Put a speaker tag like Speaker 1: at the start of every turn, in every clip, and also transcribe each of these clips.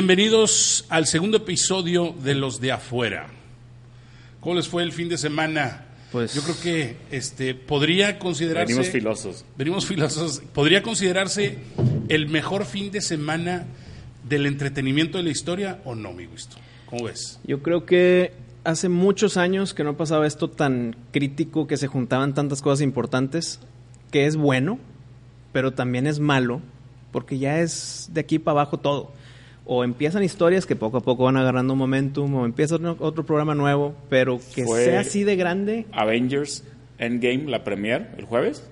Speaker 1: Bienvenidos al segundo episodio de Los de Afuera. ¿Cómo les fue el fin de semana?
Speaker 2: Pues-
Speaker 1: Yo creo que este podría considerarse.
Speaker 3: Venimos filosos.
Speaker 1: Venimos filosos. Podría considerarse el mejor fin de semana del entretenimiento de la historia o no, mi gusto. ¿Cómo ves?
Speaker 2: Yo creo que hace muchos años que no pasaba esto tan crítico, que se juntaban tantas cosas importantes, que es bueno, pero también es malo, porque ya es de aquí para abajo todo. O empiezan historias que poco a poco van agarrando momentum, o empieza otro, otro programa nuevo, pero que
Speaker 3: Fue-
Speaker 2: sea así de grande.
Speaker 3: Avengers Endgame, la premier, el jueves.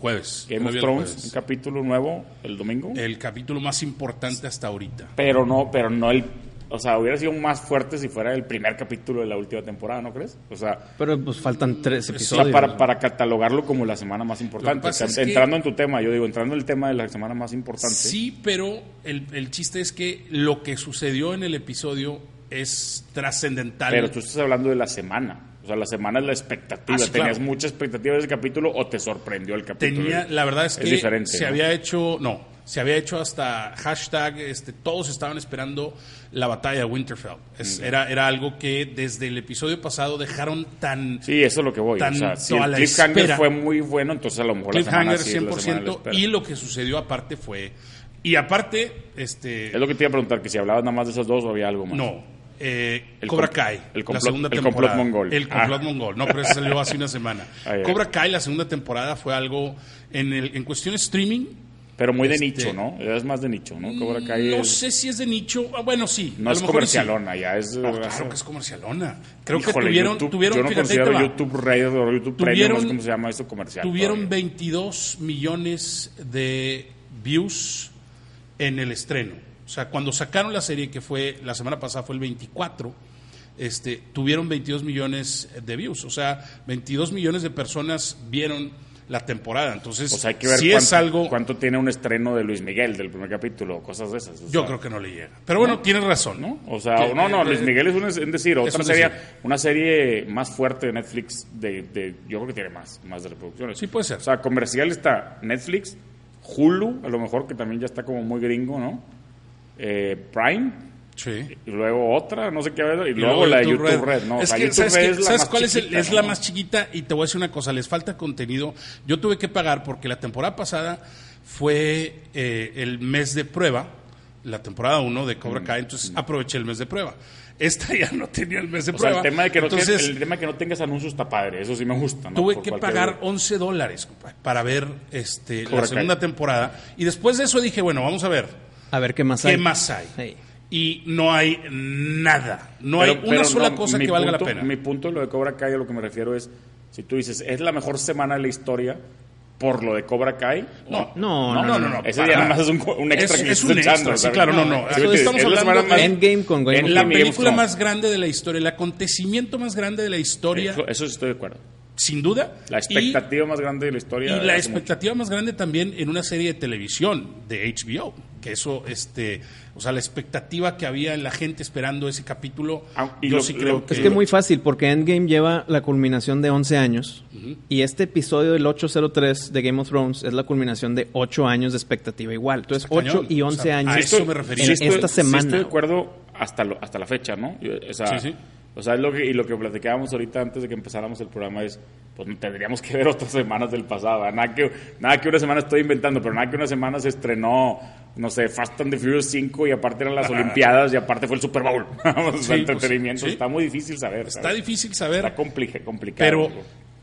Speaker 1: Jueves.
Speaker 3: Game
Speaker 1: Todavía
Speaker 3: of
Speaker 1: el
Speaker 3: Thrones,
Speaker 1: jueves.
Speaker 3: un capítulo nuevo el domingo.
Speaker 1: El capítulo más importante hasta ahorita.
Speaker 3: Pero no, pero no el... O sea, hubiera sido más fuerte si fuera el primer capítulo de la última temporada, ¿no crees? O sea,
Speaker 2: Pero pues faltan tres
Speaker 3: o sea,
Speaker 2: episodios.
Speaker 3: para, para catalogarlo como la semana más importante.
Speaker 1: pasa
Speaker 3: O sea,
Speaker 1: es que-
Speaker 3: entrando en tu tema, yo digo, entrando en el tema de la semana más importante.
Speaker 1: Sí, pero el, el chiste es que lo que sucedió en el episodio es trascendental.
Speaker 3: Pero tú estás hablando de la semana. O sea, la semana es la expectativa.
Speaker 1: Ah, sí,
Speaker 3: ¿Tenías
Speaker 1: claro.
Speaker 3: mucha expectativa de ese capítulo o te sorprendió el capítulo?
Speaker 1: tenía, la verdad es
Speaker 3: Es
Speaker 1: que
Speaker 3: diferente,
Speaker 1: se
Speaker 3: ¿no?
Speaker 1: había hecho, no, se había hecho hasta hashtag, este, todos estaban esperando la batalla de Winterfell. Es-
Speaker 3: Mm.
Speaker 1: era, era algo que desde el episodio pasado dejaron tan
Speaker 3: Sí, eso es lo que voy. O
Speaker 1: Tanto
Speaker 3: sea, si
Speaker 1: a
Speaker 3: el
Speaker 1: la
Speaker 3: cliffhanger
Speaker 1: espera.
Speaker 3: fue muy bueno, entonces a lo mejor la semana
Speaker 1: cliffhanger
Speaker 3: sí es la semana de la
Speaker 1: 100%
Speaker 3: espera.
Speaker 1: y lo que sucedió aparte fue, y aparte, este,
Speaker 3: Es lo que te iba a preguntar, que si hablabas nada más de esos dos o había algo más.
Speaker 1: no. eh,
Speaker 3: El
Speaker 1: Cobra
Speaker 3: com-
Speaker 1: Kai,
Speaker 3: el
Speaker 1: la
Speaker 3: complot-
Speaker 1: segunda
Speaker 3: el
Speaker 1: temporada.
Speaker 3: complot mongol.
Speaker 1: El complot
Speaker 3: Ah.
Speaker 1: mongol. No, pero eso salió hace una semana.
Speaker 3: Ah, ya.
Speaker 1: Cobra Kai, la segunda temporada, fue algo en, el, en cuestión streaming,
Speaker 3: Pero muy de
Speaker 1: Este-
Speaker 3: nicho, ¿no? Es más de nicho, ¿no? Cobra Kai
Speaker 1: no
Speaker 3: es-
Speaker 1: sé si es de nicho. Ah, bueno, sí.
Speaker 3: no
Speaker 1: a
Speaker 3: es
Speaker 1: lo mejor y sí.
Speaker 3: comercialona, ya es...
Speaker 1: No, claro que es comercialona. Creo que
Speaker 3: Híjole,
Speaker 1: tuvieron,
Speaker 3: YouTube-
Speaker 1: tuvieron,
Speaker 3: yo no
Speaker 1: fíjate, ahí te
Speaker 3: considero
Speaker 1: va.
Speaker 3: YouTube Radio o YouTube Premium,
Speaker 1: Tuvieron-
Speaker 3: no sé cómo se llama eso comercial.
Speaker 1: tuvieron
Speaker 3: todavía.
Speaker 1: 22 millones de views en el estreno. O sea, cuando sacaron la serie que fue la semana pasada fue el 24, este, tuvieron 22 millones de views. O sea, 22 millones de personas vieron la temporada. Entonces,
Speaker 3: O sea, hay que ver
Speaker 1: si
Speaker 3: cuánto,
Speaker 1: es algo,
Speaker 3: cuánto tiene un estreno de Luis Miguel del primer capítulo, o cosas de esas. o
Speaker 1: yo
Speaker 3: sea.
Speaker 1: creo que no le llega. Pero bueno, tienes razón, ¿no?
Speaker 3: O sea,
Speaker 1: Que-
Speaker 3: no, no,
Speaker 1: eh,
Speaker 3: Luis Miguel es un, es un decir, otra
Speaker 1: un
Speaker 3: serie,
Speaker 1: decir.
Speaker 3: una serie más fuerte de Netflix, de, de- yo creo que tiene más, más de reproducciones.
Speaker 1: Sí, puede ser.
Speaker 3: O sea, comercial está Netflix, Hulu, a lo mejor que también ya está como muy gringo, ¿no? Eh, Prime,
Speaker 1: Sí.
Speaker 3: y luego otra, no sé qué, y,
Speaker 1: Y
Speaker 3: luego, la de YouTube Red, ¿no? O
Speaker 1: Es
Speaker 3: sea,
Speaker 1: que,
Speaker 3: YouTube
Speaker 1: ¿sabes,
Speaker 3: Red
Speaker 1: qué?
Speaker 3: es la
Speaker 1: ¿Sabes
Speaker 3: más
Speaker 1: cuál es, el-
Speaker 3: chiquita,
Speaker 1: es la
Speaker 3: ¿no?
Speaker 1: más chiquita? Y te voy a decir una cosa, les falta contenido. Yo tuve que pagar porque la temporada pasada fue eh, el mes de prueba, la temporada 1 de
Speaker 3: Mm.
Speaker 1: Cobra Kai, entonces aproveché el mes de prueba. Esta ya no tenía el mes de
Speaker 3: O sea,
Speaker 1: prueba.
Speaker 3: el tema, de que no
Speaker 1: entonces,
Speaker 3: tengas, el tema de que no tengas anuncios está padre, eso sí me gusta. ¿no?
Speaker 1: Tuve
Speaker 3: Por
Speaker 1: que
Speaker 3: cualquier-
Speaker 1: pagar 11 dólares compadre, para ver este,
Speaker 3: Cobra
Speaker 1: la
Speaker 3: Kai.
Speaker 1: segunda temporada. Y después de eso dije, bueno, vamos a ver.
Speaker 2: A ver qué más
Speaker 1: ¿Qué
Speaker 2: hay.
Speaker 1: más hay?
Speaker 2: Sí.
Speaker 1: Y no hay nada. No
Speaker 3: Pero-
Speaker 1: hay una
Speaker 3: pero
Speaker 1: sola
Speaker 3: no,
Speaker 1: cosa
Speaker 3: mi
Speaker 1: que valga
Speaker 3: punto-
Speaker 1: la pena.
Speaker 3: Mi punto de lo de Cobra Kai, a lo que me refiero es, si tú dices, es la mejor semana de la historia por lo de Cobra Kai,
Speaker 1: No,
Speaker 2: No, no, no, no,
Speaker 3: Ese
Speaker 1: para
Speaker 3: día nada
Speaker 1: nada.
Speaker 3: más es un, un
Speaker 1: Es-
Speaker 3: extra que le
Speaker 1: es
Speaker 3: estás
Speaker 1: un extra,
Speaker 3: echando,
Speaker 1: sí,
Speaker 3: ¿sabes?
Speaker 1: claro, no, no.
Speaker 3: Sí,
Speaker 1: Eso
Speaker 3: sí,
Speaker 1: estamos
Speaker 3: es la
Speaker 1: hablando
Speaker 3: semana más-
Speaker 2: Endgame con Game
Speaker 1: En
Speaker 2: of
Speaker 1: la
Speaker 3: Game of
Speaker 1: película
Speaker 3: Thrones.
Speaker 1: más grande de la historia, el acontecimiento más grande de la historia,
Speaker 3: eh, Eso, eso sí estoy de acuerdo.
Speaker 1: sin duda.
Speaker 3: La expectativa más grande de
Speaker 1: Y,
Speaker 3: la historia.
Speaker 1: y la
Speaker 3: hace mucho.
Speaker 1: expectativa más grande también en una serie de televisión de HBO. Que eso, este, o sea, la expectativa que había en la gente esperando ese capítulo.
Speaker 3: Ah, y
Speaker 1: yo
Speaker 3: lo-
Speaker 1: sí
Speaker 3: lo
Speaker 1: creo
Speaker 3: que-
Speaker 2: Es
Speaker 1: que.
Speaker 2: que muy fácil, porque Endgame lleva la culminación de 11 años y este episodio del 803 de Game of Thrones es la culminación de 8 años de expectativa igual. Entonces,
Speaker 1: Está
Speaker 2: 8
Speaker 1: cañón.
Speaker 2: y
Speaker 1: O
Speaker 2: 11
Speaker 1: sea, a
Speaker 3: ah,
Speaker 2: años.
Speaker 1: eso me
Speaker 3: Sí
Speaker 1: refería.
Speaker 2: en
Speaker 3: estoy-
Speaker 2: esta
Speaker 3: sí estoy
Speaker 2: semana.
Speaker 3: de acuerdo hasta, lo- hasta la fecha, ¿no? Yo- o sea,
Speaker 1: Sí, sí.
Speaker 3: o sea, es lo que, y lo que platicábamos ahorita antes de que empezáramos el programa es, pues tendríamos que ver otras semanas del pasado. ¿verdad? Nada que, nada que una semana estoy inventando, pero nada que una semana se estrenó, no sé, Fast and the Furious 5 y aparte eran las Olimpiadas y aparte fue el Super Bowl. o sea,
Speaker 1: Sí,
Speaker 3: entretenimiento.
Speaker 1: pues, sí.
Speaker 3: Está muy difícil saber.
Speaker 1: Está
Speaker 3: ¿sabes?
Speaker 1: difícil saber.
Speaker 3: Está compli- complicado.
Speaker 1: Pero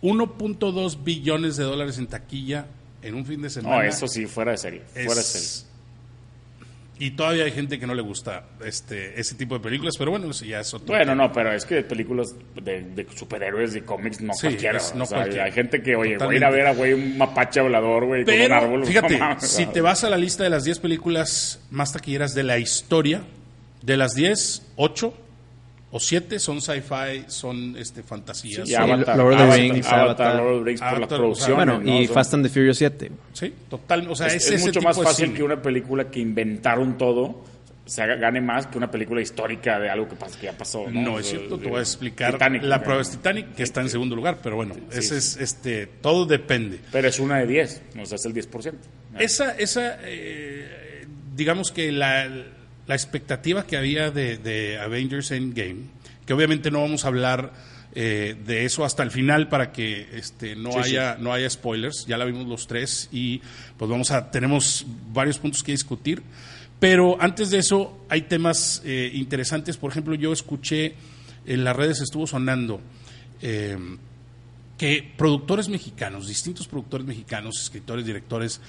Speaker 1: 1.2 billones de dólares en taquilla en un fin de semana.
Speaker 3: no, eso sí, fuera de serie. Fuera de serie.
Speaker 1: es- Y todavía hay gente que no le gusta este ese tipo de películas, pero bueno, eso ya es otro.
Speaker 3: Bueno, no, pero es que de películas de, de superhéroes y cómics no
Speaker 1: Sí,
Speaker 3: cualquiera.
Speaker 1: es no
Speaker 3: o sea,
Speaker 1: cualquiera.
Speaker 3: Hay gente que, oye, voy a ir a
Speaker 1: Totalmente.
Speaker 3: ver a güey un mapache hablador, güey, con un
Speaker 1: Pero,
Speaker 3: árbol.
Speaker 1: fíjate,
Speaker 3: no mames,
Speaker 1: si
Speaker 3: ¿sabes?
Speaker 1: te vas a la lista de las 10 películas más taquilleras de la historia, de las 10, 8 o 7 son sci-fi, son este fantasías.
Speaker 3: Y
Speaker 2: Sí,
Speaker 1: son-
Speaker 3: Avatar,
Speaker 2: Lord of the
Speaker 3: Avatar,
Speaker 2: Rings,
Speaker 3: Avatar,
Speaker 2: Avatar.
Speaker 3: Lord of the Rings por las
Speaker 1: Avatar,
Speaker 3: producciones.
Speaker 2: bueno,
Speaker 3: ¿no?
Speaker 2: y
Speaker 3: O sea,
Speaker 2: Fast and the Furious 7.
Speaker 1: sí, total, o sea,
Speaker 3: es,
Speaker 1: es,
Speaker 3: es
Speaker 1: ese
Speaker 3: mucho
Speaker 1: tipo
Speaker 3: más
Speaker 1: de
Speaker 3: fácil
Speaker 1: cine.
Speaker 3: que una película que inventaron todo se haga- gane más que una película histórica de algo que, pas- que ya pasó. No,
Speaker 1: No,
Speaker 3: O
Speaker 1: es
Speaker 3: sea,
Speaker 1: cierto, te
Speaker 3: de-
Speaker 1: voy a explicar.
Speaker 3: Titanic,
Speaker 1: la
Speaker 3: ¿no?
Speaker 1: prueba es Titanic, que está en segundo lugar, pero bueno, ese es este, todo depende.
Speaker 3: Pero es una de 10, o sea, es el 10%.
Speaker 1: Esa, esa eh, digamos que la, la expectativa que había de, de Avengers Endgame, que obviamente no vamos a hablar eh, de eso hasta el final para que este, no,
Speaker 3: Sí, sí.
Speaker 1: haya, no haya spoilers, ya la vimos los tres y pues vamos a, tenemos varios puntos que discutir, pero antes de eso hay temas eh, interesantes, por ejemplo yo escuché en las redes estuvo sonando eh, que productores mexicanos, distintos productores mexicanos, escritores, directores,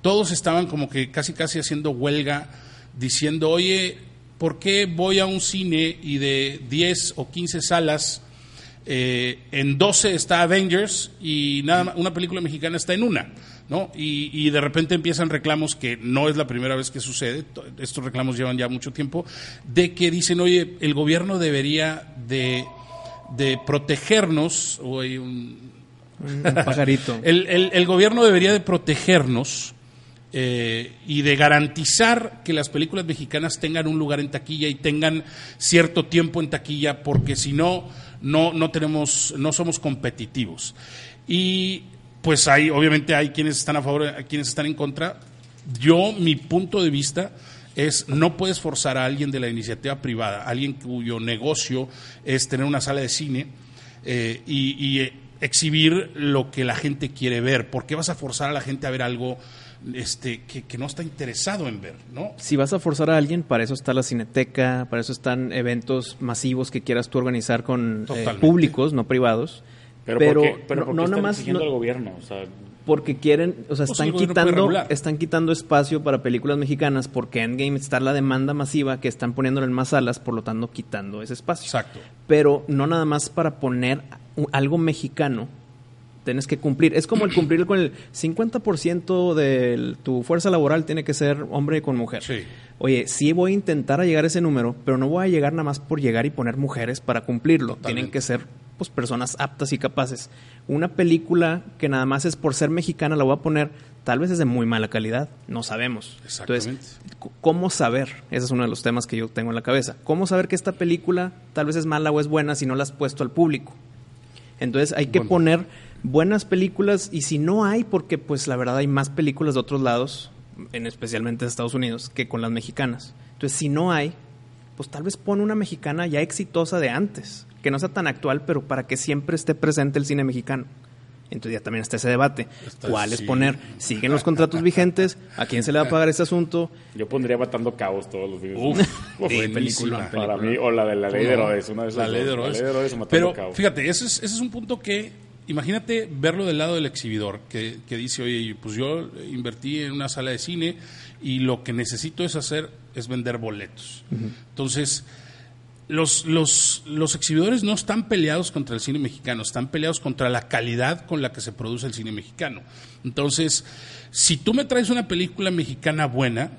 Speaker 1: todos estaban como que casi casi haciendo huelga, diciendo, oye, ¿por qué voy a un cine y de 10 o 15 salas, eh, en 12 está Avengers y nada más- una película mexicana está en una? ¿No? Y, y de repente empiezan reclamos que no es la primera vez que sucede, to- estos reclamos llevan ya mucho tiempo, de que dicen, oye, el gobierno debería de, de protegernos, o hay un,
Speaker 2: Un, un pajarito.
Speaker 1: el, el- el gobierno debería de protegernos eh, y de garantizar que las películas mexicanas tengan un lugar en taquilla y tengan cierto tiempo en taquilla, porque si no, no, no tenemos, no somos competitivos. Y pues hay, obviamente hay quienes están a favor, hay quienes están en contra. Yo, mi punto de vista es no puedes forzar a alguien de la iniciativa privada, alguien cuyo negocio es tener una sala de cine, eh, y, y, eh, exhibir lo que la gente quiere ver. ¿Por qué vas a forzar a la gente a ver algo este, que, que no está interesado en ver? ¿no?
Speaker 2: Si vas a forzar a alguien, para eso está la cineteca, para eso están eventos masivos que quieras tú organizar con eh,
Speaker 1: Totalmente.
Speaker 2: públicos, no privados.
Speaker 3: Pero,
Speaker 2: Pero,
Speaker 3: ¿por qué, pero
Speaker 2: no,
Speaker 3: ¿por qué
Speaker 2: no
Speaker 3: están
Speaker 2: nada más
Speaker 3: exigiendo
Speaker 2: no-
Speaker 3: al gobierno? O sea,
Speaker 2: porque quieren, o sea,
Speaker 1: Pues el
Speaker 2: están
Speaker 1: gobierno puede
Speaker 2: quitando,
Speaker 1: regular.
Speaker 2: están quitando espacio para películas mexicanas porque Endgame está la demanda masiva que están poniéndole en más salas, por lo tanto quitando ese espacio.
Speaker 1: Exacto.
Speaker 2: pero no nada más para poner u- algo mexicano. Tienes que cumplir. Es como el cumplir con el 50% de tu fuerza laboral tiene que ser hombre con mujer.
Speaker 1: Sí.
Speaker 2: Oye, sí voy a intentar a llegar a ese número, pero no voy a llegar nada más por llegar y poner mujeres para cumplirlo. Tienen
Speaker 1: Totalmente.
Speaker 2: que ser pues personas aptas y capaces. Una película que nada más es por ser mexicana la voy a poner, tal vez es de muy mala calidad, no sabemos.
Speaker 1: Exactamente.
Speaker 2: Entonces, c- ¿cómo saber? Ese es uno de los temas que yo tengo en la cabeza. ¿Cómo saber que esta película tal vez es mala o es buena si no la has puesto al público? Entonces hay que
Speaker 1: Buen punto.
Speaker 2: poner buenas películas y si no hay, porque pues la verdad hay más películas de otros lados, en especialmente de Estados Unidos, que con las mexicanas. Entonces si no hay, pues tal vez pon una mexicana ya exitosa de antes, que no sea tan actual, pero para que siempre esté presente el cine mexicano. Entonces ya también está ese debate.
Speaker 1: Está-
Speaker 2: ¿Cuál es
Speaker 1: sí.
Speaker 2: poner? ¿Siguen los contratos vigentes? ¿A quién se le va a pagar este asunto?
Speaker 3: yo pondría Matando Cabos todos los fines. de
Speaker 1: Uf,
Speaker 3: semana.
Speaker 1: buenísima.
Speaker 2: película.
Speaker 3: Para mí, o la de la ley de Herodes, una de esas
Speaker 1: La ley de
Speaker 3: dos.
Speaker 1: Herodes.
Speaker 3: La ley de Herodes o Matando
Speaker 1: Pero
Speaker 3: Cabos.
Speaker 1: fíjate, ese es, ese es un punto que, imagínate verlo del lado del exhibidor, que, que dice, oye, pues yo invertí en una sala de cine y lo que necesito es hacer es vender boletos. Entonces, los, los, los exhibidores no están peleados contra el cine mexicano, están peleados contra la calidad con la que se produce el cine mexicano. Entonces, si tú me traes una película mexicana buena,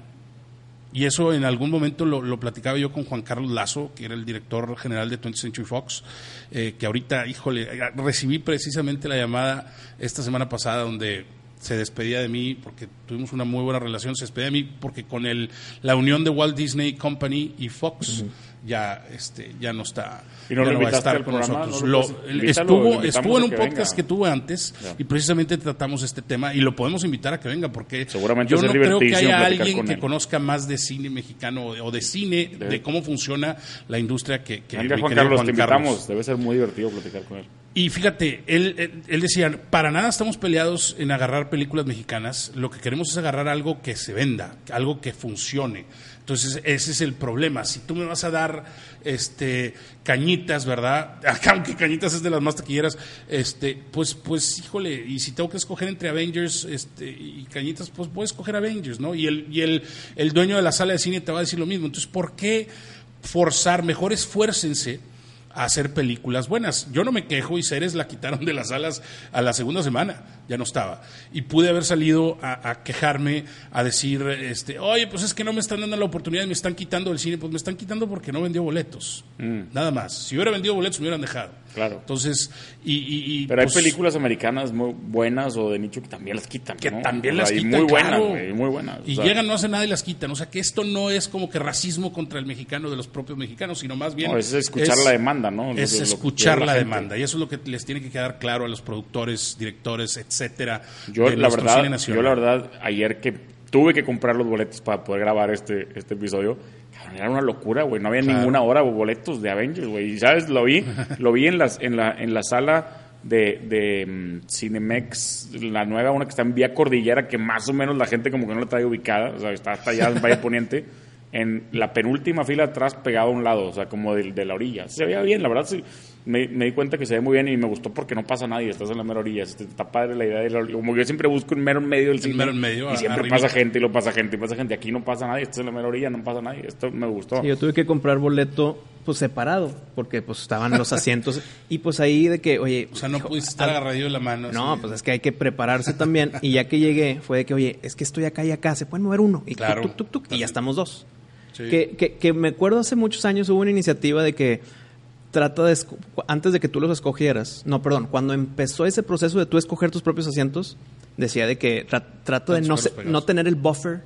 Speaker 1: y eso en algún momento lo, lo platicaba yo con Juan Carlos Lazo, que era el director general de 20th Century Fox, eh, que ahorita, híjole, eh, recibí precisamente la llamada esta semana pasada donde se despedía de mí porque tuvimos una muy buena relación, se despedía de mí porque con el, la unión de Walt Disney Company y Fox ya este ya no está
Speaker 3: ¿Y no
Speaker 1: ya
Speaker 3: lo
Speaker 1: no va a
Speaker 3: invitaste
Speaker 1: estar
Speaker 3: al
Speaker 1: con
Speaker 3: programa?
Speaker 1: nosotros.
Speaker 3: ¿No lo
Speaker 1: Lo-
Speaker 3: puedes-
Speaker 1: él
Speaker 3: invítalo, lo
Speaker 1: estuvo
Speaker 3: invitamos
Speaker 1: estuvo en
Speaker 3: a
Speaker 1: un
Speaker 3: que
Speaker 1: podcast
Speaker 3: venga.
Speaker 1: que tuvo antes
Speaker 3: Ya.
Speaker 1: y precisamente tratamos este tema y lo podemos invitar a que venga porque
Speaker 3: Seguramente
Speaker 1: yo
Speaker 3: es
Speaker 1: no creo que
Speaker 3: divertidísimo
Speaker 1: haya
Speaker 3: platicar
Speaker 1: alguien
Speaker 3: con
Speaker 1: que
Speaker 3: él.
Speaker 1: conozca más de cine mexicano o de- o de cine, de, cómo funciona la industria que, que
Speaker 3: Venga,
Speaker 1: mi
Speaker 3: Juan
Speaker 1: querido
Speaker 3: Carlos,
Speaker 1: Juan
Speaker 3: te
Speaker 1: Carlos.
Speaker 3: invitamos. Debe ser muy divertido platicar con él.
Speaker 1: Y fíjate, él, él, él decía, para nada estamos peleados en agarrar películas mexicanas, lo que queremos es agarrar algo que se venda, algo que funcione. Entonces, ese es el problema. Si tú me vas a dar este cañitas, ¿verdad? Aunque cañitas es de las más taquilleras, este, pues, pues, híjole, y si tengo que escoger entre Avengers este, y cañitas, pues puedes escoger Avengers, ¿no? Y el, y el, el dueño de la sala de cine te va a decir lo mismo. Entonces, ¿por qué forzar? Mejor esfuércense a hacer películas buenas. Yo no me quejo y Ceres la quitaron de las salas a la segunda semana, ya no estaba. Y pude haber salido a, a quejarme, a decir, este, oye, pues es que no me están dando la oportunidad, me están quitando del cine, pues me están quitando porque no vendió boletos. Nada más. Si hubiera vendido boletos me hubieran dejado.
Speaker 3: Mm. Claro.
Speaker 1: Entonces, y... y- y,
Speaker 3: Pero
Speaker 1: pues,
Speaker 3: hay películas americanas muy buenas o de nicho que también las quitan.
Speaker 1: que
Speaker 3: ¿no?
Speaker 1: también
Speaker 3: O sea,
Speaker 1: las
Speaker 3: y
Speaker 1: quitan.
Speaker 3: Muy buenas,
Speaker 1: claro.
Speaker 3: güey, muy buenas. O
Speaker 1: Y
Speaker 3: sea,
Speaker 1: llegan, no hacen nada y las quitan. O sea, que esto no es como que racismo contra el mexicano de los propios mexicanos, sino más bien.
Speaker 3: No, es escuchar la demanda, ¿no? Lo-
Speaker 1: Es
Speaker 3: lo que
Speaker 1: escuchar
Speaker 3: quiere
Speaker 1: la,
Speaker 3: la gente.
Speaker 1: demanda. Y eso es lo que les tiene que quedar claro a los productores, directores, etcétera.
Speaker 3: Yo
Speaker 1: de
Speaker 3: la,
Speaker 1: nuestro
Speaker 3: verdad,
Speaker 1: cine nacional.
Speaker 3: yo la verdad, ayer que tuve que comprar los boletos para poder grabar este, este episodio, Cabrón, Era una locura, güey. No había
Speaker 1: Claro.
Speaker 3: ninguna hora o boletos de Avengers, güey. Y sabes, lo vi, lo vi en las, en la, en la sala de, de mm, Cinemex, la nueva, una que está en vía cordillera, que más o menos la gente como que no la trae ubicada. O sea, está hasta allá en Valle Poniente. En la penúltima fila atrás, pegado a un lado, o sea, como del- de, la orilla. Se veía bien, la verdad, sí. Me, me di cuenta que se ve muy bien y me gustó porque no pasa nadie, estás en la mera orilla. Este, Está padre la idea de la orilla. Como yo siempre busco un mero en medio del cine.
Speaker 1: mero en medio,
Speaker 3: Y siempre
Speaker 1: arriba.
Speaker 3: pasa gente y lo pasa gente y pasa gente. Aquí no pasa nadie, esta es la mera orilla, no pasa nadie. Esto me gustó.
Speaker 2: Sí, yo tuve que comprar boleto pues separado, porque pues estaban los asientos y pues ahí de que, oye,
Speaker 1: O sea, no
Speaker 2: hijo,
Speaker 1: pudiste estar
Speaker 2: al-
Speaker 1: agarradillo de la mano.
Speaker 2: No,
Speaker 1: así.
Speaker 2: pues es que hay que prepararse también y ya que llegué fue de que, oye, es que estoy acá y acá, se pueden mover uno y tuc,
Speaker 1: Claro.
Speaker 2: tuc, tuc, tuc, y ya estamos dos.
Speaker 1: Sí.
Speaker 2: Que, que- que me acuerdo hace muchos años hubo una iniciativa de que trata de esco- antes de que tú los escogieras, no, perdón, cuando empezó ese proceso de tú escoger tus propios asientos, decía de que tra- trato
Speaker 1: Tantos
Speaker 2: de no,
Speaker 1: pelos
Speaker 2: se-
Speaker 1: pegados.
Speaker 2: no tener el buffer.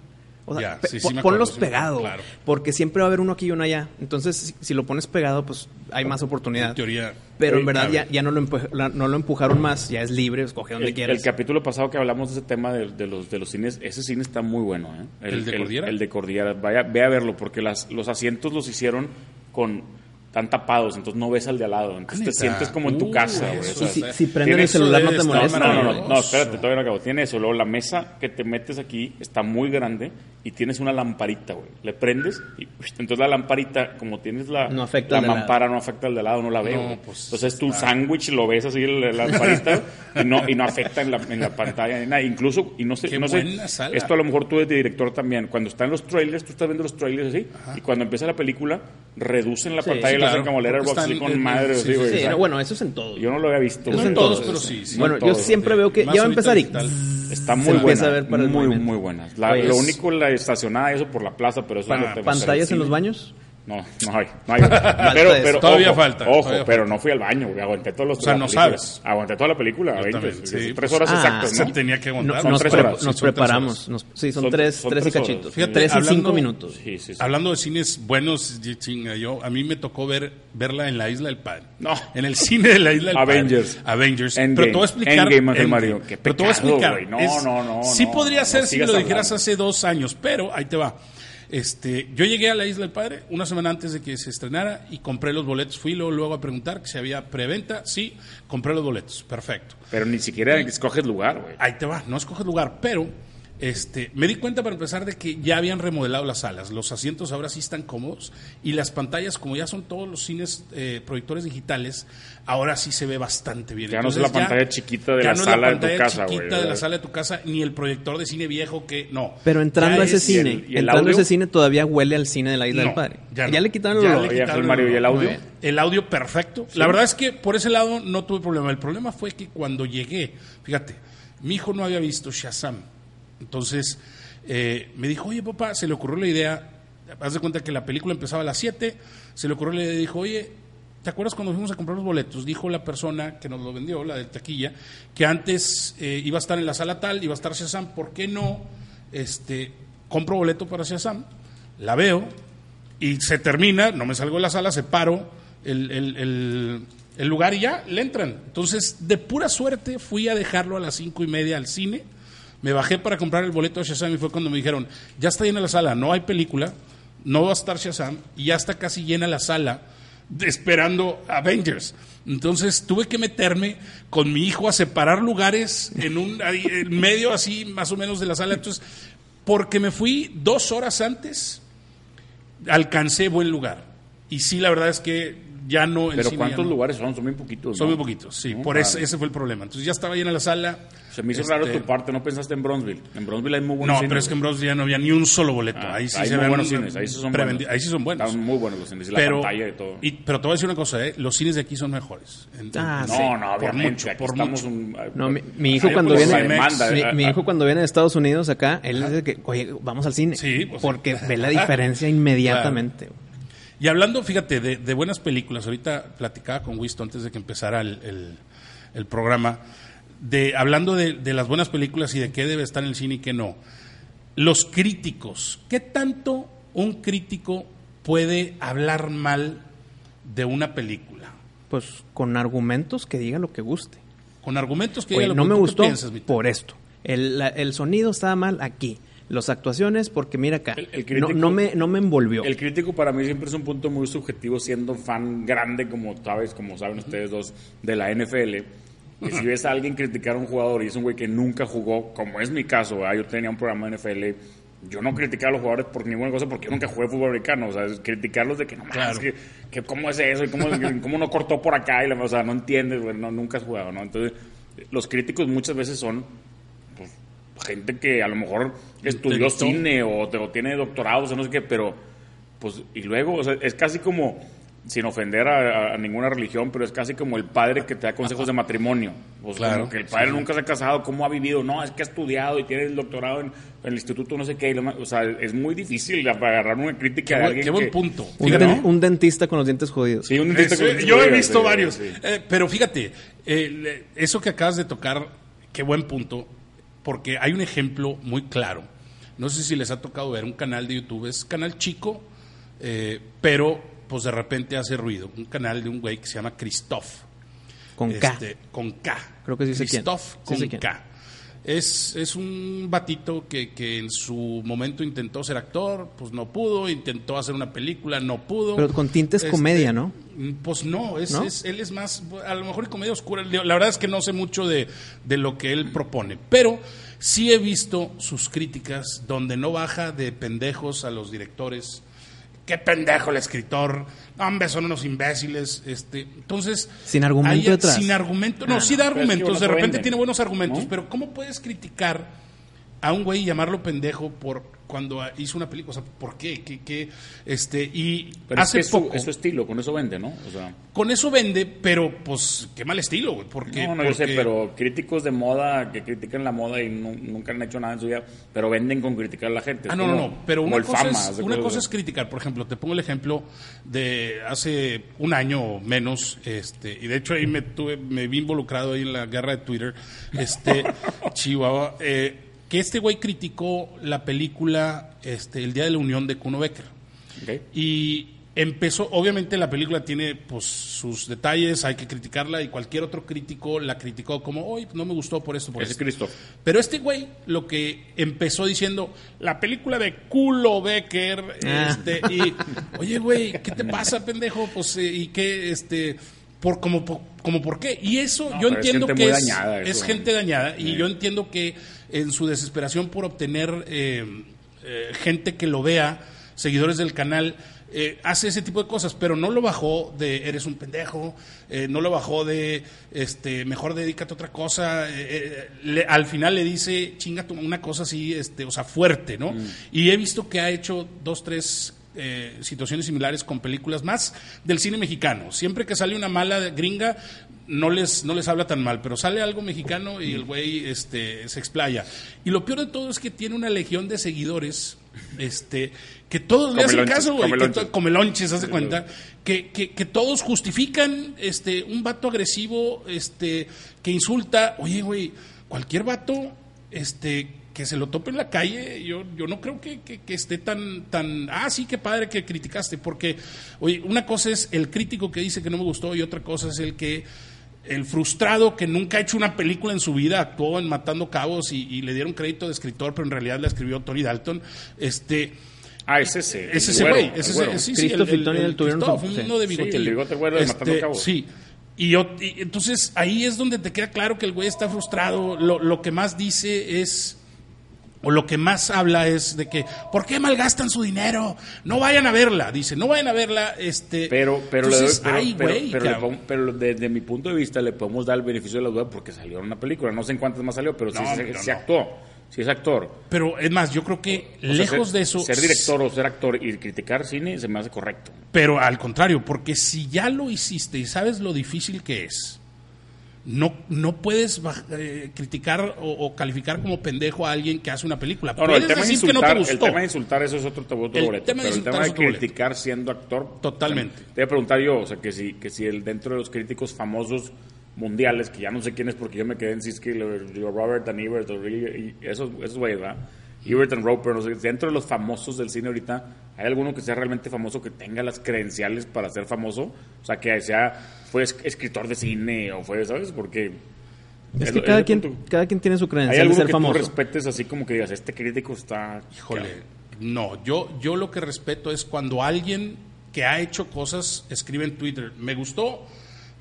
Speaker 2: O sea,
Speaker 1: Ya,
Speaker 2: pe-
Speaker 1: sí, sí
Speaker 2: pon-
Speaker 1: me acuerdo,
Speaker 2: ponlos
Speaker 1: sí me acuerdo,
Speaker 2: pegados,
Speaker 1: claro.
Speaker 2: porque siempre va a haber uno aquí y uno allá. Entonces, si, si lo pones pegado, pues hay más
Speaker 1: En
Speaker 2: oportunidad.
Speaker 1: teoría.
Speaker 2: Pero en
Speaker 1: Oye, a
Speaker 2: verdad ya,
Speaker 1: ver,
Speaker 2: ya no, lo empu- la- no lo empujaron más, ya es libre, escoge donde
Speaker 3: El,
Speaker 2: quieras.
Speaker 3: el capítulo pasado que hablamos de ese tema de, de los, de los cines, ese cine está muy bueno. ¿eh?
Speaker 1: ¿El de Cordillera?
Speaker 3: El, de Cordillera. Vaya, ve a verlo, porque las, los asientos los hicieron con tan tapados, entonces no ves al de al lado. Entonces te
Speaker 1: neta.
Speaker 3: sientes como en tu
Speaker 1: Uh,
Speaker 3: casa. güey.
Speaker 1: eso
Speaker 3: O sea,
Speaker 2: Y si-
Speaker 1: está-
Speaker 2: si prenden
Speaker 1: tiene
Speaker 2: el
Speaker 1: eso
Speaker 2: celular,
Speaker 1: de
Speaker 2: no te
Speaker 1: estar
Speaker 2: molesta.
Speaker 3: No, no, no, no,
Speaker 1: maravilloso.
Speaker 3: espérate, todavía no acabo. Tiene eso, luego la mesa que te metes aquí está muy grande y tienes una lamparita, güey. Le prendes y uish, entonces la lamparita, como tienes la,
Speaker 2: No afecta
Speaker 3: la
Speaker 2: al de
Speaker 3: mampara, no afecta al de lado, no la veo.
Speaker 1: No,
Speaker 3: güey.
Speaker 1: pues,
Speaker 3: entonces tu
Speaker 1: está-
Speaker 3: sándwich lo ves así, la la lamparita, y, no, y no afecta en la, en la pantalla. ni nada. Incluso, y no sé,
Speaker 1: Qué
Speaker 3: no sé,
Speaker 1: buena sala.
Speaker 3: esto a lo mejor tú eres director también. Cuando están los trailers, tú estás viendo los trailers así, y cuando empieza la película, reducen la
Speaker 2: Sí,
Speaker 3: pantalla
Speaker 2: sí,
Speaker 3: y la hacen
Speaker 1: claro,
Speaker 3: como
Speaker 1: porque
Speaker 3: Letterboxd
Speaker 1: están
Speaker 3: así con
Speaker 1: en-
Speaker 3: madre.
Speaker 1: sí,
Speaker 3: así,
Speaker 1: sí,
Speaker 3: güey,
Speaker 1: sí,
Speaker 2: Sí,
Speaker 3: exacto.
Speaker 2: no, bueno, eso es en todo.
Speaker 3: Yo no lo había visto.
Speaker 2: Eso
Speaker 3: güey.
Speaker 2: en
Speaker 1: todos,
Speaker 2: todos.
Speaker 1: pero sí, sí,
Speaker 2: bueno,
Speaker 1: en
Speaker 2: yo
Speaker 1: todos.
Speaker 2: siempre
Speaker 1: Sí.
Speaker 2: veo que
Speaker 1: Más
Speaker 2: ya va a
Speaker 1: ahorita
Speaker 2: empezar y
Speaker 1: digital.
Speaker 3: Está
Speaker 2: Se
Speaker 3: muy
Speaker 2: empieza
Speaker 3: buena.
Speaker 2: a ver para el
Speaker 3: muy,
Speaker 2: movimiento.
Speaker 3: muy buena. La-
Speaker 1: Pues,
Speaker 2: Oye,
Speaker 3: lo
Speaker 2: es-
Speaker 3: único, la estacionada, eso por la plaza, pero eso
Speaker 1: Para-
Speaker 3: no te va a hacer el
Speaker 2: pantallas en
Speaker 3: cine.
Speaker 2: los baños.
Speaker 3: No, no hay. No hay. pero,
Speaker 2: eso.
Speaker 3: pero,
Speaker 1: Todavía
Speaker 3: ojo,
Speaker 1: falta,
Speaker 3: Ojo,
Speaker 1: todavía
Speaker 3: pero no fui al baño, güey. Aguanté todos los.
Speaker 1: O sea,
Speaker 3: la
Speaker 1: no
Speaker 3: película.
Speaker 1: sabes.
Speaker 3: Aguanté toda la película.
Speaker 1: Yo
Speaker 3: Avengers,
Speaker 1: también,
Speaker 3: es
Speaker 1: sí,
Speaker 3: tres
Speaker 1: pues,
Speaker 3: horas
Speaker 2: ah,
Speaker 3: exactas,
Speaker 1: Se
Speaker 3: ¿no?
Speaker 1: tenía que
Speaker 2: No-
Speaker 1: aguantar.
Speaker 3: son
Speaker 2: nos
Speaker 3: tres
Speaker 2: pre-
Speaker 3: horas, sí,
Speaker 2: nos
Speaker 1: son tres
Speaker 2: preparamos.
Speaker 1: horas.
Speaker 2: nos- sí, son,
Speaker 3: Son-
Speaker 2: tres,
Speaker 3: son
Speaker 2: tres y
Speaker 3: tres horas.
Speaker 2: cachitos.
Speaker 1: Fíjate,
Speaker 2: tres y
Speaker 1: hablando-
Speaker 2: cinco minutos.
Speaker 3: Sí, sí, sí.
Speaker 1: Hablando de cines buenos, y chinga, yo, a mí me tocó ver verla en la Isla del Pan.
Speaker 3: No.
Speaker 1: En el cine de la Isla del
Speaker 3: Avengers.
Speaker 1: Pan. Avengers.
Speaker 3: Endgame.
Speaker 1: Pero te voy a explicar.
Speaker 3: Endgame, Ángel Mario. Qué
Speaker 1: pero te voy a
Speaker 3: pecado,
Speaker 1: explicar.
Speaker 3: güey. No,
Speaker 1: Es-
Speaker 3: no, no,
Speaker 1: Sí
Speaker 3: no,
Speaker 1: podría
Speaker 3: no,
Speaker 1: ser
Speaker 3: no
Speaker 1: si me
Speaker 3: sigas
Speaker 1: lo dijeras
Speaker 3: hablando.
Speaker 1: hace dos años, pero ahí te va. Este, yo llegué a la Isla del Padre una semana antes de que se estrenara y compré los boletos. Fui luego, luego a preguntar que si había preventa. Sí, compré los boletos. Perfecto.
Speaker 3: Pero ni siquiera escoges lugar, güey.
Speaker 1: Ahí te va, no escoges lugar, pero este, me di cuenta para empezar de que ya habían remodelado las salas, los asientos ahora sí están cómodos y las pantallas, como ya son todos los cines eh, proyectores digitales, ahora sí se ve bastante bien.
Speaker 3: Ya no es la pantalla chiquita de
Speaker 1: ya
Speaker 3: la
Speaker 1: no es
Speaker 3: sala de tu
Speaker 1: pantalla
Speaker 3: casa, güey,
Speaker 1: chiquita de la
Speaker 3: ¿verdad?
Speaker 1: sala de tu casa, ni el proyector de cine viejo que no.
Speaker 2: Pero entrando
Speaker 1: Ya
Speaker 2: a ese
Speaker 1: es-
Speaker 3: y el-
Speaker 2: cine,
Speaker 3: y el
Speaker 2: entrando a
Speaker 3: audio.
Speaker 2: ese cine todavía huele al cine de la Isla
Speaker 1: No,
Speaker 2: del Padre.
Speaker 1: ya
Speaker 2: Ya,
Speaker 1: no.
Speaker 2: le quitaron
Speaker 1: Ya
Speaker 2: el
Speaker 1: le
Speaker 2: olor.
Speaker 3: Oye, Ángel
Speaker 1: quitaron
Speaker 3: Mario, ¿y el
Speaker 1: olor.
Speaker 3: audio?
Speaker 1: Muy bien. El audio perfecto. La verdad es que por ese lado no tuve problema. El problema fue que cuando llegué, fíjate, mi hijo no había visto Shazam. Entonces eh, me dijo, oye papá, se le ocurrió la idea. Haz de cuenta que la película empezaba a las 7. Se le ocurrió la idea y dijo, oye, ¿te acuerdas cuando fuimos a comprar los boletos? Dijo la persona que nos lo vendió, la del taquilla, que antes eh, iba a estar en la sala tal, iba a estar Shazam. ¿Por qué no este, compro boleto para Shazam? La veo, y se termina, no me salgo de la sala, separo el, el, el- el lugar y ya le entran. Entonces, de pura suerte, fui a dejarlo a las cinco y media al cine. Me bajé para comprar el boleto de Shazam y fue cuando me dijeron, ya está llena la sala, no hay película, no va a estar Shazam y ya está casi llena la sala de- esperando Avengers. Entonces tuve que meterme con mi hijo a separar lugares en un ahí, en medio así más o menos de la sala. Entonces, porque me fui dos horas antes, alcancé buen lugar. Y sí, la verdad es que ya no. el
Speaker 3: Pero
Speaker 1: cine ya
Speaker 3: ¿cuántos
Speaker 1: no.
Speaker 3: lugares son? Son muy poquitos.
Speaker 1: Son
Speaker 3: ¿no?
Speaker 1: muy poquitos, sí.
Speaker 3: No,
Speaker 1: por
Speaker 3: vale.
Speaker 1: eso, ese fue el problema. Entonces ya estaba llena la sala.
Speaker 3: Se me hizo
Speaker 1: Este,
Speaker 3: raro tu parte, no pensaste en Bronzeville. En Bronzeville hay muy buenos
Speaker 1: No,
Speaker 3: cines,
Speaker 1: pero es que
Speaker 3: güey.
Speaker 1: en Bronx ya no había ni un solo boleto.
Speaker 3: Ah,
Speaker 1: ahí sí
Speaker 3: hay
Speaker 1: se
Speaker 3: muy
Speaker 1: ven
Speaker 3: buenos cines, ahí sí son
Speaker 1: prevendi-
Speaker 3: buenos.
Speaker 1: Ahí sí son buenos.
Speaker 3: Están muy buenos los cines. Y la
Speaker 1: pero,
Speaker 3: pantalla y todo.
Speaker 1: y- pero te voy a decir una cosa, ¿eh? los cines de aquí son mejores. Entonces,
Speaker 2: Ah,
Speaker 3: No,
Speaker 2: sí.
Speaker 3: no,
Speaker 1: por
Speaker 3: obviamente.
Speaker 1: mucho,
Speaker 3: aquí
Speaker 1: por
Speaker 3: estamos
Speaker 1: mucho.
Speaker 3: un- eh,
Speaker 2: No, mi, mi
Speaker 3: Allá
Speaker 2: hijo
Speaker 3: por
Speaker 2: cuando
Speaker 3: los
Speaker 2: viene,
Speaker 3: alemanes,
Speaker 2: mi,
Speaker 3: ah,
Speaker 2: mi
Speaker 3: ah,
Speaker 2: hijo cuando viene de Estados Unidos acá, él dice que, oye, vamos al cine,
Speaker 1: Sí, pues sí.
Speaker 2: porque ve la diferencia inmediatamente.
Speaker 1: Y hablando, fíjate, de, de buenas películas, ahorita platicaba con Wisto antes de que empezara el, el- el programa, de, hablando de, de las buenas películas y de qué debe estar en el cine y qué no. Los críticos, ¿qué tanto un crítico puede hablar mal de una película?
Speaker 2: Pues con argumentos que diga lo que guste.
Speaker 1: Con argumentos que
Speaker 2: Oye,
Speaker 1: diga lo
Speaker 2: no
Speaker 1: que
Speaker 2: me
Speaker 1: tú
Speaker 2: gustó
Speaker 1: piensas, mi-
Speaker 2: por esto. El, la- el sonido estaba mal aquí. las actuaciones, porque mira acá,
Speaker 3: El- el
Speaker 2: no,
Speaker 3: crítico-
Speaker 2: no me, no me envolvió.
Speaker 3: El crítico para mí siempre es un punto muy subjetivo, siendo fan grande, como sabes, como saben ustedes dos, de la NFL. Que si ves a alguien criticar a un jugador y es un güey que nunca jugó, como es mi caso, ¿verdad? yo tenía un programa de NFL, yo no criticaba a los jugadores por ninguna cosa porque yo nunca jugué fútbol americano. O sea, es criticarlos de que no
Speaker 1: Claro.
Speaker 3: más, que, que cómo es eso, y cómo, cómo no cortó por acá, y la- o sea, no entiendes, güey, no, nunca has jugado, ¿no? Entonces, los críticos muchas veces son pues, gente que a lo mejor estudió
Speaker 1: Intelecto.
Speaker 3: cine o, te- o tiene doctorados o no sé qué, pero pues y luego, o sea, es casi como sin ofender a, a- a ninguna religión, pero es casi como el padre que te da consejos de matrimonio. O sea,
Speaker 1: Claro,
Speaker 3: como que el padre
Speaker 1: sí.
Speaker 3: nunca se ha casado, cómo ha vivido, no, es que ha estudiado y tiene el doctorado en, en el instituto no sé qué, y lo ma- o sea, es muy difícil agarrar una crítica
Speaker 1: Qué
Speaker 3: de
Speaker 1: buen-
Speaker 3: alguien
Speaker 1: qué buen
Speaker 3: que-
Speaker 1: punto.
Speaker 2: un,
Speaker 1: Fíjate,
Speaker 2: den- un dentista con los dientes jodidos.
Speaker 3: Sí, un dentista
Speaker 1: Eso,
Speaker 3: con-
Speaker 1: eh, yo he
Speaker 3: sí,
Speaker 1: visto
Speaker 3: sí,
Speaker 1: varios.
Speaker 3: sí.
Speaker 1: Eh, pero fíjate, eh, le- eso que acabas de tocar, qué buen punto, porque hay un ejemplo muy claro. No sé si les ha tocado ver un canal de YouTube, es canal chico, eh, pero pues de repente hace ruido. Un canal de un güey que se llama Christoph.
Speaker 2: Con K.
Speaker 1: Este, Con K.
Speaker 2: Creo que sí sé quién.
Speaker 1: Christoph
Speaker 2: Sí sé
Speaker 1: con
Speaker 2: quién.
Speaker 1: K. Es, es un batito que, que en su momento intentó ser actor, pues no pudo, intentó hacer una película, no pudo.
Speaker 2: Pero con tintes
Speaker 1: Este,
Speaker 2: comedia, ¿no?
Speaker 1: Mm, Pues no, es,
Speaker 2: ¿No?
Speaker 1: es- él es más, a lo mejor comedia oscura. Digo, La verdad es que no sé mucho de, de lo que él propone, pero sí he visto sus críticas donde no baja de pendejos a los directores. Qué pendejo el escritor, hombre, son unos imbéciles. Este, entonces,
Speaker 2: Sin argumento
Speaker 1: hay-
Speaker 2: atrás.
Speaker 1: Sin argumento, no,
Speaker 2: Ah,
Speaker 1: sí da
Speaker 3: pero es que
Speaker 1: argumentos,
Speaker 3: uno
Speaker 1: de repente
Speaker 3: vende,
Speaker 1: tiene buenos argumentos,
Speaker 3: ¿no?
Speaker 1: pero ¿cómo puedes criticar? a un güey y llamarlo pendejo por cuando ah, hizo una película, o sea, ¿por qué? ¿Qué, qué? Este, y
Speaker 3: Pero
Speaker 1: hace
Speaker 3: es que es su-
Speaker 1: poco
Speaker 3: es su estilo, con eso vende, ¿no? O sea,
Speaker 1: con eso vende, pero pues qué mal estilo, güey. Porque,
Speaker 3: No, no, yo sé,
Speaker 1: porque-
Speaker 3: pero críticos de moda que critican la moda y nu- nunca han hecho nada en su vida, pero venden con criticar a la gente. Es
Speaker 1: Ah, no,
Speaker 3: como-
Speaker 1: no, no. Pero
Speaker 3: como
Speaker 1: una,
Speaker 3: el
Speaker 1: cosa,
Speaker 3: fama,
Speaker 1: es,
Speaker 3: hace
Speaker 1: una
Speaker 3: cosas
Speaker 1: cosa
Speaker 3: así.
Speaker 1: es criticar. Por ejemplo, te pongo el ejemplo de hace un año o menos, este, y de hecho ahí me tuve, me vi involucrado ahí en la guerra de Twitter, este, Chihuahua, eh, que este güey criticó la película este, El Día de la Unión de Kuno Becker.
Speaker 3: Ok.
Speaker 1: Y empezó, obviamente la película tiene pues sus detalles, hay que criticarla y cualquier otro crítico la criticó como, hoy no me gustó por esto, por
Speaker 3: Ese es
Speaker 1: esto".
Speaker 3: Cristo.
Speaker 1: Pero este güey lo que empezó diciendo, la película de culo Becker,
Speaker 2: Ah.
Speaker 1: este, y, oye güey, ¿qué te pasa, pendejo? Pues, eh, y qué, este, por, como, por- como por qué. Y eso
Speaker 3: No,
Speaker 1: yo
Speaker 3: pero es
Speaker 1: entiendo
Speaker 3: gente
Speaker 1: que
Speaker 3: muy
Speaker 1: es,
Speaker 3: dañada, eso.
Speaker 1: es gente dañada y
Speaker 3: Sí.
Speaker 1: yo entiendo que en su desesperación por obtener eh, eh, gente que lo vea, seguidores del canal, eh, hace ese tipo de cosas, pero no lo bajó de eres un pendejo, eh, no lo bajó de este mejor dedícate a otra cosa, eh, eh, le- al final le dice chinga tu- una cosa así, este, o sea, fuerte, ¿no?
Speaker 3: Mm.
Speaker 1: Y he visto que ha hecho dos, tres eh, situaciones similares con películas más del cine mexicano. Siempre que sale una mala gringa, no les, no les habla tan mal, pero sale algo mexicano y el güey este, se explaya. Y lo peor de todo es que tiene una legión de seguidores este, que todos le hacen
Speaker 3: Comelonches,
Speaker 1: caso, güey. que
Speaker 3: comelonches.
Speaker 1: to- Comelonches, hace cuenta. Que, que, que todos justifican este, un vato agresivo este, que insulta. Oye, güey, cualquier vato este, que se lo tope en la calle, yo, yo no creo que, que- que esté tan, tan. Ah, sí, qué padre que criticaste. Porque, oye, una cosa es el crítico que dice que no me gustó y otra cosa es el que. El frustrado que nunca ha hecho una película en su vida actuó en Matando Cabos y, y le dieron crédito de escritor, pero en realidad la escribió Tony Dalton. Este,
Speaker 3: Ah, es ese.
Speaker 1: es
Speaker 3: el
Speaker 1: ese
Speaker 3: güero,
Speaker 1: güey,
Speaker 3: el
Speaker 1: es ese,
Speaker 3: güero.
Speaker 1: sí, sí,
Speaker 2: Christoph y Tony Del tuvieron
Speaker 1: Christoph,
Speaker 2: un- sí.
Speaker 1: uno de bigotillo.
Speaker 3: Sí, el bigote güero de Matando Cabos.
Speaker 1: Sí. Y, yo, y entonces ahí es donde te queda claro que el güey está frustrado. Lo, lo que más dice es, o lo que más habla es de que, ¿por qué malgastan su dinero? No vayan a verla, dice, no vayan a verla. Este,
Speaker 3: Pero, pero, le
Speaker 1: entonces,
Speaker 3: doy- pero-
Speaker 1: ay,
Speaker 3: pero-
Speaker 1: güey,
Speaker 3: pero le
Speaker 1: cabrón.
Speaker 3: pon- pero desde mi punto de vista le podemos dar el beneficio de la duda porque salió en una película. No sé en cuántas más salió, pero sí,
Speaker 1: No,
Speaker 3: sí-
Speaker 1: pero
Speaker 3: sí
Speaker 1: no.
Speaker 3: actuó. Sí es actor.
Speaker 1: Pero es más, yo creo que
Speaker 3: O sea,
Speaker 1: lejos
Speaker 3: ser-
Speaker 1: de eso.
Speaker 3: Ser director o ser actor y criticar cine se me hace correcto.
Speaker 1: Pero al contrario, porque si ya lo hiciste y sabes lo difícil que es, no, no puedes baj- eh, criticar o, o calificar como pendejo a alguien que hace una película.
Speaker 3: No, no,
Speaker 1: puedes
Speaker 3: el tema, de
Speaker 1: decir
Speaker 3: insultar,
Speaker 1: que no te
Speaker 3: el
Speaker 1: gustó.
Speaker 3: tema de insultar, eso es otro, otro boleto.
Speaker 1: tema de
Speaker 3: pero el
Speaker 1: insultar
Speaker 3: tema
Speaker 1: es
Speaker 3: de
Speaker 1: otro boleto.
Speaker 3: criticar siendo actor.
Speaker 1: Totalmente.
Speaker 3: Te voy a preguntar yo, o sea, que si, que si el, dentro de los críticos famosos mundiales, que ya no sé quién es porque yo me quedé en Siskel, o Robert and Ebert, o Ri- y esos, esos güeyes, ¿verdad? Ebert and Roper, no sé, dentro de los famosos del cine ahorita, ¿hay alguno que sea realmente famoso que tenga las credenciales para ser famoso? O sea, que sea, fue es- escritor de cine o fue, ¿sabes? Porque
Speaker 2: Es
Speaker 3: Es-
Speaker 2: que
Speaker 3: es
Speaker 2: cada
Speaker 3: el
Speaker 2: quien,
Speaker 3: punto.
Speaker 2: cada quien tiene su
Speaker 3: ¿Hay
Speaker 2: credencial de
Speaker 3: algo que
Speaker 2: ser
Speaker 3: tú
Speaker 2: famoso.
Speaker 3: respetes así como que digas, este crítico está...
Speaker 1: Híjole, no, yo, yo lo que respeto es cuando alguien que ha hecho cosas escribe en Twitter, me gustó,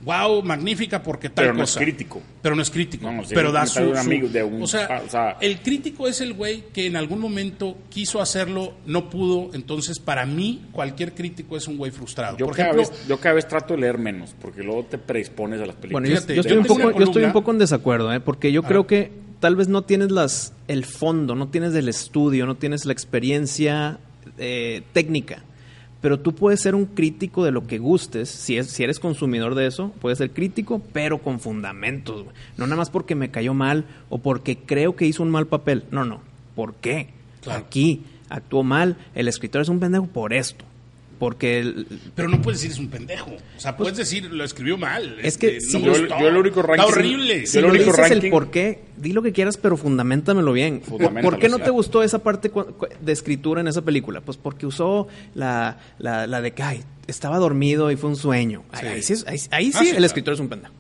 Speaker 1: wow, magnífica porque tal
Speaker 3: Pero no es
Speaker 1: cosa.
Speaker 3: crítico.
Speaker 1: Pero no es crítico.
Speaker 3: No, sí,
Speaker 1: pero
Speaker 3: un
Speaker 1: da su...
Speaker 3: comentario de
Speaker 1: su-
Speaker 3: un amigo, de un
Speaker 1: o, sea,
Speaker 3: pa- o sea-
Speaker 1: el crítico es el güey que en algún momento quiso hacerlo, no pudo, entonces para mí cualquier crítico es un güey frustrado.
Speaker 3: Yo,
Speaker 1: Por
Speaker 3: cada
Speaker 1: ejemplo,
Speaker 3: vez, yo cada vez trato de leer menos, porque luego te predispones a las películas.
Speaker 2: Bueno, yo,
Speaker 1: Fíjate,
Speaker 2: yo estoy
Speaker 1: yo
Speaker 2: un
Speaker 1: tengo
Speaker 2: poco,
Speaker 1: una
Speaker 2: yo estoy un
Speaker 1: columna-
Speaker 2: poco en desacuerdo, ¿eh? porque yo
Speaker 1: Ah.
Speaker 2: creo que tal vez no tienes las el fondo, no tienes el estudio, no tienes la experiencia eh, técnica, pero tú puedes ser un crítico de lo que gustes, si, es, si eres consumidor de eso, puedes ser crítico, pero con fundamentos, güey. no nada más porque me cayó mal o porque creo que hizo un mal papel, no, no, ¿por qué?
Speaker 1: Claro.
Speaker 2: Aquí actuó mal, el escritor es un pendejo por esto, porque el,
Speaker 1: Pero no puedes decir es un pendejo. O sea, puedes decir lo escribió mal.
Speaker 2: Pues Es
Speaker 1: este,
Speaker 2: que sí.
Speaker 1: me
Speaker 2: Yo-
Speaker 1: gustó,
Speaker 3: yo el único ranking-
Speaker 1: Está horrible.
Speaker 3: yo
Speaker 2: Si
Speaker 3: el
Speaker 2: lo
Speaker 3: único
Speaker 2: dices el
Speaker 3: ranking-
Speaker 2: por qué, di lo que quieras, pero fundamentamelo bien. ¿Por,
Speaker 3: Fundaméntalo,
Speaker 2: por qué no
Speaker 3: sí.
Speaker 2: te gustó esa parte cu- cu- de escritura en esa película? Pues porque usó la, la, la de que ay, estaba dormido y fue un sueño. Ay,
Speaker 1: Sí.
Speaker 2: Ahí sí, es- ahí- ahí
Speaker 1: Ah,
Speaker 2: sí
Speaker 1: sí,
Speaker 2: el
Speaker 1: claro.
Speaker 2: escritor es un pendejo.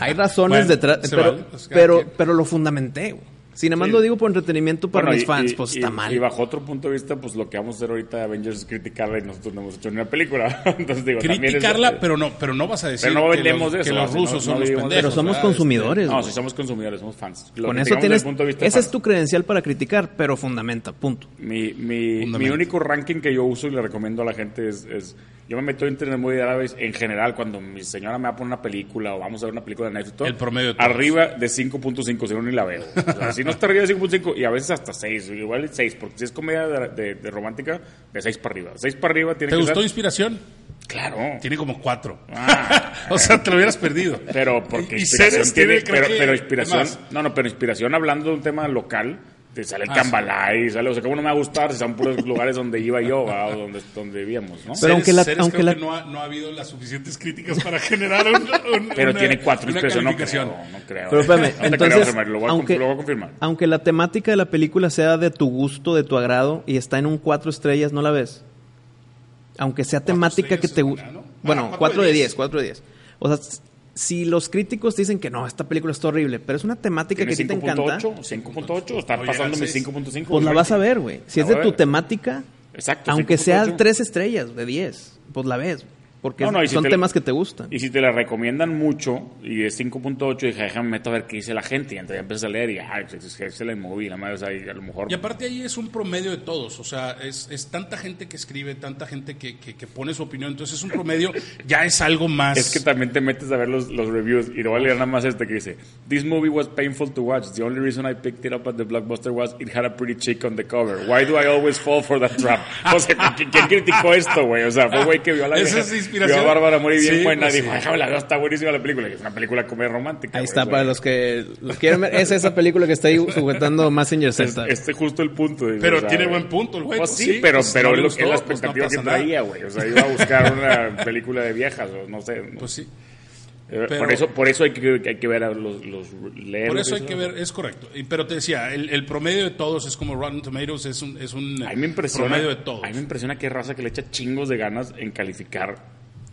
Speaker 2: Hay razones
Speaker 1: Bueno,
Speaker 2: detrás,
Speaker 1: se
Speaker 2: pero,
Speaker 1: vale, pues, cada
Speaker 2: pero,
Speaker 1: quien.
Speaker 2: pero lo fundamenté. güey. Si nada más
Speaker 3: Sí.
Speaker 2: lo digo por entretenimiento para
Speaker 3: Bueno,
Speaker 2: mis
Speaker 3: y-
Speaker 2: fans,
Speaker 3: y-
Speaker 2: pues
Speaker 3: y-
Speaker 2: está mal.
Speaker 3: Y bajo otro punto de vista, pues lo que vamos a hacer ahorita de Avengers es criticarla y nosotros no hemos hecho ni una película. Entonces digo, también es-
Speaker 1: Criticarla, pero no, pero no vas a decir
Speaker 3: Pero no
Speaker 1: que,
Speaker 3: vendemos
Speaker 1: los,
Speaker 3: eso,
Speaker 1: que los
Speaker 3: o sea, no-
Speaker 1: rusos
Speaker 3: no
Speaker 1: son los
Speaker 3: vivimos
Speaker 1: pendejos.
Speaker 3: de eso,
Speaker 2: pero somos
Speaker 1: ¿verdad?
Speaker 2: consumidores.
Speaker 3: Este, No,
Speaker 2: güey.
Speaker 3: si somos consumidores, somos fans. Lo
Speaker 2: Con
Speaker 3: que
Speaker 2: eso
Speaker 3: digamos desde
Speaker 2: tienes.
Speaker 3: el punto de vista de
Speaker 2: esa es
Speaker 3: fans.
Speaker 2: tu credencial para criticar, pero fundamenta, punto.
Speaker 3: Mi, mi,
Speaker 1: Fundamento.
Speaker 3: mi único ranking que yo uso y le recomiendo a la gente es... es- yo me meto en Internet Movie Database en general cuando mi señora me va a poner una película o vamos a ver una película de Netflix. todo,
Speaker 1: El promedio de todos.
Speaker 3: Arriba de 5.5, si no ni la veo. O sea, si no está arriba de 5.5 y a veces hasta 6, igual 6, porque si es comedia de, de- de romántica, de 6 para arriba. 6 para arriba tiene
Speaker 1: ¿Te
Speaker 3: que
Speaker 1: gustó
Speaker 3: ser...
Speaker 1: Inspiración?
Speaker 3: Claro.
Speaker 1: Tiene como cuatro.
Speaker 3: Ah.
Speaker 1: o sea, te lo hubieras perdido.
Speaker 3: Pero porque
Speaker 1: Y
Speaker 3: inspiración
Speaker 1: Ceres
Speaker 3: tiene,
Speaker 1: tiene, creo
Speaker 3: pero,
Speaker 1: que-
Speaker 3: pero inspiración,
Speaker 1: es más.
Speaker 3: no, no, pero inspiración hablando de un tema local, te sale el
Speaker 1: Ah,
Speaker 3: Cambalay, sale, o sea, cómo no me va a gustar si son puros lugares donde iba yo, va, o donde, donde vivíamos, ¿no?
Speaker 2: Pero aunque la-
Speaker 1: Ceres
Speaker 2: aunque
Speaker 1: creo
Speaker 2: la-
Speaker 1: que no ha, no ha habido las suficientes críticas para generar un, un-
Speaker 3: Pero
Speaker 1: una-
Speaker 3: tiene cuatro
Speaker 1: una
Speaker 3: inspiraciones, no creo,
Speaker 1: calificación.
Speaker 3: no creo. eh.
Speaker 2: Pero espérame,
Speaker 3: no te creo,
Speaker 2: entonces,
Speaker 3: Germán, lo, voy a,
Speaker 2: aunque,
Speaker 3: confirmar, lo voy a confirmar.
Speaker 2: aunque la temática de la película sea de tu gusto, de tu agrado, y está en un cuatro estrellas, ¿no la ves? Aunque sea temática que
Speaker 1: estrellas
Speaker 2: te
Speaker 1: es
Speaker 2: guste.
Speaker 1: buena, ¿no? Ah,
Speaker 2: Bueno,
Speaker 1: cuatro
Speaker 2: cuatro
Speaker 1: de
Speaker 2: de
Speaker 1: diez.
Speaker 2: diez, cuatro de diez. O sea, s- si los críticos te dicen que no, esta película está horrible, pero es una temática que
Speaker 3: ¿Tiene
Speaker 2: a ti te encanta,
Speaker 3: 5.8? 5.8, está
Speaker 1: No llega
Speaker 3: pasando
Speaker 1: al
Speaker 3: mi
Speaker 1: seis.
Speaker 3: 5.5.
Speaker 2: pues la vas a ver, güey. Si es
Speaker 3: La voy
Speaker 2: de
Speaker 3: a
Speaker 2: tu
Speaker 3: ver.
Speaker 2: temática,
Speaker 3: Exacto.
Speaker 2: aunque sea
Speaker 3: 5.8.
Speaker 2: tres estrellas, de diez, pues la ves. Porque
Speaker 3: No, no, y si
Speaker 2: son
Speaker 3: te la-
Speaker 2: temas que te gustan.
Speaker 3: Y si te la recomiendan mucho y es 5.8, dije, déjame meto a ver qué dice la gente. Y entonces ya empiezas a leer y, ah, es que se la inmoví, la madre, o sea, y a lo mejor.
Speaker 1: Y aparte ahí es un promedio de todos, o sea, es, es tanta gente que escribe, tanta gente que, que- que pone su opinión, entonces es un promedio, ya es algo más...
Speaker 3: Es que también te metes a ver los, los reviews y no voy a leer nada más este que dice This movie was painful to watch. The only reason I picked it up at the blockbuster was it had a pretty chick on the cover. Why do I always fall for that trap? O sea, ¿quién, quién criticó esto, güey? O sea, fue güey que vio a la
Speaker 1: Esa
Speaker 3: vieja,
Speaker 1: es inspiración.
Speaker 3: Vio a Bárbara muy bien
Speaker 1: Sí,
Speaker 3: buena.
Speaker 1: pues,
Speaker 3: dijo,
Speaker 1: sí.
Speaker 3: déjame la veo, está buenísima la película. Y Es una película de comedia romántica.
Speaker 2: Ahí
Speaker 3: güey, o
Speaker 2: está,
Speaker 3: sea,
Speaker 2: para los que lo quieren ver. Es esa película que está ahí sujetando Messenger
Speaker 3: es-
Speaker 2: Z.
Speaker 3: Este justo el punto. dice,
Speaker 1: Pero
Speaker 3: o sea,
Speaker 1: tiene buen punto el güey,
Speaker 3: Pues
Speaker 1: pues
Speaker 3: sí,
Speaker 1: sí,
Speaker 3: pero,
Speaker 1: pues
Speaker 3: pero
Speaker 1: no
Speaker 3: es
Speaker 1: le
Speaker 3: lo- es
Speaker 1: gustó,
Speaker 3: la
Speaker 1: pues no
Speaker 3: expectativa que
Speaker 1: pasa nada.
Speaker 3: traía, güey. O sea, iba a buscar una película de viejas, o no sé.
Speaker 1: Pues sí,
Speaker 3: Eh,
Speaker 1: Pero-
Speaker 3: por eso, por eso hay que, hay que ver a los, los leer
Speaker 1: por
Speaker 3: los
Speaker 1: eso hay que
Speaker 3: esos.
Speaker 1: ver, es correcto, Y- pero te decía, el, el promedio de todos es como Rotten Tomatoes, es un, es un
Speaker 3: A mí me impresiona.
Speaker 1: promedio de todos.
Speaker 3: A mí me impresiona que raza que le echa chingos de ganas en calificar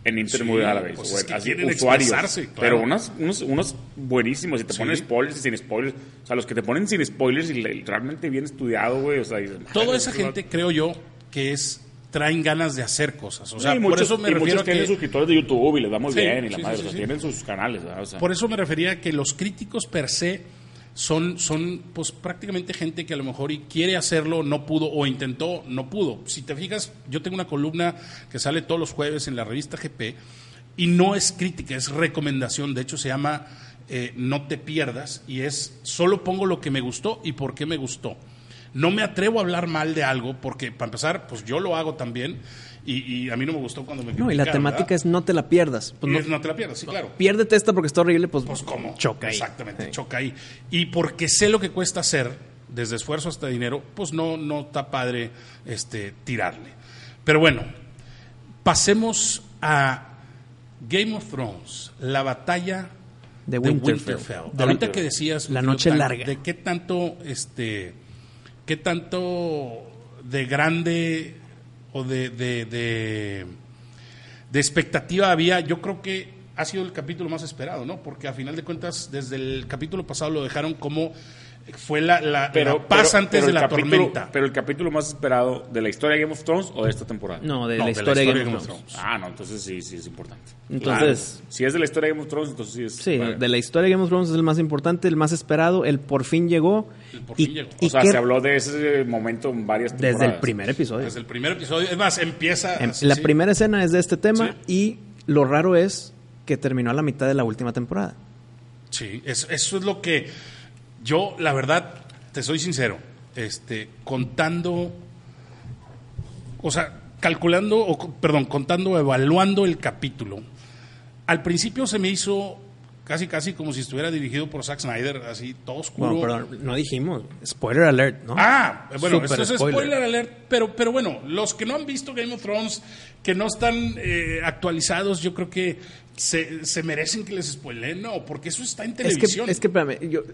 Speaker 3: en Intermodal
Speaker 1: Sí,
Speaker 3: a la vez.
Speaker 1: pues
Speaker 3: o
Speaker 1: es
Speaker 3: en-
Speaker 1: que
Speaker 3: así
Speaker 1: quieren
Speaker 3: usuarios.
Speaker 1: expresarse, claro.
Speaker 3: Pero unos, unos, unos buenísimos. Si te
Speaker 1: Sí.
Speaker 3: ponen spoilers y sin spoilers. O sea, los que te ponen sin spoilers y le- realmente bien estudiado, güey. O sea, dices,
Speaker 1: Toda
Speaker 3: "Madre,
Speaker 1: esa
Speaker 3: esto va-".
Speaker 1: gente, creo yo, que es traen ganas de hacer cosas, o sea,
Speaker 3: y
Speaker 1: por
Speaker 3: muchos,
Speaker 1: eso me
Speaker 3: y
Speaker 1: refiero
Speaker 3: muchos
Speaker 1: a que...
Speaker 3: tienen suscriptores de YouTube y les va muy
Speaker 1: Sí,
Speaker 3: bien. Y la
Speaker 1: sí,
Speaker 3: madre,
Speaker 1: sí,
Speaker 3: o sea,
Speaker 1: sí.
Speaker 3: tienen sus canales, ¿verdad? O sea,
Speaker 1: Por eso me refería a que los críticos per se son, son pues, prácticamente gente que a lo mejor y quiere hacerlo, no pudo, o intentó, no pudo. Si te fijas, yo tengo una columna que sale todos los jueves en la revista GP y no es crítica, es recomendación. De hecho, se llama eh, No te pierdas y es solo pongo lo que me gustó y por qué me gustó. No me atrevo a hablar mal de algo porque, para empezar, pues yo lo hago también y, y a mí no me gustó cuando me
Speaker 2: No, y la
Speaker 1: criticaron,
Speaker 2: temática
Speaker 1: ¿verdad?
Speaker 2: es no te la pierdas. Pues
Speaker 1: Y
Speaker 2: no-
Speaker 1: es no te la pierdas, sí, claro.
Speaker 2: piérdete esta porque está horrible, pues,
Speaker 1: Pues cómo.
Speaker 2: choca ahí.
Speaker 1: Exactamente,
Speaker 2: Sí.
Speaker 1: choca ahí. Y porque sé lo que cuesta hacer, desde esfuerzo hasta dinero, pues no, no está padre este, tirarle. Pero bueno, pasemos a Game of Thrones, la batalla
Speaker 2: De
Speaker 1: de
Speaker 2: Winterfell.
Speaker 1: Winterfell.
Speaker 2: De
Speaker 1: Ahorita
Speaker 2: Winterfell.
Speaker 1: que decías,
Speaker 2: La
Speaker 1: mi querido
Speaker 2: noche
Speaker 1: Tan,
Speaker 2: larga.
Speaker 1: ¿De qué tanto, este, qué tanto de grande o de- de- de de expectativa había, yo creo que ha sido el capítulo más esperado, ¿no? Porque a final de cuentas, desde el capítulo pasado lo dejaron como fue la, la- la paz antes
Speaker 3: pero
Speaker 1: de
Speaker 3: el
Speaker 1: la
Speaker 3: capítulo-
Speaker 1: tormenta.
Speaker 3: Pero el capítulo más esperado de la historia de Game of Thrones o de esta temporada.
Speaker 2: No, de
Speaker 1: No,
Speaker 2: la historia de Game of Thrones.
Speaker 3: Ah, no, entonces sí, sí es importante.
Speaker 2: Entonces-
Speaker 3: Claro. si es de la historia de Game of Thrones, entonces sí es.
Speaker 2: Sí,
Speaker 3: bueno.
Speaker 2: de la historia de Game of Thrones es el más importante, el más esperado, el por fin llegó.
Speaker 1: El por fin
Speaker 2: y,
Speaker 1: llegó.
Speaker 2: y
Speaker 3: o sea,
Speaker 2: qué-
Speaker 3: se habló de ese momento en varias temporadas.
Speaker 2: desde el primer episodio.
Speaker 1: Desde el primer episodio. Es más, empieza.
Speaker 2: Em,
Speaker 1: así,
Speaker 2: la
Speaker 1: sí.
Speaker 2: primera escena es de este tema y lo raro es que terminó a la mitad de la última temporada.
Speaker 1: Sí, eso, eso es lo que yo, la verdad, te soy sincero, este, contando, o sea, calculando, o, co- perdón, contando, evaluando el capítulo, al principio se me hizo casi, casi como si estuviera dirigido por Zack Snyder, así, todo oscuro.
Speaker 2: Bueno, perdón, no dijimos. Spoiler alert, ¿no?
Speaker 1: Ah, bueno,
Speaker 2: Súper
Speaker 1: esto es spoiler. alert, pero, pero bueno, los que no han visto Game of Thrones, que no están eh, actualizados, yo creo que se, se merecen que les spoileen, no, porque eso está en
Speaker 2: Es que,
Speaker 1: televisión.
Speaker 2: es que, espérame, yo eh,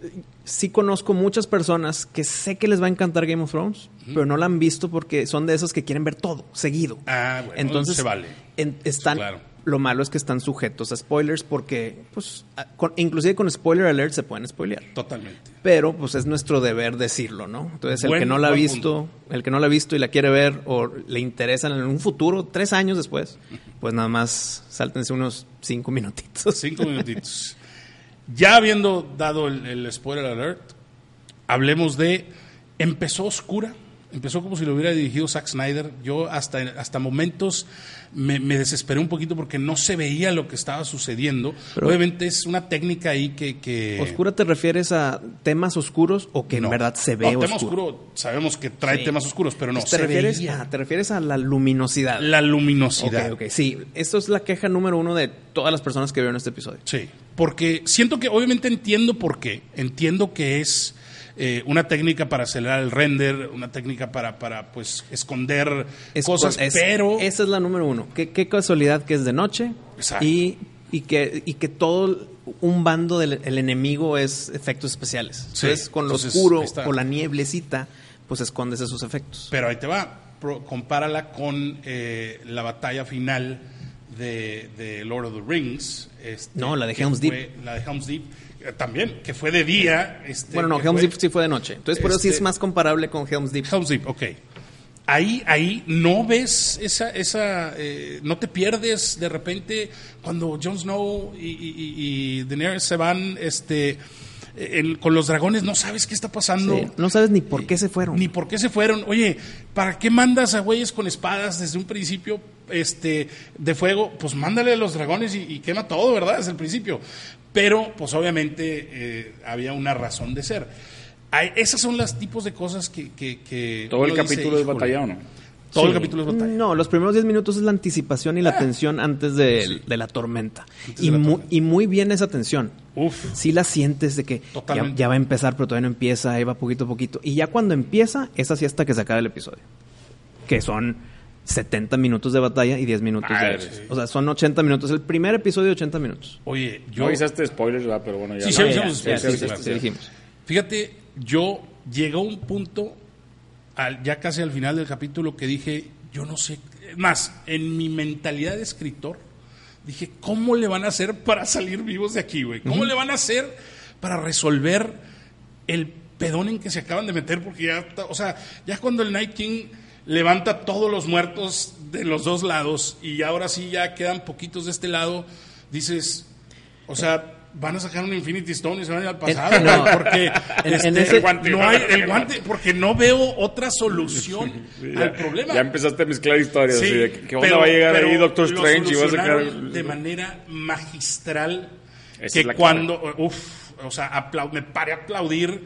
Speaker 2: sí conozco muchas personas que sé que les va a encantar Game of Thrones, pero no la han visto porque son de esas que quieren ver todo, seguido.
Speaker 1: Ah, bueno,
Speaker 2: Entonces,
Speaker 1: se vale.
Speaker 2: en- están,
Speaker 1: Claro.
Speaker 2: lo malo es que están sujetos a spoilers porque, pues, a- con- inclusive con spoiler alert se pueden spoilear.
Speaker 1: Totalmente.
Speaker 2: Pero, pues, es nuestro deber decirlo, ¿no? Entonces, el
Speaker 1: Buen-
Speaker 2: que no la ha
Speaker 1: buen
Speaker 2: visto, el que no la ha visto y la quiere ver o le interesa en un futuro, tres años después, pues nada más sáltense unos cinco minutitos.
Speaker 1: Cinco minutitos. Ya habiendo dado el, el spoiler alert, hablemos de. Empezó oscura. Empezó como si lo hubiera dirigido Zack Snyder. Yo hasta, hasta momentos me, me desesperé un poquito porque no se veía lo que estaba sucediendo.
Speaker 2: Pero-
Speaker 1: Obviamente es una técnica ahí que... que-
Speaker 2: ¿Oscura te refieres a temas oscuros o que
Speaker 1: No.
Speaker 2: en verdad se
Speaker 1: No,
Speaker 2: ve
Speaker 1: tema
Speaker 2: oscuro?
Speaker 1: oscuro. Sabemos que trae
Speaker 2: Sí.
Speaker 1: temas oscuros, pero no.
Speaker 2: ¿Te
Speaker 1: se
Speaker 2: refieres,
Speaker 1: veía
Speaker 2: ah, te refieres a la luminosidad.
Speaker 1: la
Speaker 2: Ok,
Speaker 1: luminosidad.
Speaker 2: ok, sí. Esto es la queja número uno de todas las personas que vieron este episodio.
Speaker 1: Sí, porque siento que obviamente entiendo por qué. Entiendo que es eh, una técnica para acelerar el render, una técnica para, para pues esconder
Speaker 2: Es-
Speaker 1: cosas,
Speaker 2: es-
Speaker 1: pero
Speaker 2: Esa es la número uno. Qué, qué casualidad que es de noche
Speaker 1: Exacto.
Speaker 2: y, y, que, y que todo un bando del el enemigo es efectos especiales.
Speaker 1: Sí,
Speaker 2: Entonces, con lo
Speaker 1: entonces,
Speaker 2: oscuro
Speaker 1: ahí está.
Speaker 2: o la nieblecita, pues escondes esos efectos.
Speaker 1: pero ahí te va. Pro- compárala con eh, la batalla final de, de Lord of the Rings. este,
Speaker 2: No, la de
Speaker 1: que
Speaker 2: Helm's
Speaker 1: fue-
Speaker 2: Deep.
Speaker 1: La de Helm's Deep eh, también, que fue de día. este,
Speaker 2: bueno, no,
Speaker 1: que
Speaker 2: Helm's
Speaker 1: fue-
Speaker 2: Deep sí fue de noche. Entonces, por eso sí
Speaker 1: Este-
Speaker 2: es más comparable con Helm's Deep.
Speaker 1: Helm's Deep, ok. Ahí, ahí no ves esa, esa eh, no te pierdes de repente cuando Jon Snow y, y- y- y Daenerys se van este, el- con los dragones, no sabes qué está pasando.
Speaker 2: Sí, no sabes ni por qué se fueron.
Speaker 1: Ni por qué se fueron. Oye, ¿para qué mandas a güeyes con espadas desde un principio este, de fuego? Pues mándale a los dragones y, y quema todo, ¿verdad? Desde el principio. Pero, pues obviamente eh, había una razón de ser. Hay- esas son las tipos de cosas que... que- que
Speaker 3: Todo el
Speaker 1: uno dice,
Speaker 3: capítulo es
Speaker 1: "Híjole".
Speaker 3: batalla o no.
Speaker 1: Todo el
Speaker 2: Sí.
Speaker 1: capítulo es batalla.
Speaker 2: No, los primeros 10 minutos es la anticipación y la tensión antes de, de la tormenta.
Speaker 1: Antes
Speaker 2: Y,
Speaker 1: de la
Speaker 2: mu-
Speaker 1: tormenta.
Speaker 2: y muy bien esa tensión.
Speaker 1: Uf.
Speaker 2: Sí la sientes de que ya,
Speaker 1: Totalmente.
Speaker 2: ya va a empezar, pero todavía no empieza, ahí va poquito a poquito. Y ya cuando empieza, es así hasta que se acaba el episodio. Que son 70 minutos de batalla y 10 minutos
Speaker 3: Madre,
Speaker 2: de...
Speaker 3: sí.
Speaker 2: O sea, son 80 minutos. El primer episodio, 80 minutos. Ah,
Speaker 1: Oye, yo...
Speaker 3: No avisaste spoilers, ¿verdad? Pero bueno, ya.
Speaker 1: Sí,
Speaker 3: no,
Speaker 1: sí
Speaker 3: ya,
Speaker 1: avisamos
Speaker 3: ya,
Speaker 1: spoilers,
Speaker 3: sí
Speaker 1: sí,
Speaker 3: avisaste,
Speaker 1: sí,
Speaker 2: te
Speaker 1: sí.
Speaker 2: dijimos.
Speaker 1: Fíjate, yo llegué a un punto, al- ya casi al final del capítulo, que dije, yo no sé, es más, en mi mentalidad de escritor, dije, ¿cómo le van a hacer para salir vivos de aquí, güey? ¿Cómo le van a hacer para resolver el pedón en que se acaban de meter? Porque ya, está- o sea, ya cuando el Night King levanta todos los muertos de los dos lados y ahora sí ya quedan poquitos de este lado, dices, o sea... Van a sacar un Infinity Stone y se van a ir al pasado,
Speaker 2: En- Eh, no.
Speaker 1: güey, porque
Speaker 2: En- en
Speaker 1: este,
Speaker 2: ese-
Speaker 1: no hay el guante, porque no veo otra solución al problema.
Speaker 3: Ya empezaste a mezclar historias.
Speaker 1: Sí,
Speaker 3: así de que, ¿Qué onda
Speaker 1: pero-
Speaker 3: va a llegar
Speaker 1: pero
Speaker 3: ahí Doctor
Speaker 1: lo
Speaker 3: Strange? Y va a sacar.
Speaker 1: solucionaron De manera magistral.
Speaker 3: Esa es
Speaker 1: que
Speaker 3: la
Speaker 1: cuando. Uf, o sea, aplau- me paré a aplaudir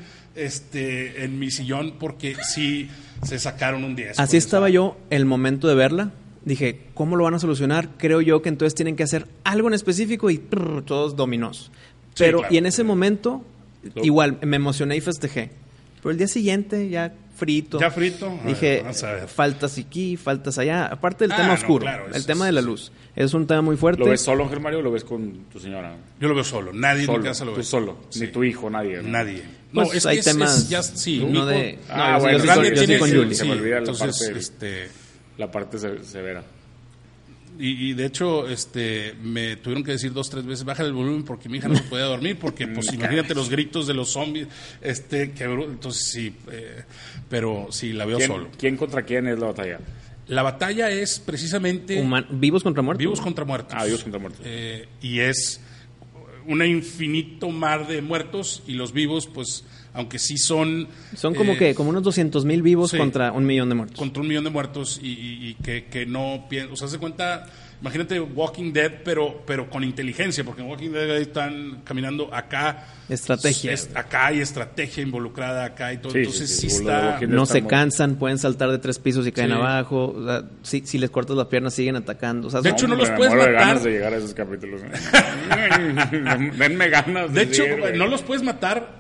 Speaker 1: este, en mi sillón porque sí se sacaron un 10.
Speaker 2: Así
Speaker 1: con
Speaker 2: estaba
Speaker 1: esa-
Speaker 2: yo el momento de verla. Dije, ¿cómo lo van a solucionar? Creo yo que entonces tienen que hacer algo en específico y prrr, todos dominós.
Speaker 1: Sí,
Speaker 2: Pero,
Speaker 1: claro.
Speaker 2: y en ese momento,
Speaker 3: Lo-
Speaker 2: igual, me emocioné y festejé. Pero el día siguiente, ya frito.
Speaker 1: Ya frito. A ver,
Speaker 2: Dije,
Speaker 1: vamos a ver.
Speaker 2: faltas aquí, faltas allá. Aparte del
Speaker 1: Ah,
Speaker 2: tema
Speaker 1: no,
Speaker 2: oscuro,
Speaker 1: claro,
Speaker 2: el
Speaker 1: eso
Speaker 2: tema
Speaker 1: es-
Speaker 2: de la luz. Es un tema muy fuerte.
Speaker 3: ¿Lo ves solo, Ángel Mario, o lo ves con tu señora?
Speaker 1: Yo lo veo solo. Nadie en
Speaker 3: Solo,
Speaker 1: mi casa lo ve.
Speaker 3: tú solo.
Speaker 1: Sí.
Speaker 3: Ni tu hijo, nadie. ¿no?
Speaker 1: Nadie.
Speaker 2: Pues
Speaker 1: es que
Speaker 2: hay
Speaker 1: es- es
Speaker 2: temas
Speaker 1: ya- sí, mi
Speaker 2: no
Speaker 1: hijo-
Speaker 2: de... no, yo sí-
Speaker 3: Ah, bueno,
Speaker 2: yo sí
Speaker 3: grande
Speaker 2: con- yo sí
Speaker 3: tiene
Speaker 2: con
Speaker 3: ese-
Speaker 2: Yuli.
Speaker 1: este,
Speaker 3: se me olvida la
Speaker 1: entonces,
Speaker 3: parte del-
Speaker 1: este,
Speaker 3: La parte se- severa.
Speaker 1: Y, y, de hecho, este, me tuvieron que decir dos, tres veces, baja el volumen porque mi hija no podía dormir, porque pues imagínate los gritos de los zombies, este, que, entonces sí, eh, pero sí, la veo
Speaker 3: ¿Quién,
Speaker 1: solo.
Speaker 3: ¿Quién contra quién es la batalla?
Speaker 1: La batalla es precisamente
Speaker 2: Human- vivos contra muertos.
Speaker 1: vivos contra muertos.
Speaker 3: Ah, vivos contra muertos.
Speaker 1: Eh, y es un infinito mar de muertos y los vivos, pues, aunque sí son...
Speaker 2: Son como
Speaker 1: eh,
Speaker 2: que, como unos 200 mil vivos
Speaker 1: sí.
Speaker 2: contra un millón de muertos.
Speaker 1: contra un millón de muertos y, y- y que, que no piensan. O sea, se cuenta, imagínate Walking Dead, pero, pero con inteligencia, porque en Walking Dead ahí están caminando acá.
Speaker 2: Estrategia.
Speaker 1: Es- acá hay estrategia involucrada, acá y todo.
Speaker 3: Sí, sí,
Speaker 1: Entonces
Speaker 3: sí,
Speaker 1: sí,
Speaker 3: según lo de
Speaker 1: está.
Speaker 3: Walking
Speaker 2: no
Speaker 3: está
Speaker 2: se
Speaker 3: muy-
Speaker 2: cansan, pueden saltar de tres pisos y caen
Speaker 1: Sí.
Speaker 2: abajo. o sea, si, si les cortas las piernas, siguen atacando. O sea,
Speaker 1: De
Speaker 2: son-
Speaker 1: hecho, no
Speaker 3: Hombre,
Speaker 1: los
Speaker 3: me
Speaker 1: puedes
Speaker 3: muero
Speaker 1: matar.
Speaker 3: de ganas de llegar a esos capítulos. ¿eh? Denme ganas.
Speaker 1: De hecho,
Speaker 3: seguir, güey.
Speaker 1: no los puedes matar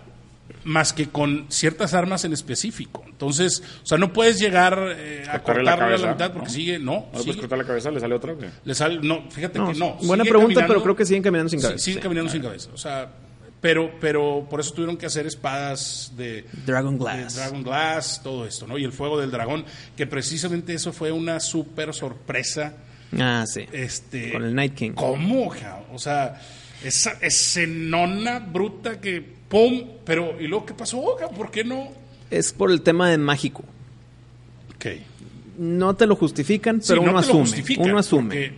Speaker 1: más que con ciertas armas en específico. Entonces, o sea, no puedes llegar eh, a
Speaker 3: Cortarle
Speaker 1: cortarle
Speaker 3: la
Speaker 1: a
Speaker 3: cabeza,
Speaker 1: la mitad porque
Speaker 3: ¿no?
Speaker 1: sigue, no.
Speaker 3: ¿No le puedes
Speaker 1: sigue.
Speaker 3: cortar la cabeza? ¿Le sale otra? güey?
Speaker 1: Le sale- no, fíjate
Speaker 2: no,
Speaker 1: que no.
Speaker 2: buena
Speaker 1: Sigue
Speaker 2: pregunta,
Speaker 1: caminando.
Speaker 2: pero creo que siguen caminando sin
Speaker 1: Sí,
Speaker 2: cabeza.
Speaker 1: siguen
Speaker 2: sí. Ah.
Speaker 1: caminando sin cabeza. O sea, pero, pero por eso tuvieron que hacer espadas de,
Speaker 2: Dragon
Speaker 1: de
Speaker 2: Glass.
Speaker 1: Dragon Glass, todo esto, ¿no? Y el fuego del dragón, que precisamente eso fue una súper sorpresa.
Speaker 2: Ah, sí.
Speaker 1: Este,
Speaker 2: Con el Night King.
Speaker 1: ¿Cómo, ja? O sea, esa escenona bruta que ¡pum! Pero, ¿y luego qué pasó, ja? ¿Por qué no?
Speaker 2: Es por el tema de mágico.
Speaker 1: Ok.
Speaker 2: No te lo justifican,
Speaker 1: Sí,
Speaker 2: pero
Speaker 1: no
Speaker 2: uno,
Speaker 1: te lo
Speaker 2: asume,
Speaker 1: justifican,
Speaker 2: uno asume.
Speaker 1: porque-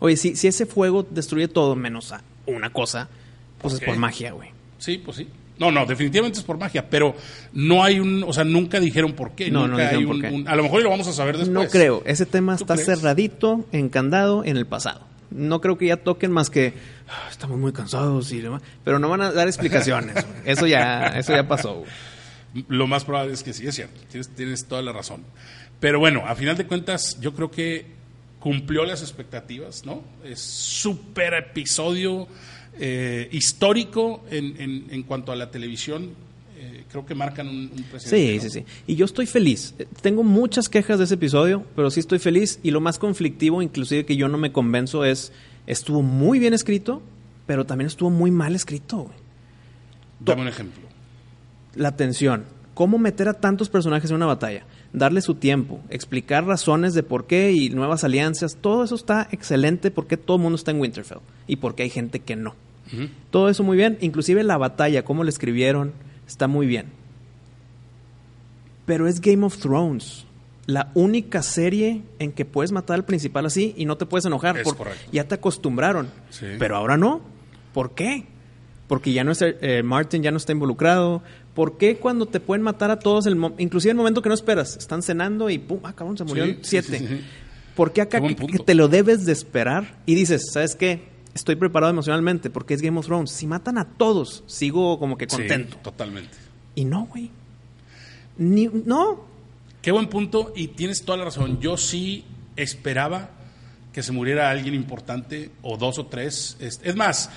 Speaker 2: Oye, si, si ese fuego destruye todo menos a una cosa, pues
Speaker 1: Ok.
Speaker 2: es por magia, güey.
Speaker 1: Sí, pues sí. No, no, definitivamente es por magia, pero no hay un, o sea, nunca dijeron por qué.
Speaker 2: No, no
Speaker 1: nunca hay
Speaker 2: dijeron por
Speaker 1: un-
Speaker 2: qué.
Speaker 1: un- a lo mejor lo vamos a saber después.
Speaker 2: No creo. Ese tema
Speaker 1: pues, ¿Tú
Speaker 2: está
Speaker 1: crees?
Speaker 2: cerradito, encandado en el pasado. No creo que ya toquen más que "Ah, estamos muy cansados y demás. Pero no van a dar explicaciones. güey. eso ya, eso ya pasó. güey.
Speaker 1: Lo más probable es que sí, es cierto. Tienes, tienes toda la razón. Pero bueno, a final de cuentas, yo creo que cumplió las expectativas, ¿no? Es súper episodio eh, histórico en, en, en cuanto a la televisión. Eh, creo que marcan un, un precedente.
Speaker 2: Sí,
Speaker 1: ¿no?
Speaker 2: sí, sí. Y yo estoy feliz. Eh, Tengo muchas quejas de ese episodio, pero sí estoy feliz. Y lo más conflictivo, inclusive que yo no me convenzo, es estuvo muy bien escrito, pero también estuvo muy mal escrito. güey.
Speaker 1: Dame un ejemplo.
Speaker 2: la tensión. Cómo meter a tantos personajes en una batalla, darle su tiempo, explicar razones de por qué y nuevas alianzas, todo eso está excelente porque todo el mundo está en Winterfell y porque hay gente que no.
Speaker 1: Ujú.
Speaker 2: Todo eso muy bien, inclusive la batalla, cómo la escribieron, está muy bien. Pero es Game of Thrones, la única serie en que puedes matar al principal así y no te puedes enojar.
Speaker 1: Es
Speaker 2: porque
Speaker 1: correcto.
Speaker 2: Ya te acostumbraron,
Speaker 1: Sí.
Speaker 2: pero ahora no. ¿Por qué? Porque ya no está, eh, Martin ya no está involucrado. ¿Por qué cuando te pueden matar a todos, el mo- inclusive el momento que no esperas, están cenando y pum, ah, cabrón, se murieron
Speaker 1: sí,
Speaker 2: siete?
Speaker 1: sí, sí.
Speaker 2: ¿Por qué
Speaker 1: Qué
Speaker 2: acá
Speaker 1: buen
Speaker 2: que, que
Speaker 1: punto.
Speaker 2: te lo debes de esperar y dices, ¿sabes qué? Estoy preparado emocionalmente porque es Game of Thrones. Si matan a todos, sigo como que contento.
Speaker 1: Sí, totalmente.
Speaker 2: Y no, güey. Ni, no.
Speaker 1: Qué buen punto y tienes toda la razón. Yo sí esperaba que se muriera alguien importante o dos o tres. Este, Es, es más,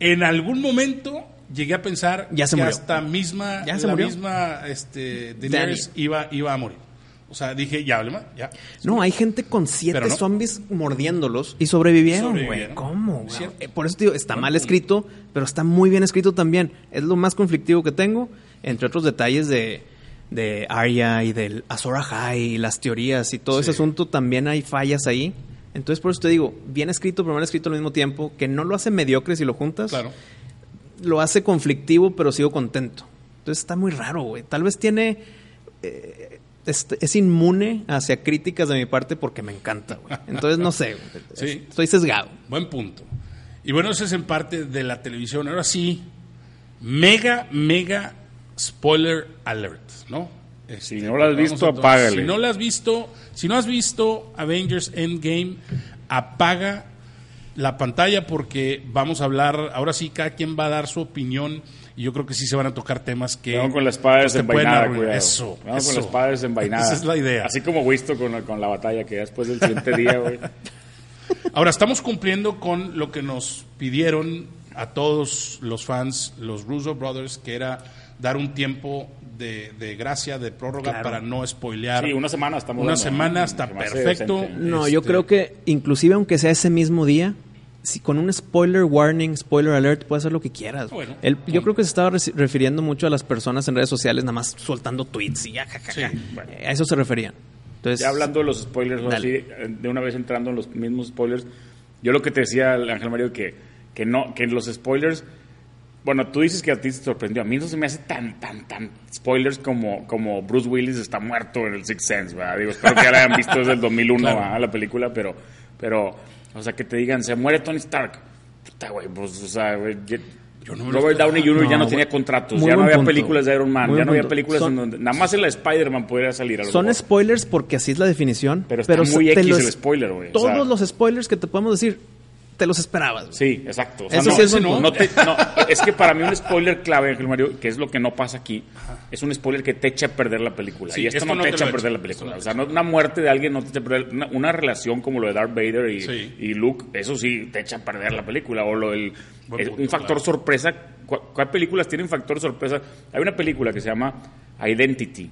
Speaker 1: en algún momento llegué a pensar
Speaker 2: Ya se
Speaker 1: que
Speaker 2: murió.
Speaker 1: hasta misma,
Speaker 2: Ya se
Speaker 1: la
Speaker 2: murió.
Speaker 1: misma este, Daenerys iba, iba a morir. O sea, dije, ya, Olema, ya.
Speaker 2: No, hay gente con
Speaker 1: Pero
Speaker 2: siete
Speaker 1: no.
Speaker 2: zombies mordiéndolos y sobrevivieron, güey.
Speaker 1: Sobrevivieron.
Speaker 2: ¿Cómo,
Speaker 1: Es
Speaker 2: güey?
Speaker 1: cierto.
Speaker 2: Eh, Por eso, te digo, está mal escrito, pero está muy bien escrito también. Es lo más conflictivo que tengo, entre otros detalles de, de Arya y del Azor Ahai y las teorías y todo ese
Speaker 1: Sí.
Speaker 2: asunto. También hay fallas ahí. Entonces, por eso te digo, bien escrito, pero mal escrito al mismo tiempo, que no lo hace mediocre si lo juntas.
Speaker 1: Claro.
Speaker 2: lo hace conflictivo, pero sigo contento. Entonces está muy raro, güey. Tal vez tiene. eh, es, es inmune hacia críticas de mi parte porque me encanta, güey. Entonces no sé, güey.
Speaker 1: Sí.
Speaker 2: estoy sesgado.
Speaker 1: Buen punto. Y bueno, eso es en parte de la televisión. Ahora sí, mega, mega spoiler alert, ¿no? Este,
Speaker 3: Si no lo has
Speaker 1: vamos
Speaker 3: visto,
Speaker 1: entonces.
Speaker 3: apágale.
Speaker 1: Si no lo has visto, si no has visto Avengers Endgame, apaga la pantalla porque vamos a hablar, ahora sí, cada quien va a dar su opinión y yo creo que sí se van a tocar temas que...
Speaker 3: Vamos con la espada
Speaker 1: pues, te pueden
Speaker 3: desenvainada,
Speaker 1: arruinar.
Speaker 3: cuidado.
Speaker 1: Eso,
Speaker 3: Vamos
Speaker 1: eso.
Speaker 3: con la espada desenvainada.
Speaker 1: Esa es la idea.
Speaker 3: Así como Wisto con, con la batalla que después del siguiente día, güey.
Speaker 1: Ahora, estamos cumpliendo con lo que nos pidieron a todos los fans, los Russo Brothers, que era dar un tiempo de, de gracia, de prórroga
Speaker 2: Claro.
Speaker 1: para no spoilear.
Speaker 3: Sí, una semana estamos
Speaker 1: Una
Speaker 3: dando, ¿no?
Speaker 1: semana está
Speaker 3: Se me hace
Speaker 1: perfecto.
Speaker 3: decente.
Speaker 2: No, yo
Speaker 1: Este-
Speaker 2: creo que inclusive aunque sea ese mismo día, si con un spoiler warning, spoiler alert, puedes hacer lo que quieras. güey.
Speaker 1: Bueno.
Speaker 2: El- yo creo que se estaba reci- refiriendo mucho a las personas en redes sociales, nada más soltando tweets y ya, ja, ja,
Speaker 1: Sí,
Speaker 2: ja.
Speaker 1: bueno.
Speaker 2: Eh, A eso se referían. Entonces,
Speaker 3: ya hablando de los spoilers, ahora
Speaker 2: Dale.
Speaker 3: sí, de una vez entrando en los mismos spoilers, yo lo que te decía, Ángel Mario, que, que no, que los spoilers, bueno, tú dices que a ti te sorprendió, a mí no se me hace tan, tan, tan spoilers como, como Bruce Willis está muerto en el Sixth Sense, ¿verdad? Digo, espero que ya la hayan visto desde el 2001, ¿verdad? La película, pero, pero, o sea, que te digan, se muere Tony Stark. Puta, güey, pues, o sea, güey, ya-
Speaker 1: Yo no me lo
Speaker 3: Robert
Speaker 1: esperaba.
Speaker 3: Downey Jr.
Speaker 2: No,
Speaker 3: ya no
Speaker 2: güey.
Speaker 3: tenía contratos,
Speaker 2: Muy
Speaker 3: ya no
Speaker 2: buen
Speaker 3: había
Speaker 2: punto.
Speaker 3: películas de Iron Man,
Speaker 2: Muy
Speaker 3: ya
Speaker 2: buen
Speaker 3: no había
Speaker 2: punto.
Speaker 3: películas
Speaker 2: Son-
Speaker 3: en donde. Nada más en la Spider-Man podría salir a lo
Speaker 2: Son
Speaker 3: mejor.
Speaker 2: spoilers porque así es la definición.
Speaker 3: Pero está muy
Speaker 2: te
Speaker 3: X
Speaker 2: los-
Speaker 3: el spoiler, güey. o
Speaker 2: Todos
Speaker 3: sea,
Speaker 2: los spoilers que te podemos decir, te los esperabas. güey.
Speaker 3: Sí, exacto. O
Speaker 2: Eso
Speaker 3: no,
Speaker 2: sí es
Speaker 3: ese
Speaker 2: un
Speaker 3: no,
Speaker 2: punto.
Speaker 3: no te- no, es que para mí un spoiler clave, Ángel Mario, que es lo que no pasa aquí, es un spoiler que te echa a perder la película.
Speaker 1: Sí,
Speaker 3: y esto
Speaker 1: esto
Speaker 3: no,
Speaker 1: no
Speaker 3: te
Speaker 1: te
Speaker 3: echa a
Speaker 1: lo
Speaker 3: perder
Speaker 1: echa,
Speaker 3: la
Speaker 1: esto no
Speaker 3: película.
Speaker 1: te
Speaker 3: O sea, no- una muerte de alguien no te echa a perder. Una, una relación como lo de Darth Vader y,
Speaker 1: Sí.
Speaker 3: y Luke, eso sí te echa a perder la película. O lo del.
Speaker 1: Buen
Speaker 3: es
Speaker 1: punto,
Speaker 3: un factor
Speaker 1: claro.
Speaker 3: sorpresa. ¿Cuál, cuál películas tienen factor sorpresa? Hay una película que se llama Identity.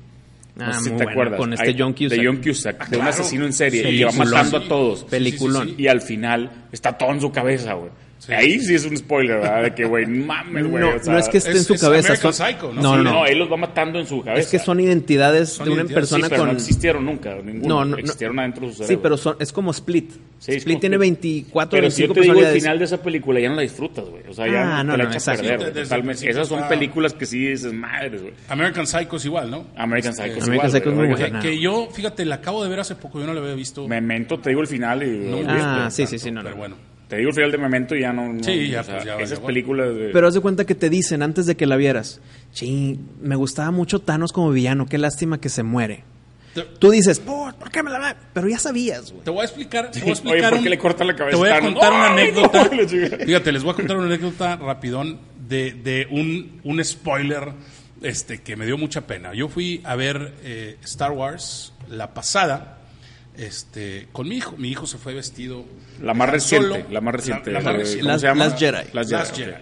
Speaker 3: No
Speaker 2: Ah,
Speaker 3: sé si
Speaker 2: muy
Speaker 3: te
Speaker 2: buena,
Speaker 3: acuerdas.
Speaker 2: con este
Speaker 3: Hay-
Speaker 2: John Cusack.
Speaker 3: De John Cusack, de un
Speaker 1: Ah, claro.
Speaker 3: asesino en serie
Speaker 1: Sí,
Speaker 3: y que va
Speaker 2: peliculón.
Speaker 3: matando a todos.
Speaker 2: Peliculón.
Speaker 1: Sí, sí, sí.
Speaker 3: Y al final está todo en su cabeza, güey. Ahí sí es un spoiler, ¿verdad? De que, güey, mames, güey.
Speaker 2: no,
Speaker 3: o sea,
Speaker 2: no es que esté
Speaker 1: es-
Speaker 2: en su
Speaker 1: es
Speaker 2: cabeza.
Speaker 1: American
Speaker 2: son-
Speaker 1: Psycho, ¿no?
Speaker 2: no,
Speaker 1: Sí,
Speaker 2: no,
Speaker 3: no, él los va matando en su cabeza.
Speaker 2: Es que son identidades de una
Speaker 1: identidades,
Speaker 3: Sí,
Speaker 2: persona
Speaker 3: pero
Speaker 2: con.
Speaker 3: no existieron nunca. Ninguno.
Speaker 2: No, no, no.
Speaker 3: existieron adentro de su
Speaker 2: Sí,
Speaker 3: cerebro.
Speaker 2: pero son, es como Split.
Speaker 3: Sí, es
Speaker 2: Split
Speaker 3: como
Speaker 2: tiene
Speaker 3: Split.
Speaker 2: 24
Speaker 3: Pero si yo
Speaker 2: 25
Speaker 3: te digo el
Speaker 2: personalidades.
Speaker 3: final de esa película, ya no la disfrutas, güey. O sea, ya
Speaker 2: Ah,
Speaker 3: te
Speaker 2: no,
Speaker 3: la
Speaker 2: no,
Speaker 3: echas a
Speaker 2: exacto.
Speaker 3: perder.
Speaker 1: Sí,
Speaker 3: güey,
Speaker 1: desde el
Speaker 3: totalmente.
Speaker 1: principio ah.
Speaker 3: Esas son
Speaker 1: está-
Speaker 3: películas que sí dices, madres, güey.
Speaker 1: American Psycho es igual, ¿no?
Speaker 3: American Psycho. es
Speaker 1: American
Speaker 3: igual,
Speaker 2: Psycho es
Speaker 3: güey.
Speaker 2: muy
Speaker 1: Que-
Speaker 2: buena.
Speaker 1: que yo, fíjate, la acabo de ver hace poco, yo no la había visto.
Speaker 3: Memento, te digo el final y.
Speaker 2: Ah,
Speaker 3: olvídate.
Speaker 2: sí, sí, sí, no,
Speaker 1: Pero
Speaker 2: no.
Speaker 1: bueno,
Speaker 3: Te digo el final de Memento y ya no. no,
Speaker 1: Sí, ya,
Speaker 3: o sea,
Speaker 1: pues, ya,
Speaker 3: Esas
Speaker 1: ya, bueno.
Speaker 3: películas. De...
Speaker 2: Pero haz de cuenta que te dicen antes de que la vieras, ching, me gustaba mucho Thanos como villano, qué lástima que se muere.
Speaker 1: te,
Speaker 2: Tú dices, "Por, ¿por qué me la da? Pero ya sabías, güey.
Speaker 1: te voy a explicar. te voy a
Speaker 3: Oye,
Speaker 1: explicar
Speaker 3: ¿por
Speaker 1: un-
Speaker 3: qué le corta la
Speaker 1: Te
Speaker 3: cabeza
Speaker 1: voy
Speaker 3: a
Speaker 1: a
Speaker 3: Thanos?
Speaker 1: contar una
Speaker 3: ¡Ay, no!
Speaker 1: anécdota.
Speaker 3: La chica.
Speaker 1: Fíjate, les voy a contar una anécdota rapidón de, de un, un spoiler este, que me dio mucha pena. Yo fui a ver eh, Star Wars la pasada este, con mi hijo. Mi hijo se fue vestido.
Speaker 3: La más
Speaker 1: solo.
Speaker 3: reciente, la más reciente.
Speaker 1: la más
Speaker 3: eh,
Speaker 1: reciente.
Speaker 3: ¿cómo
Speaker 2: Las-
Speaker 3: se llama?
Speaker 2: Las Jedi.
Speaker 3: Las Jedi.
Speaker 1: Last Jedi.
Speaker 3: ok.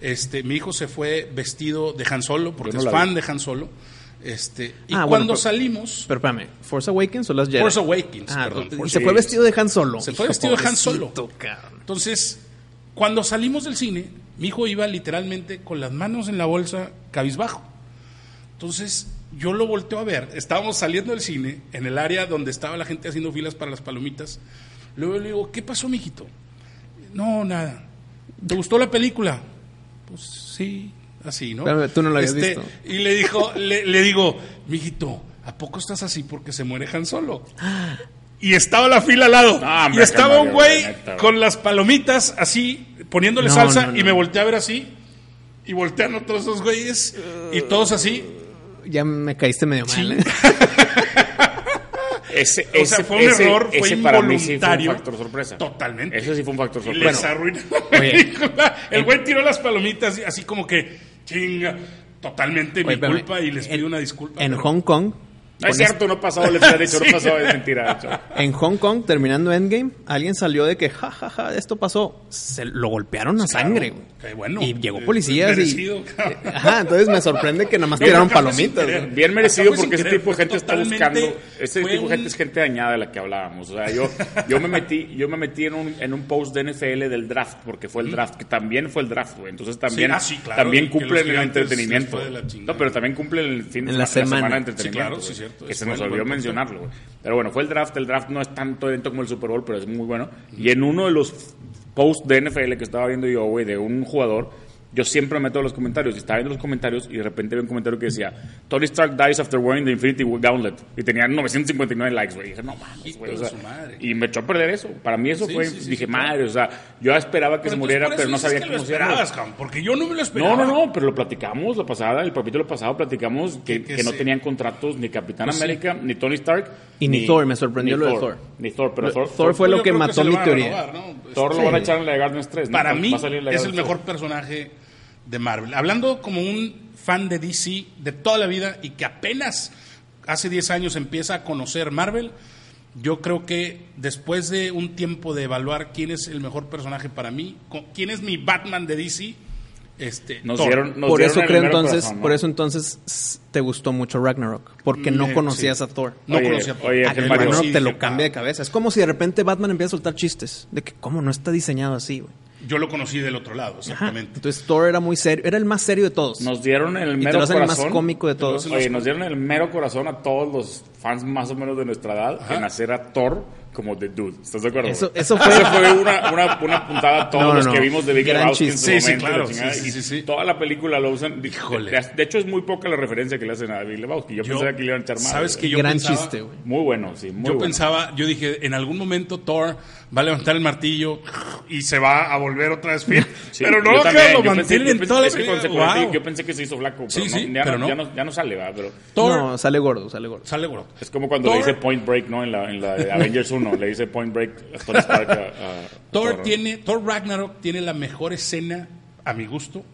Speaker 1: Este, mi hijo se fue vestido de Han Solo porque
Speaker 3: Yo no
Speaker 1: es
Speaker 3: la vi.
Speaker 1: fan de Han Solo. Este, y
Speaker 2: Ah, bueno,
Speaker 1: cuando
Speaker 2: pero-
Speaker 1: salimos,
Speaker 2: Pero espérame, ¿Force Awakens o las Jedi?
Speaker 1: Force Awakens,
Speaker 2: Ah,
Speaker 1: perdón,
Speaker 2: y
Speaker 1: Force
Speaker 2: se fue
Speaker 1: Awakens.
Speaker 2: vestido de Han Solo.
Speaker 1: Se fue
Speaker 2: Hijo,
Speaker 1: vestido de Han
Speaker 2: pobrecito,
Speaker 1: Solo.
Speaker 2: cabrón.
Speaker 1: entonces cuando salimos del cine, mi hijo iba literalmente con las manos en la bolsa, cabizbajo. Entonces yo lo volteo a ver. Estábamos saliendo del cine en el área donde estaba la gente haciendo filas para las palomitas. Luego le digo, ¿qué pasó, mijito? No, nada. ¿Te gustó la película? Pues sí, así, ¿no? Este,
Speaker 2: Espérame, tú no la habías visto.
Speaker 1: Y le dijo, le, le digo, mijito, ¿a poco estás así porque se muere Han Solo?
Speaker 2: Ah.
Speaker 1: Y estaba la fila al lado.
Speaker 3: No, hombre,
Speaker 1: y estaba
Speaker 3: qué
Speaker 1: un
Speaker 3: mal,
Speaker 1: güey
Speaker 3: la neta, güey.
Speaker 1: con las palomitas así, poniéndole
Speaker 2: No,
Speaker 1: salsa,
Speaker 2: no, no.
Speaker 1: y me volteé a ver así. Y voltean otros dos güeyes. Y todos así.
Speaker 2: Ya me caíste medio mal. ¿eh?
Speaker 3: Ese,
Speaker 1: O sea,
Speaker 3: ese-
Speaker 1: fue un
Speaker 3: ese-
Speaker 1: error, fue
Speaker 3: ese para mí sí fue un
Speaker 1: involuntario.
Speaker 3: factor sorpresa.
Speaker 1: Totalmente.
Speaker 3: Ese sí fue un factor
Speaker 1: Y
Speaker 3: sorpresa.
Speaker 1: les arruinó la
Speaker 2: Pues Oye.
Speaker 1: película. El güey tiró las palomitas y así como que, chinga, totalmente
Speaker 2: Oye,
Speaker 1: mi
Speaker 2: espérame.
Speaker 1: culpa y les
Speaker 2: En-
Speaker 1: pido una disculpa.
Speaker 2: En
Speaker 1: pero-
Speaker 2: Hong Kong,
Speaker 3: No es cierto, no pasó, le hubiera dicho, no pasó, es mentira. de hecho.
Speaker 2: en Hong Kong, terminando Endgame, alguien salió de que, ja, ja, ja, esto pasó. Se lo golpearon a
Speaker 1: Claro,
Speaker 2: sangre, güey.
Speaker 1: qué bueno.
Speaker 2: Y llegó
Speaker 1: Eh,
Speaker 2: policías
Speaker 1: merecido,
Speaker 2: y...
Speaker 1: cabrón.
Speaker 2: Ajá, entonces me sorprende que nada más
Speaker 1: No,
Speaker 2: tiraron
Speaker 1: pero acá fue sin
Speaker 2: palomitas.
Speaker 1: querer.
Speaker 2: güey.
Speaker 3: Bien merecido
Speaker 1: Acá fue
Speaker 3: porque
Speaker 1: sin
Speaker 3: ese tipo de
Speaker 1: querer,
Speaker 3: gente está
Speaker 1: totalmente
Speaker 3: buscando. Ese
Speaker 1: fue
Speaker 3: tipo de gente
Speaker 1: un-
Speaker 3: es gente dañada de la que hablábamos. O sea, yo, yo me metí, yo me metí en, un, en un post de NFL del draft, porque fue el draft, que también fue el draft, güey. Entonces también,
Speaker 1: ah, sí, claro,
Speaker 3: también
Speaker 1: que los
Speaker 3: cumplen el
Speaker 1: gigantes
Speaker 3: entretenimiento.
Speaker 1: les fue de la chingada.
Speaker 3: No, pero también cumplen el fin de
Speaker 2: En la
Speaker 3: semana,
Speaker 2: semana.
Speaker 3: de entretenimiento.
Speaker 1: Sí, claro, sí,
Speaker 3: güey,
Speaker 1: cierto.
Speaker 3: Que
Speaker 1: Es
Speaker 3: se nos
Speaker 1: buen-
Speaker 3: olvidó
Speaker 1: buen concepto.
Speaker 3: mencionarlo, güey. Pero bueno, fue el draft. El draft no es tanto evento como el Super Bowl, pero es muy bueno. Y en uno de los posts de NFL que estaba viendo yo, güey, de un jugador, yo siempre me meto a los comentarios. Y estaba viendo los comentarios y de repente vi un comentario que decía: Tony Stark dies after wearing the Infinity Gauntlet. Y tenía 959 likes, güey. Y dije, no mames, güey. o
Speaker 1: Hijo de
Speaker 3: sea,
Speaker 1: su madre.
Speaker 3: y me echó a perder eso. Para mí eso
Speaker 1: Sí,
Speaker 3: fue,
Speaker 1: sí, sí,
Speaker 3: dije,
Speaker 1: sí, claro.
Speaker 3: madre, o sea, yo esperaba que se
Speaker 1: entonces,
Speaker 3: muriera,
Speaker 1: por eso
Speaker 3: pero no
Speaker 1: dices
Speaker 3: sabía
Speaker 1: que
Speaker 3: cómo
Speaker 1: lo
Speaker 3: se iba
Speaker 1: esperabas, cabrón, Porque yo no me lo esperaba.
Speaker 3: no, no, no, pero lo platicamos la pasada, el capítulo pasado platicamos que,
Speaker 1: Que- que
Speaker 3: que no
Speaker 1: sí.
Speaker 3: tenían contratos ni Capitán
Speaker 1: Pues sí.
Speaker 3: América, ni Tony Stark.
Speaker 2: Y ni Thor, me sorprendió
Speaker 3: ni
Speaker 2: lo de Thor.
Speaker 3: Ni Thor, pero
Speaker 2: Lo-
Speaker 3: Thor,
Speaker 2: Thor fue
Speaker 1: Yo
Speaker 2: lo que
Speaker 1: creo
Speaker 2: mató
Speaker 1: se lo
Speaker 2: mi
Speaker 1: van a
Speaker 2: teoría.
Speaker 1: renovar, ¿no?
Speaker 3: Thor lo
Speaker 2: Sí.
Speaker 3: van a echar en la de Guardians 3. ¿no?
Speaker 1: Para
Speaker 3: Pues Va
Speaker 1: mí
Speaker 3: a salir en la de
Speaker 1: es el
Speaker 3: Guardians
Speaker 1: mejor personaje de Marvel. Hablando como un fan de DC de toda la vida y que apenas hace 10 años empieza a conocer Marvel, yo creo que después de un tiempo de evaluar quién es el mejor personaje para mí, co- quién es mi Batman de DC, este,
Speaker 3: 3. Nos
Speaker 1: Thor.
Speaker 3: dieron, nos
Speaker 2: por
Speaker 3: dieron
Speaker 2: eso
Speaker 3: en el
Speaker 2: creo
Speaker 3: mero
Speaker 2: entonces,
Speaker 3: corazón, ¿no?
Speaker 2: por eso entonces s- te gustó mucho Ragnarok, porque
Speaker 1: Mm,
Speaker 2: no
Speaker 1: eh,
Speaker 2: conocías
Speaker 1: sí.
Speaker 2: a Thor.
Speaker 1: No
Speaker 3: Oye,
Speaker 1: conocía a Thor.
Speaker 3: oye,
Speaker 1: Ah,
Speaker 2: A
Speaker 3: Ángel
Speaker 2: que
Speaker 1: el
Speaker 3: Mario,
Speaker 2: Ragnarok
Speaker 1: sí,
Speaker 2: te
Speaker 1: dije,
Speaker 2: lo cambia de
Speaker 1: ah,
Speaker 2: cabeza. Es como si de repente Batman empieza a soltar chistes de que cómo no está diseñado así, güey.
Speaker 1: Yo lo conocí del otro lado,
Speaker 2: Ajá.
Speaker 1: exactamente.
Speaker 2: Entonces Thor era muy serio, era el más serio de todos.
Speaker 3: Nos dieron el
Speaker 2: y te
Speaker 3: mero
Speaker 2: lo hacen el más
Speaker 3: corazón.
Speaker 2: cómico de todos.
Speaker 1: hacen-
Speaker 3: Oye, nos dieron el mero corazón a todos los fans más o menos de nuestra edad
Speaker 1: Ajá.
Speaker 3: en hacer a Thor como The Dude. ¿Estás de acuerdo?
Speaker 2: Eso-
Speaker 3: güey?
Speaker 2: eso fue-
Speaker 3: Esa fue una, una, una puntada a todos
Speaker 2: No, no,
Speaker 3: los
Speaker 2: no.
Speaker 3: que vimos de Big
Speaker 2: Gran
Speaker 3: Lebowski en su
Speaker 1: Sí,
Speaker 2: chiste.
Speaker 1: sí,
Speaker 3: momento. la
Speaker 1: claro,
Speaker 3: chingada,
Speaker 1: sí, sí,
Speaker 3: y
Speaker 1: sí, sí.
Speaker 3: Toda la película lo usan.
Speaker 1: Híjole.
Speaker 3: De, de hecho, es muy poca la referencia que le hacen a Big Lebowski. Yo,
Speaker 1: Yo-
Speaker 3: pensaba que le iban a echar ¿eh? más.
Speaker 1: ¿sabes
Speaker 3: güey.
Speaker 1: que yo
Speaker 2: Gran
Speaker 1: pensaba-
Speaker 2: chiste, güey.
Speaker 3: Muy bueno, sí. Muy
Speaker 1: Yo
Speaker 3: bueno.
Speaker 1: pensaba, yo dije, en algún momento Thor va a levantar el martillo y se va a volver otra vez fiel.
Speaker 3: Sí,
Speaker 1: pero no, claro,
Speaker 3: yo también,
Speaker 1: lo
Speaker 3: yo pensé-
Speaker 1: mantienen
Speaker 3: yo pensé-
Speaker 1: toda la
Speaker 3: es que
Speaker 1: película.
Speaker 3: consecuentemente
Speaker 1: Wow.
Speaker 3: Yo pensé que se hizo flaco. Pero
Speaker 1: Sí,
Speaker 3: no,
Speaker 1: sí,
Speaker 3: ya,
Speaker 1: pero
Speaker 3: no,
Speaker 1: no.
Speaker 3: ya no. ya no sale, va. Pero
Speaker 1: Thor
Speaker 2: No, sale gordo, sale gordo.
Speaker 1: sale gordo.
Speaker 3: es como cuando
Speaker 1: Thor-
Speaker 3: le dice Point Break, ¿no? En la, en la de Avengers 1. le dice Point Break a Tony Stark. a- a-
Speaker 1: Thor
Speaker 3: ¿no?
Speaker 1: tiene, Thor Ragnarok tiene la mejor escena, a mi gusto,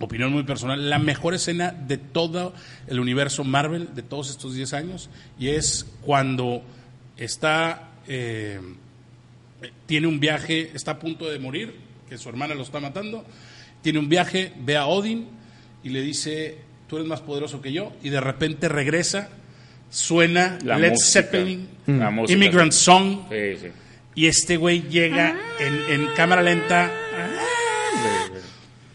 Speaker 1: opinión muy personal, la mejor escena de todo el universo Marvel de todos estos 10 años y es cuando está eh, tiene un viaje, está a punto de morir, que su hermana lo está matando, tiene un viaje, ve a Odin y le dice, tú eres más poderoso que yo y de repente regresa, suena
Speaker 3: La
Speaker 1: Led
Speaker 3: música.
Speaker 1: Zeppelin, mm.
Speaker 3: La música.
Speaker 1: Immigrant Song.
Speaker 3: Sí, sí.
Speaker 1: Y este güey llega en, en cámara lenta. Ah.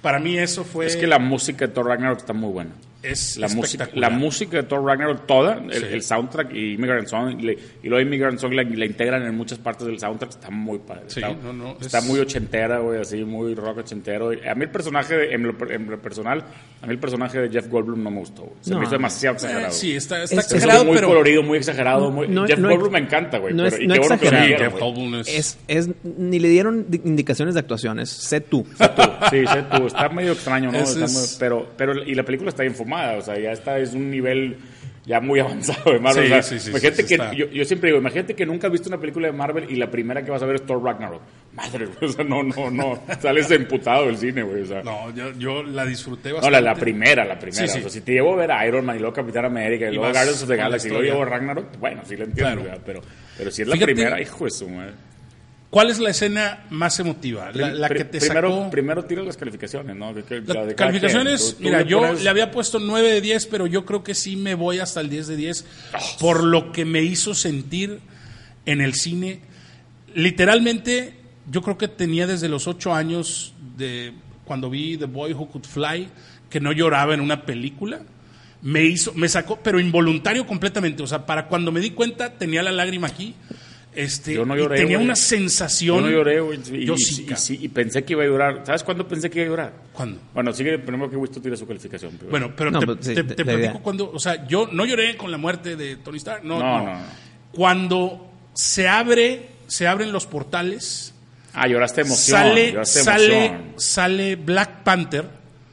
Speaker 1: Para mí eso fue...
Speaker 3: Es que la música de Thor Ragnarok está muy buena.
Speaker 1: es
Speaker 3: La música, la
Speaker 1: espectacular.
Speaker 3: música de Thor Ragnarok toda, el,
Speaker 1: Sí.
Speaker 3: el soundtrack y Immigrant Song, y, le- y luego Immigrant Song la, la integran en muchas partes del soundtrack, está muy padre.
Speaker 1: Sí,
Speaker 3: está
Speaker 1: no, no,
Speaker 3: está
Speaker 1: es-
Speaker 3: muy ochentera, güey, así, muy rock ochentero. Y A mí el personaje, de- en lo, per- en lo personal, a mí el personaje de Jeff Goldblum no me gustó, güey. Se
Speaker 2: No.
Speaker 3: me hizo demasiado
Speaker 1: Eh,
Speaker 3: exagerado.
Speaker 1: sí,
Speaker 3: güey.
Speaker 1: está,
Speaker 2: Es-
Speaker 1: está
Speaker 2: es
Speaker 3: Se me hizo
Speaker 1: exagerado,
Speaker 3: muy
Speaker 1: pero...
Speaker 3: colorido, muy exagerado. muy-
Speaker 2: No,
Speaker 3: Jeff
Speaker 2: no
Speaker 3: Goldblum
Speaker 2: ex-
Speaker 3: me encanta, güey.
Speaker 2: no
Speaker 3: pero-
Speaker 2: es-
Speaker 3: y
Speaker 2: no
Speaker 3: qué bueno que lo
Speaker 2: exagerado,
Speaker 1: Sí,
Speaker 3: dijeron,
Speaker 1: Jeff
Speaker 3: güey.
Speaker 1: Goldblum es-
Speaker 2: Es, es, ni le dieron di- indicaciones de actuaciones, sé tú.
Speaker 3: Tú, sí, sé tú, está medio extraño, ¿no?
Speaker 1: Ese
Speaker 3: Está
Speaker 1: es-
Speaker 3: muy- pero, pero, y la película está bien fumada, o sea, ya está, es un nivel ya muy avanzado de Marvel.
Speaker 1: Sí,
Speaker 3: o sea,
Speaker 1: sí, sí,
Speaker 3: imagínate
Speaker 1: sí, sí,
Speaker 3: que,
Speaker 1: está.
Speaker 3: yo, yo siempre digo, imagínate que nunca has visto una película de Marvel y la primera que vas a ver es Thor Ragnarok. Madre, güey, o sea, no, no, no, sales emputado del cine, güey, o sea. No.
Speaker 1: No, yo, yo la disfruté
Speaker 3: la-
Speaker 1: bastante.
Speaker 3: la, primera, la
Speaker 1: Sí,
Speaker 3: primera.
Speaker 1: sí.
Speaker 3: O sea, si te llevo a ver a Iron Man y luego Capitán América y,
Speaker 1: Y
Speaker 3: luego
Speaker 1: vas
Speaker 3: Guardians of the
Speaker 1: con la
Speaker 3: Galaxy y luego
Speaker 1: historia.
Speaker 3: llevo a Ragnarok, bueno, sí lo entiendo,
Speaker 1: Claro.
Speaker 3: ¿verdad? pero, pero si es la
Speaker 1: Fíjate-
Speaker 3: primera, hijo de su madre.
Speaker 1: ¿Cuál es la escena más emotiva? La, la
Speaker 3: Pri-
Speaker 1: que te
Speaker 3: primero,
Speaker 1: sacó...
Speaker 3: primero tira las calificaciones, ¿no? De que- la
Speaker 1: Las
Speaker 3: de cada
Speaker 1: calificaciones,
Speaker 3: quien. Tú- tú
Speaker 1: mira,
Speaker 3: le
Speaker 1: yo
Speaker 3: pones-
Speaker 1: le había puesto 9 de 10, pero yo creo que sí me voy hasta el 10 de 10 por lo que me hizo sentir en el cine. Literalmente, yo creo que tenía desde los 8 años de cuando vi The Boy Who Could Fly que no lloraba en una película. Me hizo, me sacó, pero involuntario completamente. O sea, para cuando me di cuenta tenía la lágrima aquí. Este,
Speaker 3: Yo no
Speaker 1: y
Speaker 3: lloré,
Speaker 1: tenía
Speaker 3: güey.
Speaker 1: una
Speaker 3: Yo
Speaker 1: sensación.
Speaker 3: no lloré, güey. Y,
Speaker 1: Yo
Speaker 3: y-
Speaker 1: sí,
Speaker 3: y-
Speaker 1: cabrón.
Speaker 3: sí, y pensé que iba a llorar. ¿Sabes cuándo pensé que iba a llorar?
Speaker 1: ¿Cuándo?
Speaker 3: Bueno, sigue primero que Wisto tira su calificación. primero.
Speaker 1: Bueno, pero
Speaker 2: No,
Speaker 1: te,
Speaker 2: pero sí,
Speaker 1: te-
Speaker 2: la
Speaker 1: te
Speaker 2: idea.
Speaker 1: platico cuando, o sea, yo no lloré con la muerte de Tony Stark, no,
Speaker 3: No,
Speaker 1: no.
Speaker 3: no, no.
Speaker 1: Cuando se abre, se abren los portales,
Speaker 3: ah, lloraste emoción.
Speaker 1: sale,
Speaker 3: lloraste
Speaker 1: sale,
Speaker 3: emoción
Speaker 1: sale Black Panther,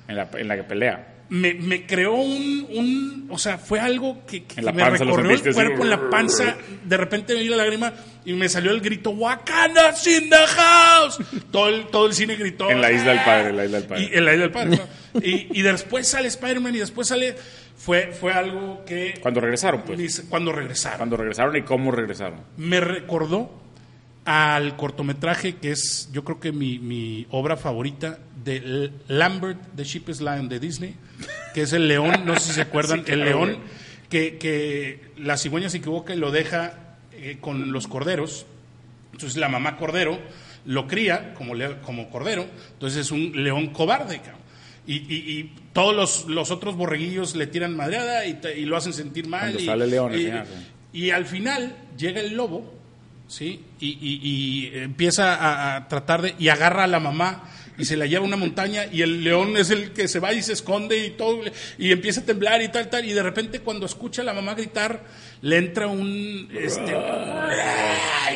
Speaker 3: en, la, en la pelea.
Speaker 1: me, me creó un, un, o sea, fue algo que, que
Speaker 3: En la
Speaker 1: me
Speaker 3: panza lo
Speaker 1: recorrió el
Speaker 3: sentiste así.
Speaker 1: cuerpo en la panza, de repente me dio la lágrima y me salió el grito Wakanda in the house, todo el, todo el cine gritó "Ah".
Speaker 3: En la isla del padre, en la isla del
Speaker 1: y,
Speaker 3: padre.
Speaker 1: en la isla del padre, ¿no? y, y después sale Spider-Man y después sale, fue, fue algo que
Speaker 3: Cuando regresaron, pues.
Speaker 1: mis- cuando regresaron.
Speaker 3: Cuando regresaron y cómo regresaron.
Speaker 1: Me recordó al cortometraje que es, yo creo que mi, mi obra favorita de L- Lambert, The Sheepest Lion de Disney, que es el león, no sé si se acuerdan,
Speaker 3: Sí, claro,
Speaker 1: el león
Speaker 3: güey.
Speaker 1: que, que la cigüeña se equivoca y lo deja eh, con los corderos. Entonces la mamá cordero lo cría como, le- como cordero, entonces es un león cobarde, cabrón. Y, y- y todos los, los otros borreguillos le tiran madreada y, te- y lo hacen sentir mal.
Speaker 3: Cuando
Speaker 1: y-
Speaker 3: sale el león, al
Speaker 1: y-
Speaker 3: final, sí.
Speaker 1: y al final llega el lobo, ¿sí? Y, y- y empieza a, a tratar de. y agarra a la mamá y se la lleva a una montaña y el león es el que se va y se esconde y todo. y empieza a temblar y tal, tal. Y de repente, cuando escucha a la mamá gritar, le entra un. este.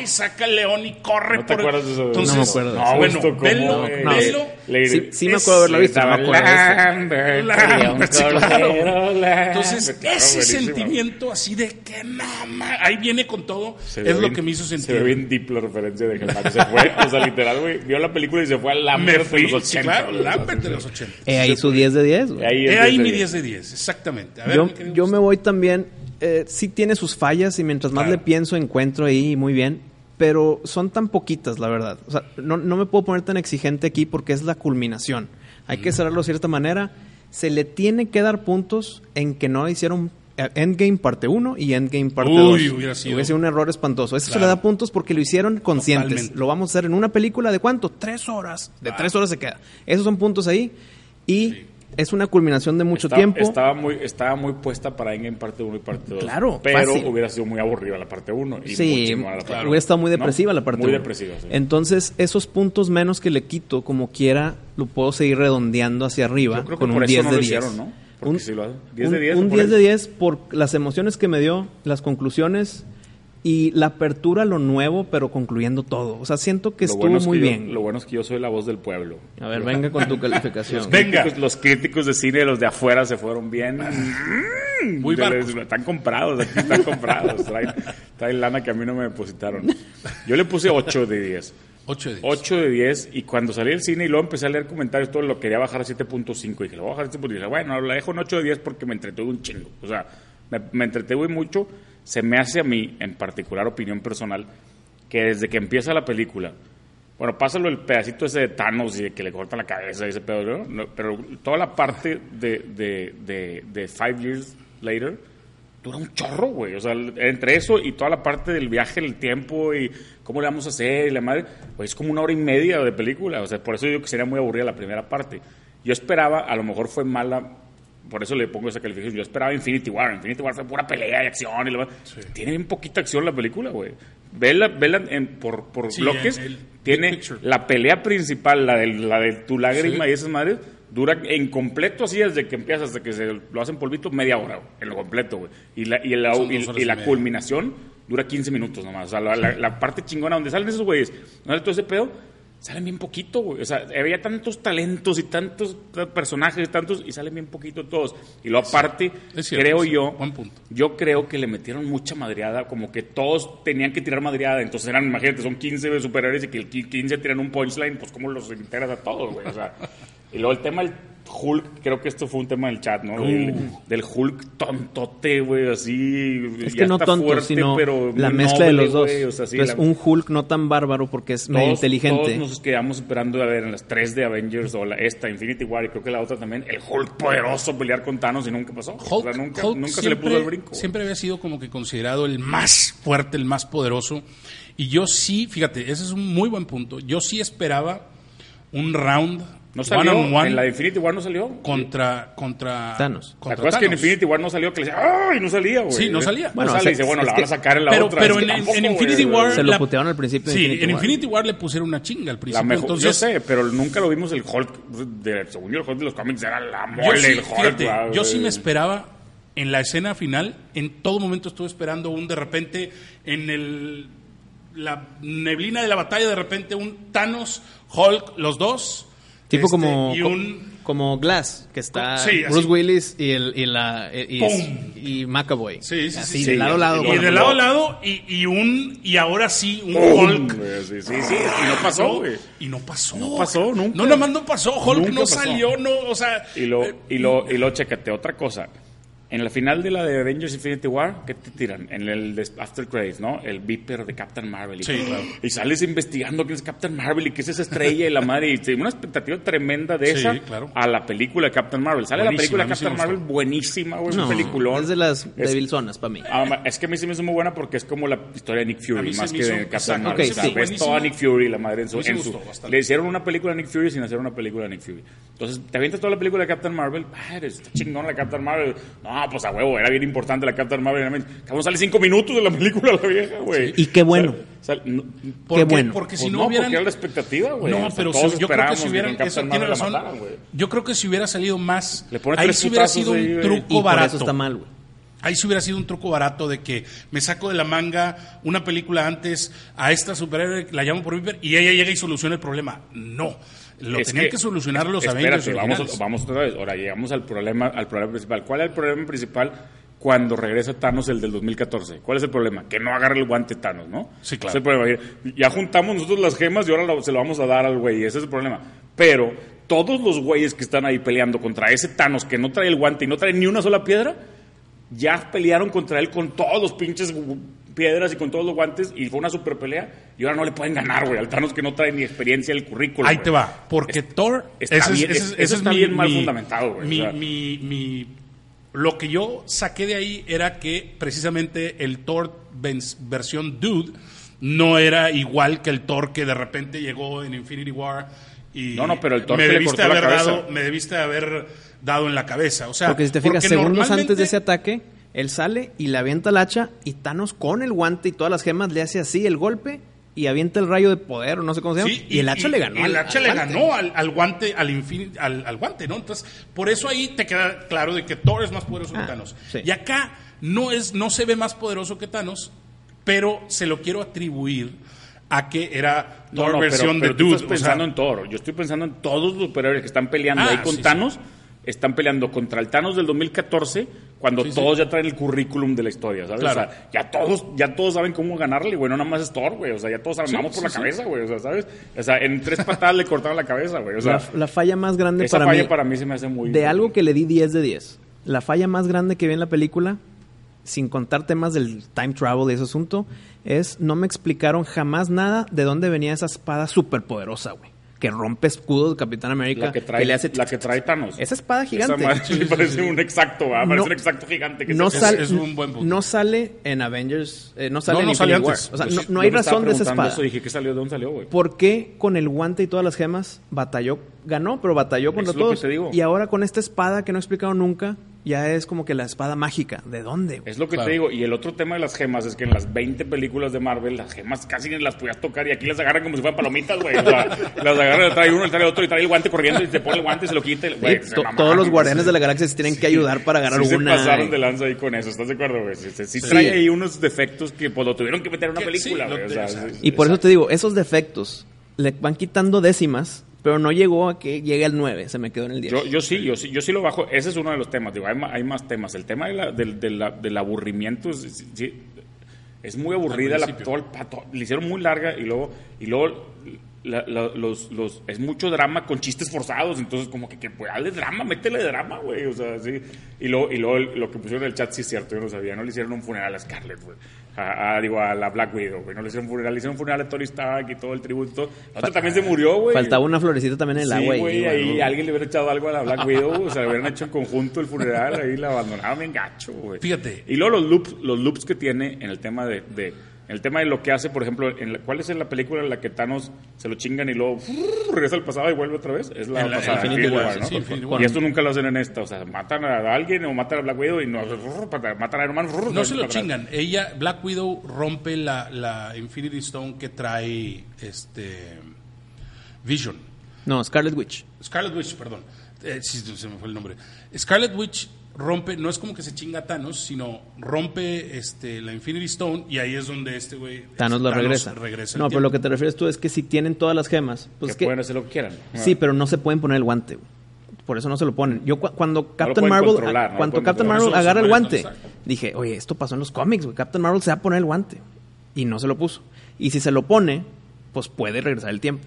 Speaker 1: y saca el león y corre
Speaker 3: ¿No te acuerdas de eso?
Speaker 1: Entonces,
Speaker 2: No me acuerdo de
Speaker 1: No,
Speaker 2: eso.
Speaker 1: bueno,
Speaker 3: Wisto, cómo,
Speaker 1: velo,
Speaker 3: güey.
Speaker 2: no,
Speaker 1: velo.
Speaker 3: Le-
Speaker 2: Sí- sí me
Speaker 1: es-
Speaker 2: acuerdo haberla
Speaker 3: le
Speaker 2: visto, no me
Speaker 3: daban
Speaker 2: acuerdo de eso.
Speaker 3: Lambert,
Speaker 1: Lambert, sí,
Speaker 3: León
Speaker 1: claro.
Speaker 3: Cordero, Lambert.
Speaker 1: Entonces,
Speaker 3: Ah, Claro,
Speaker 1: ese
Speaker 3: buenísimo.
Speaker 1: sentimiento así de que mamá, ahí viene con todo,
Speaker 3: Se ve
Speaker 1: es lo
Speaker 3: bien-
Speaker 1: que me hizo
Speaker 3: Se ve
Speaker 1: sentir.
Speaker 3: bien deep la referencia de que el Paco se fue. o sea, literal, güey. Vio la película y se fue al
Speaker 1: Me
Speaker 3: Lambert
Speaker 1: fui,
Speaker 3: de los 80.
Speaker 1: sí, claro,
Speaker 3: güey.
Speaker 1: Lambert de los 80.
Speaker 2: Eh, ahí su 10 de 10, güey.
Speaker 3: Ahí es
Speaker 1: He ahí
Speaker 3: ese
Speaker 1: mi
Speaker 3: día.
Speaker 1: 10 de 10, exactamente. A ver,
Speaker 2: yo,
Speaker 1: mi querido
Speaker 2: yo
Speaker 1: Gustavo.
Speaker 2: me voy también. eh, sí tiene sus fallas y mientras más
Speaker 1: Claro.
Speaker 2: le pienso encuentro ahí muy bien. Pero son tan poquitas, la verdad. O sea, no, no me puedo poner tan exigente aquí porque es la
Speaker 1: Mm.
Speaker 2: culminación. Hay que cerrarlo de cierta manera. Se le tiene que dar puntos en que no hicieron eh, Endgame parte 1 y Endgame parte
Speaker 1: Uy,
Speaker 2: 2.
Speaker 1: hubiera sido.
Speaker 2: un error espantoso. Eso se
Speaker 1: Claro.
Speaker 2: le da puntos porque lo hicieron conscientes.
Speaker 1: Totalmente. Ah.
Speaker 2: Lo vamos a hacer en una película de cuánto? Tres horas.
Speaker 3: Ah,
Speaker 2: De tres horas se queda. Esos son puntos ahí. Y es una culminación de mucho
Speaker 3: Está-
Speaker 2: tiempo.
Speaker 3: Estaba muy, estaba muy puesta para Endgame parte 1 y parte 2.
Speaker 2: Claro,
Speaker 3: Pero
Speaker 2: fácil.
Speaker 3: hubiera sido muy aburrida la parte 1. Y muy
Speaker 2: Sí,
Speaker 3: chingona la parte
Speaker 2: hubiera estado muy
Speaker 3: ¿no?
Speaker 2: depresiva la parte
Speaker 3: Muy
Speaker 2: uno.
Speaker 3: depresiva, sí.
Speaker 2: Entonces, esos puntos menos que le quito, como quiera, lo puedo seguir redondeando hacia arriba
Speaker 3: Yo creo que
Speaker 2: con
Speaker 3: por
Speaker 2: un
Speaker 3: eso
Speaker 2: 10
Speaker 3: no
Speaker 2: de
Speaker 3: lo
Speaker 2: 10.
Speaker 3: hicieron, ¿no? Porque
Speaker 2: un
Speaker 3: sí lo hacen. 10
Speaker 2: un-
Speaker 3: de 10
Speaker 2: un
Speaker 3: por
Speaker 2: 10 de
Speaker 3: el-
Speaker 2: 10 por las emociones que me dio, las conclusiones y la apertura a lo nuevo, pero concluyendo todo. O sea, siento que
Speaker 3: Lo
Speaker 2: estuvo
Speaker 3: bueno es
Speaker 2: muy
Speaker 3: que yo-
Speaker 2: bien.
Speaker 3: Lo bueno es que yo soy la voz del pueblo.
Speaker 2: A ver, venga con tu calificación.
Speaker 1: Venga.
Speaker 3: Críticos- los críticos de cine, los de afuera, se fueron bien.
Speaker 1: Mm,
Speaker 3: Mm,
Speaker 1: Muy
Speaker 3: De-
Speaker 1: barcos.
Speaker 3: Están comprados, aquí están comprados. Traen, traen lana que a mí no me depositaron. Yo le puse 8 de 10.
Speaker 1: 8 de 10.
Speaker 3: 8 de 10 y cuando salí del cine y luego empecé a leer comentarios, todo lo quería bajar a 7.5 y dije, lo voy a bajar a 7.5 y dije, bueno, la dejo en 8 de 10 porque me entretuve un chingo. O sea, me, me entretuve mucho. Se me hace a mí, en particular opinión personal, que desde que empieza la película, bueno, pásalo el pedacito ese de Thanos y de que le cortan la cabeza y ese pedo, ¿no? No, pero toda la parte de, de, de, de Five Years Later, dura un chorro, güey. O sea, entre eso y toda la parte del viaje, el tiempo y cómo le vamos a hacer y la madre, pues es como una hora y media de película. O sea, por eso digo que sería muy aburrida la primera parte. Yo esperaba, a lo mejor fue mala, por eso le pongo esa calificación. Yo esperaba Infinity War. Infinity War fue pura pelea y acción. Y la madre. Tiene bien poquita acción la película, güey. Vela, vela en, por, por
Speaker 1: Sí,
Speaker 3: bloques.
Speaker 1: en el
Speaker 3: tiene
Speaker 1: big picture.
Speaker 3: la pelea principal, la de, la de tu lágrima
Speaker 1: Sí.
Speaker 3: y esas madres, dura en completo así desde que empieza hasta que se lo hacen polvito, media hora, güey, en lo completo, güey. Y la, y la,
Speaker 1: Son
Speaker 3: y-
Speaker 1: dos horas
Speaker 3: y
Speaker 1: y
Speaker 3: la
Speaker 1: media.
Speaker 3: culminación dura 15 minutos nomás. O sea, la, la- la parte chingona donde salen esos güeyes, no sale todo ese pedo, salen bien poquito, güey. O sea, había tantos talentos y tantos personajes, tantos, y salen bien poquito todos. Y lo aparte,
Speaker 1: Es cierto,
Speaker 3: creo
Speaker 1: sí.
Speaker 3: yo,
Speaker 1: Buen punto.
Speaker 3: yo creo que le metieron mucha madreada, como que todos tenían que tirar madreada, entonces eran, imagínate, son 15 superhéroes y que el 15 tiran un punchline, pues cómo los enteras a todos, güey, o sea. Y luego el tema del Hulk, creo que esto fue un tema del chat, ¿no? Del,
Speaker 1: Uh.
Speaker 3: del Hulk tontote, güey, así.
Speaker 2: Es
Speaker 3: ya
Speaker 2: que no
Speaker 3: está
Speaker 2: tonto,
Speaker 3: fuerte,
Speaker 2: sino
Speaker 3: pero
Speaker 2: la
Speaker 3: muy
Speaker 2: mezcla de
Speaker 3: noble,
Speaker 2: los dos.
Speaker 3: güey, o sea, sí,
Speaker 2: Entonces,
Speaker 3: la-
Speaker 2: un Hulk no tan bárbaro porque es medio
Speaker 3: todos-
Speaker 2: inteligente.
Speaker 3: Todos nos quedamos esperando a ver en las tres de Avengers o la, esta, Infinity War, y creo que la otra también, el Hulk poderoso pelear con Thanos y nunca pasó. o
Speaker 1: Hulk,
Speaker 3: sea, nunca,
Speaker 1: Hulk
Speaker 3: nunca se le
Speaker 1: siempre,
Speaker 3: puso el brinco. güey.
Speaker 1: siempre había sido como que considerado el más fuerte, el más poderoso. Y yo sí, fíjate, ese es un muy buen punto. Yo sí esperaba un round
Speaker 3: No salió.
Speaker 1: one on one
Speaker 3: En la de Infinity War no salió.
Speaker 1: contra, contra
Speaker 2: Thanos.
Speaker 1: contra
Speaker 3: la cosa es que en
Speaker 1: Thanos.
Speaker 3: Infinity War no salió que le decía, ¡ay! No salía, güey.
Speaker 1: Sí, no salía.
Speaker 2: Bueno,
Speaker 3: Bueno, sale
Speaker 2: o sea,
Speaker 3: y dice, bueno,
Speaker 2: es
Speaker 3: la
Speaker 2: que-
Speaker 3: van a sacar en la
Speaker 1: pero,
Speaker 3: otra.
Speaker 1: pero
Speaker 3: Es que
Speaker 1: en, en
Speaker 3: tampoco,
Speaker 1: Infinity
Speaker 3: güey.
Speaker 1: War
Speaker 2: Se lo putearon al principio de
Speaker 1: Sí,
Speaker 2: Infinity
Speaker 1: en
Speaker 2: War.
Speaker 1: Infinity War le pusieron una chinga al principio.
Speaker 3: La mejor, yo
Speaker 1: entonces,
Speaker 3: sé, pero nunca lo vimos el Hulk. De, según yo, el Hulk de los cómics era la
Speaker 1: yo
Speaker 3: mole,
Speaker 1: sí,
Speaker 3: el Hulk.
Speaker 1: fíjate,
Speaker 3: güey.
Speaker 1: yo sí me esperaba en la escena final, en todo momento estuve esperando un de repente en el la neblina de la batalla de repente un Thanos, Hulk, los dos.
Speaker 2: Tipo
Speaker 1: este,
Speaker 2: como,
Speaker 1: y
Speaker 2: co-
Speaker 1: un
Speaker 2: como Glass, que está
Speaker 1: Sí, así.
Speaker 2: Bruce Willis y, el, y, la, eh, y,
Speaker 1: ¡Pum!
Speaker 2: y McAvoy.
Speaker 1: Sí, sí, sí,
Speaker 2: Así,
Speaker 1: sí.
Speaker 2: de lado a lado. pues,
Speaker 1: y
Speaker 2: con
Speaker 1: de
Speaker 2: el-
Speaker 1: lado a lado y, y un y ahora sí un
Speaker 3: ¡Pum!
Speaker 1: Hulk.
Speaker 3: güey, Sí, sí, sí. Y no pasó,
Speaker 1: No,
Speaker 3: güey.
Speaker 1: y no pasó.
Speaker 3: No pasó, nunca.
Speaker 1: No, nada más no pasó. Hulk
Speaker 3: Nunca
Speaker 1: no
Speaker 3: pasó.
Speaker 1: salió, no, o sea. eh,
Speaker 3: Y lo, y lo, y lo checate. Otra cosa. En la final de la de Avengers Infinity War, ¿qué te tiran? En el de After Credits, ¿no? El Viper de Captain Marvel. Y,
Speaker 1: Sí, claro.
Speaker 3: y sales investigando quién es Captain Marvel y qué es esa estrella y la madre. Y te- una expectativa tremenda de
Speaker 1: Sí,
Speaker 3: esa
Speaker 1: claro.
Speaker 3: a la película de Captain Marvel. Sale
Speaker 1: Buenísima,
Speaker 3: la película
Speaker 1: a
Speaker 3: de
Speaker 1: mí sí
Speaker 3: Captain
Speaker 1: me gustó.
Speaker 3: Marvel buenísima, güey.
Speaker 2: No,
Speaker 3: un peliculón.
Speaker 2: es de las
Speaker 3: Es-
Speaker 2: débil zonas para mí.
Speaker 3: Ah, es que a mí sí me hizo muy buena porque es como la historia de Nick
Speaker 1: A
Speaker 3: Fury,
Speaker 1: mí se
Speaker 3: más
Speaker 1: me
Speaker 3: que
Speaker 1: hizo-
Speaker 3: de Captain
Speaker 1: exacto,
Speaker 3: Marvel.
Speaker 2: ok,
Speaker 3: O sea,
Speaker 2: sí.
Speaker 3: ves toda Nick Fury, la madre en su.
Speaker 1: A mí sí
Speaker 3: en
Speaker 1: me
Speaker 3: su-
Speaker 1: gustó bastante.
Speaker 3: le hicieron una película a Nick Fury sin hacer una película a Nick Fury. Entonces, te avientas toda la película de Captain Marvel. Ah, eres- está chingón la Captain Marvel. No, pues a huevo, era bien importante la Captain Marvel. realmente. Cabrón, sale cinco minutos de la película la vieja, güey.
Speaker 2: Y qué bueno.
Speaker 3: Sal- sal- no,
Speaker 1: ¿Por
Speaker 2: Qué
Speaker 1: qué?
Speaker 2: bueno.
Speaker 1: Porque si
Speaker 3: pues
Speaker 1: no,
Speaker 3: no,
Speaker 1: hubieran.
Speaker 3: porque era la expectativa, güey.
Speaker 1: no,
Speaker 3: O sea,
Speaker 1: pero
Speaker 3: todos
Speaker 1: si- yo creo que
Speaker 3: esperábamos
Speaker 1: si
Speaker 3: que
Speaker 1: hubieran.
Speaker 3: con
Speaker 1: Eso
Speaker 3: Captain
Speaker 1: tiene
Speaker 3: Marvel la
Speaker 1: razón.
Speaker 3: mataran, güey.
Speaker 1: yo creo que si hubiera salido más.
Speaker 3: Le pones
Speaker 1: Ahí
Speaker 3: tres
Speaker 1: si hubiera
Speaker 3: putazos
Speaker 1: sido
Speaker 3: ahí,
Speaker 1: un
Speaker 3: güey.
Speaker 2: Y
Speaker 1: truco
Speaker 2: por
Speaker 1: barato.
Speaker 2: eso está mal, güey.
Speaker 1: Ahí sí hubiera sido un truco barato de que me saco de la manga una película antes a esta superhéroe, la llamo por Viper y ella llega y soluciona el problema. No. Lo
Speaker 3: Es
Speaker 1: tenían que, solucionar los
Speaker 3: espérate,
Speaker 1: Avengers
Speaker 3: vamos,
Speaker 1: originales.
Speaker 3: vamos otra vez. Ahora llegamos al problema, al problema principal. ¿Cuál es el problema principal cuando regresa Thanos el del 2014? ¿Cuál es el problema? Que no agarre el guante Thanos, ¿no?
Speaker 1: Sí, claro.
Speaker 3: Ese es el problema. Ya juntamos nosotros las gemas y ahora lo- se lo vamos a dar al güey. Ese es el problema. Pero todos los güeyes que están ahí peleando contra ese Thanos que no trae el guante y no trae ni una sola piedra, ya pelearon contra él con todos los pinches gu- piedras y con todos los guantes y fue una super pelea y ahora no le pueden ganar, güey, al Thanos que no trae ni experiencia el currículum.
Speaker 1: Ahí
Speaker 3: güey.
Speaker 1: te va. Porque Thor.
Speaker 3: está
Speaker 1: ese es-
Speaker 3: bien-
Speaker 1: ese es-
Speaker 3: eso
Speaker 1: ese es
Speaker 3: está
Speaker 1: mi-
Speaker 3: bien mal
Speaker 1: mi-
Speaker 3: fundamentado, güey,
Speaker 1: Mi,
Speaker 3: o sea.
Speaker 1: mi- mi Lo que yo saqué de ahí era que precisamente el Thor vens- versión Dude no era igual que el Thor que de repente llegó en Infinity War. Y
Speaker 3: No, no, pero el Thor
Speaker 1: me
Speaker 3: que le
Speaker 1: debiste
Speaker 3: cortó la
Speaker 1: haber
Speaker 3: cabeza.
Speaker 1: dado, me debiste haber dado en la cabeza. O sea,
Speaker 2: Porque si te fijas,
Speaker 1: porque
Speaker 2: segundos antes de ese
Speaker 1: normalmente-
Speaker 2: ataque, él sale y le avienta el hacha y Thanos con el guante y todas las gemas le hace así el golpe y avienta el rayo de poder o no sé cómo se llama.
Speaker 1: Sí,
Speaker 2: y, el hacha le ganó.
Speaker 1: y el
Speaker 2: al-
Speaker 1: hacha
Speaker 2: al
Speaker 1: le
Speaker 2: guante.
Speaker 1: ganó al, al guante, al, infin- al, al guante, ¿no? Entonces, por eso ahí te queda claro de que Thor es más poderoso
Speaker 2: Ah,
Speaker 1: que Thanos.
Speaker 2: sí.
Speaker 1: Y acá no, es, no se ve más poderoso que Thanos, pero se lo quiero atribuir a que era
Speaker 3: No,
Speaker 1: Thor
Speaker 3: no, pero-
Speaker 1: versión
Speaker 3: pero
Speaker 1: de
Speaker 3: tú
Speaker 1: Dude.
Speaker 3: Estás
Speaker 1: o sea,
Speaker 3: pensando en Toro. Yo estoy pensando en todos los superhéroes que están peleando
Speaker 1: Ah,
Speaker 3: ahí con
Speaker 1: sí,
Speaker 3: Thanos. Están peleando contra el Thanos del 2014 cuando
Speaker 1: Sí, sí.
Speaker 3: todos ya traen el currículum de la historia, ¿sabes?
Speaker 1: Claro.
Speaker 3: O sea, ya todos, ya todos saben cómo ganarle, güey. No nada más es Thor, güey. O sea, ya todos armamos
Speaker 1: sí,
Speaker 3: por la
Speaker 1: sí.
Speaker 3: cabeza, güey. O sea, ¿sabes? O sea, en tres patadas le cortaron la cabeza, güey. O sea,
Speaker 2: La, la falla más grande
Speaker 3: esa
Speaker 2: para
Speaker 3: falla
Speaker 2: mí,
Speaker 3: para mí se me hace muy...
Speaker 2: de algo que le di 10 de 10, la falla más grande que vi en la película, sin contar temas del time travel y ese asunto, es no me explicaron jamás nada de dónde venía esa espada superpoderosa, güey. Que rompe escudos de Capitán América.
Speaker 3: La que trae,
Speaker 2: le hace
Speaker 3: la que trae Thanos.
Speaker 2: Esa espada
Speaker 3: Esa
Speaker 2: gigante.
Speaker 3: madre sí, parece un exacto, ¿verdad? Parece
Speaker 2: No-
Speaker 3: un exacto gigante. Que
Speaker 2: no,
Speaker 3: se-
Speaker 2: sale-
Speaker 1: es un buen punto.
Speaker 2: no sale en Avengers, eh, no sale
Speaker 1: No,
Speaker 2: en
Speaker 1: no
Speaker 2: Infinity
Speaker 1: sale
Speaker 2: War.
Speaker 1: antes.
Speaker 2: O sea,
Speaker 1: Yo
Speaker 2: no,
Speaker 1: sí-
Speaker 2: no
Speaker 3: Yo
Speaker 2: hay
Speaker 3: me estaba
Speaker 2: razón de esa
Speaker 3: preguntando
Speaker 2: espada.
Speaker 3: Eso, dije, ¿qué salió? ¿De dónde salió, güey?
Speaker 2: ¿Por qué con el guante y todas las gemas batalló, ganó, pero batalló contra
Speaker 3: es lo que
Speaker 2: todos?
Speaker 3: te digo.
Speaker 2: Y ahora con esta espada que no he explicado nunca, ya es como que la espada mágica. ¿De dónde? güey?
Speaker 3: Es lo que
Speaker 1: Claro.
Speaker 3: te digo. Y el otro tema de las gemas es que en las 20 películas de Marvel, las gemas casi ni las podías tocar y aquí las agarran como si fueran palomitas, güey. O sea, las agarran, trae uno, trae otro y trae el guante corriendo y te pone el guante y se lo quita. y- güey,
Speaker 2: Sí,
Speaker 3: se
Speaker 2: to-
Speaker 3: mamaron,
Speaker 2: todos los
Speaker 3: güey.
Speaker 2: guardianes de la
Speaker 3: Sí,
Speaker 2: galaxia se tienen que ayudar para ganar
Speaker 3: sí
Speaker 2: una.
Speaker 3: se pasaron de lanza ahí con eso, ¿estás de acuerdo, güey? Sí, sí, sí
Speaker 2: Sí.
Speaker 3: trae ahí unos defectos que pues lo tuvieron que meter en una
Speaker 1: Que-
Speaker 3: película,
Speaker 1: sí,
Speaker 3: güey.
Speaker 1: lo
Speaker 3: o
Speaker 1: te-
Speaker 3: sea,
Speaker 1: o sea,
Speaker 3: sí, sí,
Speaker 2: Y por eso
Speaker 3: exacto.
Speaker 2: te digo, esos defectos le van quitando décimas, pero no llegó a que llegue al 9, se me quedó en el 10.
Speaker 3: Yo, yo sí, yo sí, yo sí lo bajo. Ese es uno de los temas. Digo, hay, ma- hay más temas. El tema de la- del, del- la- del aburrimiento es, sí- sí, es muy aburrida.
Speaker 1: Al
Speaker 3: La,
Speaker 1: principio.
Speaker 3: todo el pato- le hicieron muy larga y luego, y luego la- la- los, los- es mucho drama con chistes forzados. Entonces, como que, que pues, hazle drama, métele drama, güey. O sea, sí. Y luego, y luego el- lo que pusieron en el chat, sí es cierto, yo no sabía. No le hicieron un funeral a Scarlett, güey. A, a- digo, a la Black Widow, güey. No le hicieron un funeral, le hicieron un funeral a Tony Stark y todo el tributo. La otra también se murió, güey.
Speaker 2: Faltaba una florecita también en el
Speaker 3: Sí,
Speaker 2: agua. y-
Speaker 3: güey,
Speaker 2: bueno,
Speaker 3: ahí alguien le hubiera echado algo a la Black Widow, o sea, le hubieran hecho en conjunto el funeral, ahí la abandonaron en gacho, güey.
Speaker 1: Fíjate.
Speaker 3: Y luego los loops, los loops que tiene en el tema de, de- en el tema de lo que hace, por ejemplo, en la- ¿cuál es la película en la que Thanos se lo chingan y luego ¡furr! regresa al pasado y vuelve otra vez? Es la,
Speaker 1: En la-
Speaker 3: pasada,
Speaker 1: en
Speaker 2: Infinity War,
Speaker 3: ¿no?
Speaker 1: sí, Infinity
Speaker 2: War.
Speaker 3: Y esto nunca lo hacen en esta, o sea, matan a alguien o matan a Black Widow y no, ¡furr! para- matan a Iron Man, ¡furr!
Speaker 1: No
Speaker 3: vuelven
Speaker 1: se lo
Speaker 3: para atrás.
Speaker 1: chingan. Ella, Black Widow, rompe la, la Infinity Stone que trae este Vision.
Speaker 2: No, Scarlet Witch.
Speaker 1: Scarlet Witch, perdón. Eh, sí, se me fue el nombre. Scarlet Witch rompe, no es como que se chinga a Thanos, sino rompe este, la Infinity Stone y ahí es donde este güey.
Speaker 2: Thanos lo regresa.
Speaker 1: regresa el
Speaker 2: no, pero lo
Speaker 1: tiempo.
Speaker 2: que te refieres tú es que si tienen todas las gemas, pues
Speaker 3: que
Speaker 2: que-
Speaker 3: pueden hacer lo que quieran.
Speaker 2: Sí, pero no se pueden poner el guante. güey. Por eso no se lo ponen. Yo cu- cuando Captain
Speaker 3: pueden
Speaker 2: Marvel,
Speaker 3: controlar, no lo
Speaker 2: cuando
Speaker 3: pueden
Speaker 2: Captain
Speaker 1: Por
Speaker 2: Marvel
Speaker 3: controlar.
Speaker 1: eso
Speaker 2: agarra
Speaker 1: se
Speaker 2: el
Speaker 1: muere,
Speaker 2: guante,
Speaker 1: exacto.
Speaker 2: dije, oye, esto pasó en los cómics, güey. Captain Marvel se va a poner el guante. Y no se lo puso. Y si se lo pone, pues puede regresar el tiempo.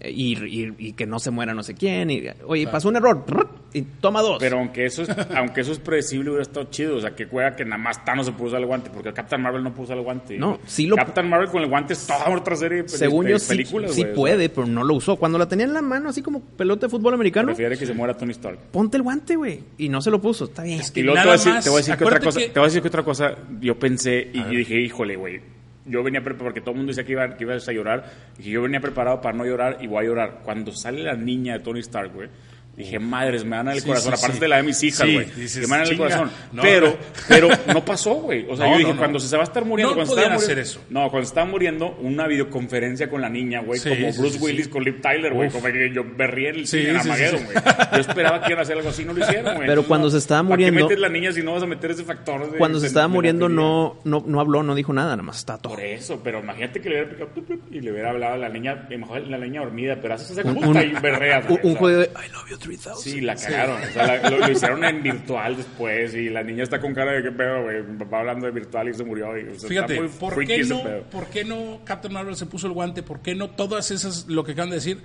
Speaker 2: Eh, Y, y- y que no se muera no sé quién. Y, oye, pasó un error. prr, Y toma dos.
Speaker 3: Pero aunque eso, es, aunque eso es predecible, hubiera estado chido. O sea, que juega que nada más Thanos se puso usar el guante, porque Captain Marvel no puso usar el guante.
Speaker 2: No, sí lo-
Speaker 3: Captain Marvel con el guante es toda otra serie de,
Speaker 2: Según
Speaker 3: de
Speaker 2: yo, sí,
Speaker 3: este, películas.
Speaker 2: sí
Speaker 3: güey, o sea,
Speaker 2: puede, pero no lo usó. Cuando la tenía en la mano, así como pelota de fútbol americano,
Speaker 3: Prefiere que se muera Tony Stark.
Speaker 2: ponte el guante, güey. Y no se lo puso. Está bien.
Speaker 1: que
Speaker 3: y luego te
Speaker 1: Este, nada
Speaker 3: voy, a decir,
Speaker 1: más,
Speaker 3: te voy a decir que otra
Speaker 1: acuérdate
Speaker 3: cosa.
Speaker 1: que-
Speaker 3: Te voy a decir que otra cosa. Yo pensé y, y dije, híjole, güey. Yo venía preparado, porque todo el mundo decía que, iba, que ibas a llorar. Dije, yo venía preparado para no llorar y voy a llorar. Cuando sale la niña de Tony Stark, güey. Dije, madres, me dan el
Speaker 1: Sí,
Speaker 3: corazón.
Speaker 1: sí,
Speaker 3: Aparte
Speaker 1: sí.
Speaker 3: de la de mis hijas,
Speaker 1: Sí,
Speaker 3: güey.
Speaker 1: dices,
Speaker 3: me dan el
Speaker 1: chinga.
Speaker 3: corazón.
Speaker 1: No,
Speaker 3: pero,
Speaker 1: no.
Speaker 3: pero no pasó, güey. O sea,
Speaker 1: No,
Speaker 3: yo dije,
Speaker 1: no, no.
Speaker 3: cuando se va a estar muriendo.
Speaker 1: No
Speaker 3: cuando se
Speaker 1: podían
Speaker 3: estaba muriendo-
Speaker 1: hacer eso.
Speaker 3: No, cuando se estaba muriendo, una videoconferencia con la niña, güey.
Speaker 1: Sí,
Speaker 3: como
Speaker 1: sí,
Speaker 3: Bruce
Speaker 1: sí,
Speaker 3: Willis
Speaker 1: sí.
Speaker 3: con Liv Tyler, güey.
Speaker 1: Uf.
Speaker 3: Como que yo me ríe en el
Speaker 1: Sí,
Speaker 3: cine
Speaker 1: sí,
Speaker 3: en
Speaker 1: sí,
Speaker 3: Armageddon,
Speaker 1: sí.
Speaker 3: güey. Yo esperaba que iban a hacer algo así, no lo hicieron, güey.
Speaker 2: Pero
Speaker 3: Entonces,
Speaker 2: cuando
Speaker 3: no,
Speaker 2: se estaba
Speaker 3: ¿Para
Speaker 2: muriendo-
Speaker 3: qué metes la niña si no vas a meter ese factor? de-
Speaker 2: Cuando se
Speaker 3: de-
Speaker 2: estaba
Speaker 3: de la
Speaker 2: muriendo
Speaker 3: película?
Speaker 2: no, no, no habló, no dijo nada, nada más estaba todo.
Speaker 3: Por eso, pero imagínate que le hubiera picado tup, tup, y le hubiera hablado a la niña, a lo mejor la niña dormida, pero haces esa
Speaker 2: Un,
Speaker 3: puta y berreas.
Speaker 2: un-
Speaker 3: güey, o
Speaker 2: un
Speaker 3: sea,
Speaker 2: jodido de I love you 3000.
Speaker 3: Sí, la cagaron. O sea, la- lo, lo hicieron en virtual después y la niña está con cara de qué pedo, güey. Mi papá hablando de virtual y se murió. Y, o sea, está
Speaker 1: Fíjate,
Speaker 3: muy
Speaker 1: ¿por
Speaker 3: freaky
Speaker 1: qué,
Speaker 3: ese
Speaker 1: no,
Speaker 3: pedo.
Speaker 1: ¿por qué no Captain Marvel se puso el guante? ¿Por qué no todas esas, lo que acaban de decir?